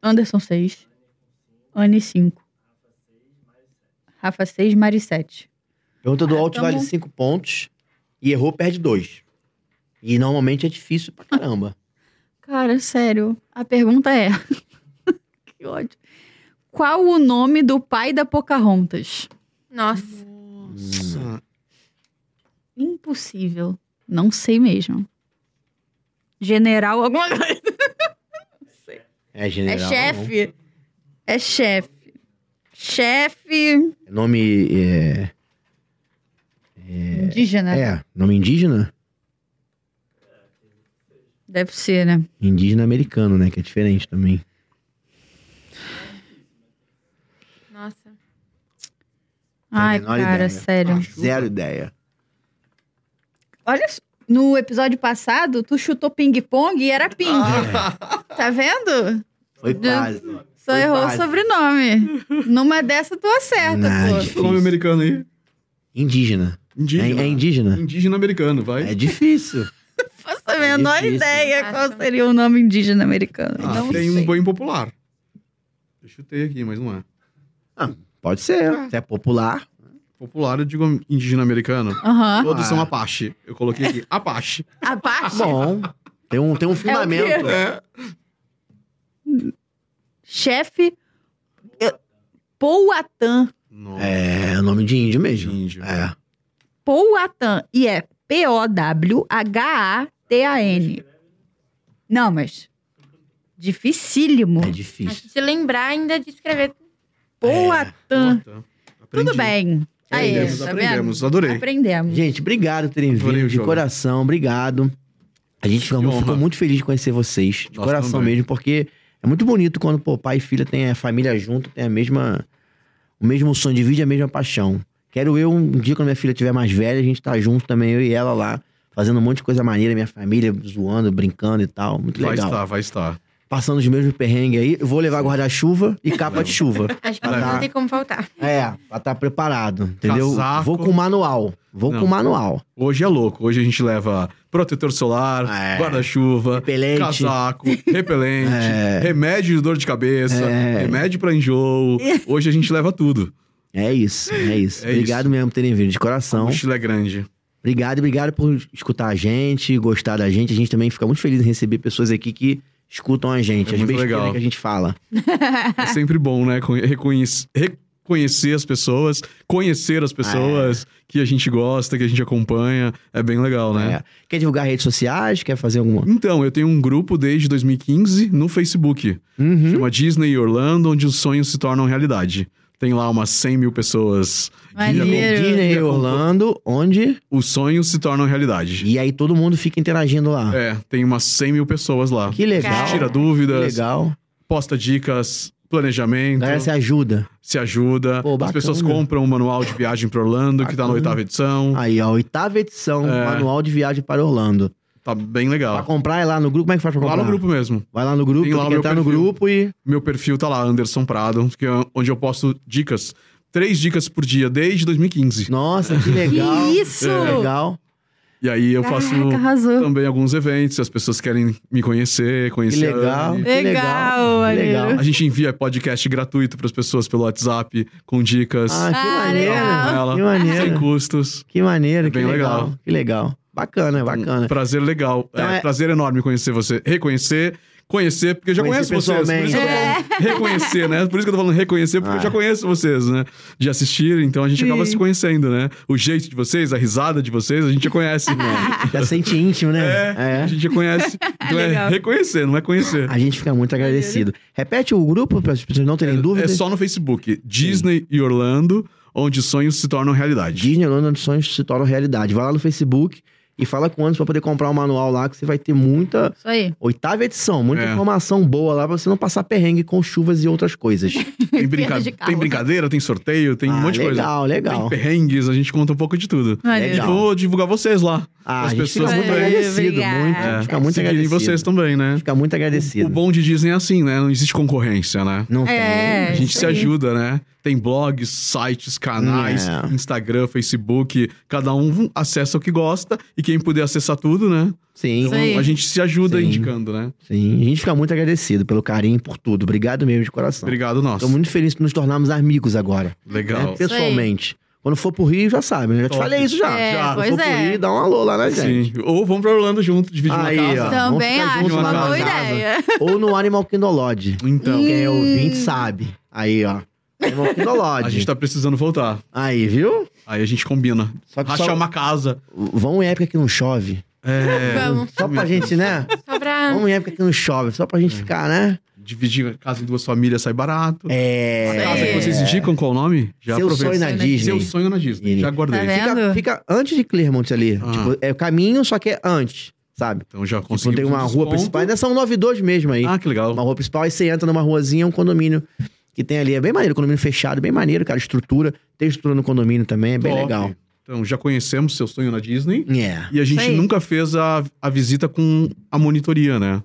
Speaker 1: Anderson 6. Anne 5. Rafa 6, Mari 7.
Speaker 2: Pergunta do
Speaker 1: Ah,
Speaker 2: Walt
Speaker 1: tamo-
Speaker 2: vale 5 pontos e errou, perde 2. E normalmente é difícil pra caramba.
Speaker 1: Cara, sério. A pergunta é. que ódio. Qual o nome do pai da Pocahontas?
Speaker 4: Nossa.
Speaker 3: Nossa.
Speaker 1: Impossível. Não sei mesmo. General, alguma coisa.
Speaker 2: É
Speaker 1: É
Speaker 2: general.
Speaker 1: chefe. É chefe. Chefe
Speaker 2: É Nome. É,
Speaker 1: indígena.
Speaker 2: é, nome indígena?
Speaker 1: Deve ser, né?
Speaker 2: Indígena americano, né? Que é diferente também.
Speaker 4: Nossa.
Speaker 1: Ai,
Speaker 2: menor
Speaker 1: cara,
Speaker 2: ideia.
Speaker 1: sério.
Speaker 2: Zero ideia.
Speaker 1: Olha, só, no episódio passado, tu chutou ping-pong e era ping. Tá vendo?
Speaker 2: Foi
Speaker 1: Não.
Speaker 2: quase.
Speaker 1: Só
Speaker 2: Ah. Foi
Speaker 1: errou o
Speaker 2: quase.
Speaker 1: sobrenome. Numa dessa, tu acerta,
Speaker 2: Nada.
Speaker 1: pô.
Speaker 3: O um nome americano aí.
Speaker 2: Indígena.
Speaker 3: Indígena.
Speaker 2: É, é indígena?
Speaker 3: Indígena americano, vai.
Speaker 2: É difícil.
Speaker 1: Faço a menor
Speaker 2: difícil.
Speaker 1: ideia
Speaker 4: Acho.
Speaker 1: qual seria o nome indígena americano.
Speaker 3: Ah,
Speaker 1: não
Speaker 3: tem
Speaker 1: sei.
Speaker 3: um banho popular. Eu chutei aqui, mas não é.
Speaker 2: Pode
Speaker 1: Ah.
Speaker 2: ser. Se é popular.
Speaker 3: Popular, eu digo indígena americano.
Speaker 1: Aham.
Speaker 3: Todos
Speaker 2: Ah.
Speaker 3: são Apache. Eu coloquei aqui, Apache.
Speaker 1: Apache?
Speaker 2: Bom. Tem um, tem um fundamento.
Speaker 3: É.
Speaker 1: Chefe. eu- Powhatan.
Speaker 3: Nossa.
Speaker 2: É, é nome de índio mesmo.
Speaker 3: Índio.
Speaker 2: É.
Speaker 1: Powhatan. E é P-O-W-H-A-T-A-N. Não, mas. Dificílimo.
Speaker 2: É
Speaker 4: Acho
Speaker 2: difícil.
Speaker 4: que se lembrar ainda de escrever.
Speaker 1: Powhatan.
Speaker 3: Puta. Aprendi.
Speaker 1: Hum. Tudo bem. Aí,
Speaker 3: Aprendemos,
Speaker 1: tá
Speaker 3: aprendemos.
Speaker 1: vendo?
Speaker 3: Adorei.
Speaker 1: Aprendemos.
Speaker 2: Uhum. Gente, obrigado por terem
Speaker 3: Adorei
Speaker 2: vindo.
Speaker 3: o
Speaker 2: De
Speaker 3: jogo.
Speaker 2: coração, obrigado. A gente ficou,
Speaker 3: Que
Speaker 2: mu-
Speaker 3: honra.
Speaker 2: ficou muito feliz de conhecer vocês. De
Speaker 3: Nós
Speaker 2: coração
Speaker 3: também.
Speaker 2: mesmo, porque é muito bonito quando pô, pai e filha têm a família junto, tem a mesma. O mesmo sonho, divide a mesma paixão. Quero eu, um dia, quando minha filha estiver mais velha, a gente tá junto também, eu e ela lá, fazendo um monte de coisa maneira, minha família, zoando, brincando e tal. Muito
Speaker 3: Vai
Speaker 2: legal.
Speaker 3: estar, vai estar.
Speaker 2: Passando os mesmos perrengues aí, eu vou levar guarda-chuva e capa de chuva.
Speaker 4: Acho que
Speaker 2: Vai lá.
Speaker 4: não tem como faltar.
Speaker 2: É, pra estar preparado, entendeu?
Speaker 3: Casaco.
Speaker 2: Vou com o manual. Vou
Speaker 3: Não.
Speaker 2: com o manual.
Speaker 3: Hoje é louco. Hoje a gente leva protetor solar,
Speaker 2: É.
Speaker 3: guarda-chuva,
Speaker 2: Repelente.
Speaker 3: casaco, repelente, remédio de dor de cabeça,
Speaker 2: É.
Speaker 3: remédio pra enjoo. Hoje a gente leva tudo.
Speaker 2: É isso, é isso.
Speaker 3: É
Speaker 2: obrigado
Speaker 3: isso.
Speaker 2: mesmo por terem vindo, de
Speaker 3: A
Speaker 2: coração.
Speaker 3: mochila é grande.
Speaker 2: Obrigado, obrigado por escutar a gente, gostar da gente. A gente também fica muito feliz em receber pessoas aqui que escutam a gente,
Speaker 3: É
Speaker 2: as
Speaker 3: muito
Speaker 2: besteiras
Speaker 3: legal.
Speaker 2: que a gente fala.
Speaker 3: É sempre bom, né? Con- reconhece- Reconhecer as pessoas, conhecer as
Speaker 2: É.
Speaker 3: pessoas que a gente gosta, que a gente acompanha, é bem legal, né?
Speaker 2: É. Quer divulgar redes sociais? Quer fazer alguma?
Speaker 3: Então, eu tenho um grupo desde 2015 no Facebook.
Speaker 2: Uhum.
Speaker 3: Chama Disney Orlando, onde os sonhos se tornam realidade. Tem lá umas 100 mil pessoas.
Speaker 1: Maneiro.
Speaker 2: Disney e Orlando, onde?
Speaker 3: Os sonhos se tornam realidade.
Speaker 2: E aí todo mundo fica interagindo lá.
Speaker 3: É, tem umas 100 mil pessoas lá.
Speaker 2: Que legal.
Speaker 3: Tira
Speaker 2: que
Speaker 3: dúvidas, Então-
Speaker 2: legal.
Speaker 3: posta dicas,
Speaker 2: A
Speaker 3: planejamento,
Speaker 2: galera se ajuda.
Speaker 3: se ajuda.
Speaker 2: Pô,
Speaker 3: As
Speaker 2: bacana.
Speaker 3: pessoas compram o manual de viagem para Orlando, que tá na
Speaker 2: Bacana.
Speaker 3: oitava edição.
Speaker 2: Aí, ó, oitava edição,
Speaker 3: É.
Speaker 2: manual de viagem para Orlando.
Speaker 3: Tá bem
Speaker 2: Pra
Speaker 3: legal.
Speaker 2: comprar é lá no grupo? Como é que faz pra comprar?
Speaker 3: Lá no grupo mesmo.
Speaker 2: Vai lá no grupo,
Speaker 3: Tem
Speaker 2: tem,
Speaker 3: lá
Speaker 2: que
Speaker 3: o meu
Speaker 2: entrar no
Speaker 3: perfil.
Speaker 2: grupo e.
Speaker 3: Meu perfil tá lá, Anderson Prado, que é onde eu posto dicas. Três dicas por dia, desde 2015.
Speaker 2: Nossa, que
Speaker 1: Que
Speaker 2: legal.
Speaker 1: isso!
Speaker 2: Que Legal.
Speaker 3: E aí eu faço
Speaker 1: Caraca, arrasou.
Speaker 3: também alguns eventos, se as pessoas querem me conhecer,
Speaker 2: Que
Speaker 3: conhecer. a
Speaker 2: legal.
Speaker 3: Anne.
Speaker 2: Que
Speaker 1: Legal,
Speaker 2: legal. que
Speaker 1: maneiro.
Speaker 3: A gente envia podcast gratuito para as pessoas pelo WhatsApp, com dicas.
Speaker 2: Ah, que
Speaker 1: Ah,
Speaker 2: maneiro.
Speaker 1: legal.
Speaker 3: ela,
Speaker 2: Que
Speaker 3: Sem
Speaker 2: maneiro.
Speaker 3: custos.
Speaker 2: Que maneiro, que
Speaker 3: bem
Speaker 2: legal.
Speaker 3: legal.
Speaker 2: Que legal. Bacana, bacana.
Speaker 3: Um prazer legal.
Speaker 2: É. Então
Speaker 3: é,
Speaker 2: é-
Speaker 3: Prazer enorme conhecer você. Reconhecer, conhecer, porque eu já
Speaker 2: Conhecer
Speaker 3: conheço vocês. Por
Speaker 2: pessoalmente. Ah, é.
Speaker 3: isso que eu tô falando
Speaker 1: É.
Speaker 3: reconhecer, né? Por isso que eu tô falando reconhecer, porque eu já conheço vocês, né? De assistir, então a gente acaba se conhecendo, né? O jeito de vocês, a risada de vocês, a gente já conhece.
Speaker 2: Já sente íntimo, né?
Speaker 3: É, a gente já conhece. Então é
Speaker 1: Legal.
Speaker 3: reconhecer, não é conhecer.
Speaker 2: A gente fica muito agradecido. Repete o grupo para as pessoas não terem
Speaker 3: É
Speaker 2: dúvidas.
Speaker 3: só no Facebook. Disney e Orlando, onde sonhos se tornam realidade.
Speaker 2: Disney Orlando onde sonhos se tornam realidade. Vai lá no Facebook e fala com o Anderson pra poder comprar o manual lá, que você vai ter muita.
Speaker 1: Isso aí.
Speaker 2: Oitava edição, muita
Speaker 3: É.
Speaker 2: informação boa lá pra você não passar perrengue com chuvas e outras coisas.
Speaker 3: Tem, brinca-
Speaker 1: Perna de carro.
Speaker 3: tem brincadeira, tem sorteio, tem um
Speaker 2: Ah,
Speaker 3: monte de coisa.
Speaker 2: legal, legal.
Speaker 3: Tem perrengues, a gente conta um pouco de tudo.
Speaker 1: Maneiro.
Speaker 3: E
Speaker 2: Legal.
Speaker 3: vou divulgar vocês lá.
Speaker 2: Ah,
Speaker 3: as
Speaker 2: a gente
Speaker 3: pessoas
Speaker 2: fica muito
Speaker 3: também.
Speaker 2: agradecido,
Speaker 1: Obrigada.
Speaker 2: muito.
Speaker 3: É,
Speaker 2: Fica muito
Speaker 3: seguirem
Speaker 2: agradecido.
Speaker 3: vocês também, né?
Speaker 2: Fica muito
Speaker 3: O,
Speaker 2: agradecido.
Speaker 3: o bom de Disney é assim, né? Não existe concorrência, né?
Speaker 2: Não
Speaker 1: É.
Speaker 3: A
Speaker 2: tem.
Speaker 3: gente
Speaker 1: isso
Speaker 3: se
Speaker 1: aí.
Speaker 3: ajuda, né? Tem blogs, sites, canais,
Speaker 2: É.
Speaker 3: Instagram, Facebook. Cada um acessa o que gosta e quem puder acessar tudo, né?
Speaker 2: Sim,
Speaker 1: Isso aí.
Speaker 3: A gente se ajuda
Speaker 2: Sim.
Speaker 3: indicando, né?
Speaker 2: sim. A gente fica muito agradecido pelo carinho, por tudo. Obrigado mesmo de coração.
Speaker 3: Obrigado, nossa.
Speaker 2: Estou muito feliz por nos tornarmos amigos agora.
Speaker 3: Legal.
Speaker 2: né? Pessoalmente. Quando for pro Rio, já sabe, né? Já te
Speaker 3: Top.
Speaker 2: falei isso já.
Speaker 1: É,
Speaker 2: já. Quando
Speaker 1: pois
Speaker 2: for pro
Speaker 1: é.
Speaker 2: Rio, dá um alô lá na gente.
Speaker 3: Sim. Ou vamos pra Orlando junto, dividir
Speaker 2: Aí,
Speaker 3: uma casa.
Speaker 2: ó.
Speaker 1: Também
Speaker 2: vamos ficar
Speaker 1: acho
Speaker 3: Tá, junto
Speaker 1: uma
Speaker 3: lá
Speaker 1: boa
Speaker 3: na casa.
Speaker 1: ideia.
Speaker 2: Ou no Animal Kingdom Lodge.
Speaker 3: Então,
Speaker 2: Quem é ouvinte sabe. Aí, ó. É Irmão Kindolod.
Speaker 3: A gente tá precisando voltar.
Speaker 2: Aí, viu?
Speaker 3: Aí a gente combina.
Speaker 2: Só que
Speaker 3: Racha
Speaker 2: só-
Speaker 3: uma casa.
Speaker 2: Vamos em época que não chove.
Speaker 3: É.
Speaker 4: Vamos.
Speaker 2: Só pra gente, né?
Speaker 4: Só pra.
Speaker 2: Vamos em época que não chove, só pra gente
Speaker 3: É.
Speaker 2: ficar, né?
Speaker 3: Dividir a casa em duas famílias sai barato.
Speaker 2: É.
Speaker 3: A casa que vocês indicam qual o nome? Já
Speaker 2: Seu sonho na
Speaker 1: Seu
Speaker 2: Disney.
Speaker 3: Seu sonho na Disney.
Speaker 2: Disney.
Speaker 3: Já guardei.
Speaker 1: Tá vendo?
Speaker 2: Fica, fica antes de Clermont ali.
Speaker 3: Ah.
Speaker 2: Tipo, é o caminho, só que é antes, sabe?
Speaker 3: Então já
Speaker 2: Tipo,
Speaker 3: consegui.
Speaker 2: tem uma rua principal. Ainda são 92 mesmo aí.
Speaker 3: Ah, que legal.
Speaker 2: Uma rua principal, aí você entra numa ruazinha, um condomínio que tem ali. É bem maneiro, condomínio fechado, bem maneiro, cara. Estrutura, tem estrutura no condomínio também, é bem
Speaker 3: Top.
Speaker 2: legal.
Speaker 3: Então já conhecemos seu sonho na Disney.
Speaker 2: É.
Speaker 3: E a gente
Speaker 1: Isso aí.
Speaker 3: nunca fez a, a visita com a monitoria, né?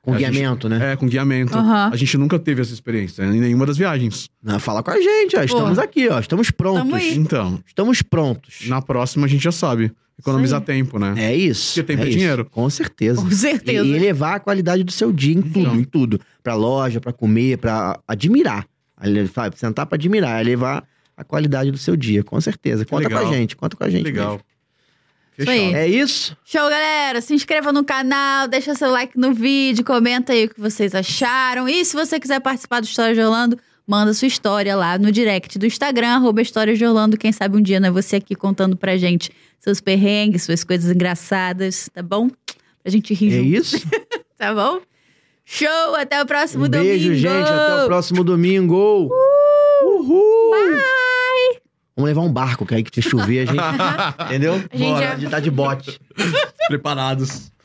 Speaker 2: Com
Speaker 3: A
Speaker 2: guiamento, né?
Speaker 3: É, com guiamento.
Speaker 1: Aham.
Speaker 3: A gente nunca teve essa experiência em nenhuma das viagens.
Speaker 2: Ah, Fala com a gente, ó. Estamos aqui, ó. Estamos prontos.
Speaker 1: Tamo aí.
Speaker 3: Então,
Speaker 2: Estamos prontos.
Speaker 3: na próxima a gente já sabe. Economizar tempo, né?
Speaker 2: É isso.
Speaker 3: Porque tempo é
Speaker 2: é isso.
Speaker 3: dinheiro.
Speaker 2: Com certeza.
Speaker 1: Com certeza.
Speaker 2: E elevar a qualidade do seu dia em tudo,
Speaker 3: Então.
Speaker 2: em tudo. Pra loja, pra comer, pra admirar. Ali, Sabe? Sentar pra admirar, é elevar a qualidade do seu dia, com certeza. Conta com
Speaker 3: Legal.
Speaker 2: a gente, conta com a gente.
Speaker 3: Legal.
Speaker 1: Isso aí.
Speaker 3: Fechado.
Speaker 2: mesmo. É isso?
Speaker 1: Show, galera! Se inscreva no canal, deixa seu like no vídeo, comenta aí o que vocês acharam. E se você quiser participar do História de Orlando, manda sua história lá no direct do Instagram, arroba História de Orlando. Quem sabe um dia não é você aqui contando pra gente seus perrengues, suas coisas engraçadas, tá bom? Pra gente rir
Speaker 2: É
Speaker 1: junto,
Speaker 2: isso?
Speaker 1: tá bom? Show! Até o próximo
Speaker 2: Um
Speaker 1: domingo!
Speaker 2: beijo, gente. Até o próximo domingo. Uhul! Vamos levar um barco, que aí que te chover, a gente. Entendeu?
Speaker 4: gente
Speaker 2: Bora,
Speaker 4: já-
Speaker 2: a gente tá de bote.
Speaker 3: Preparados.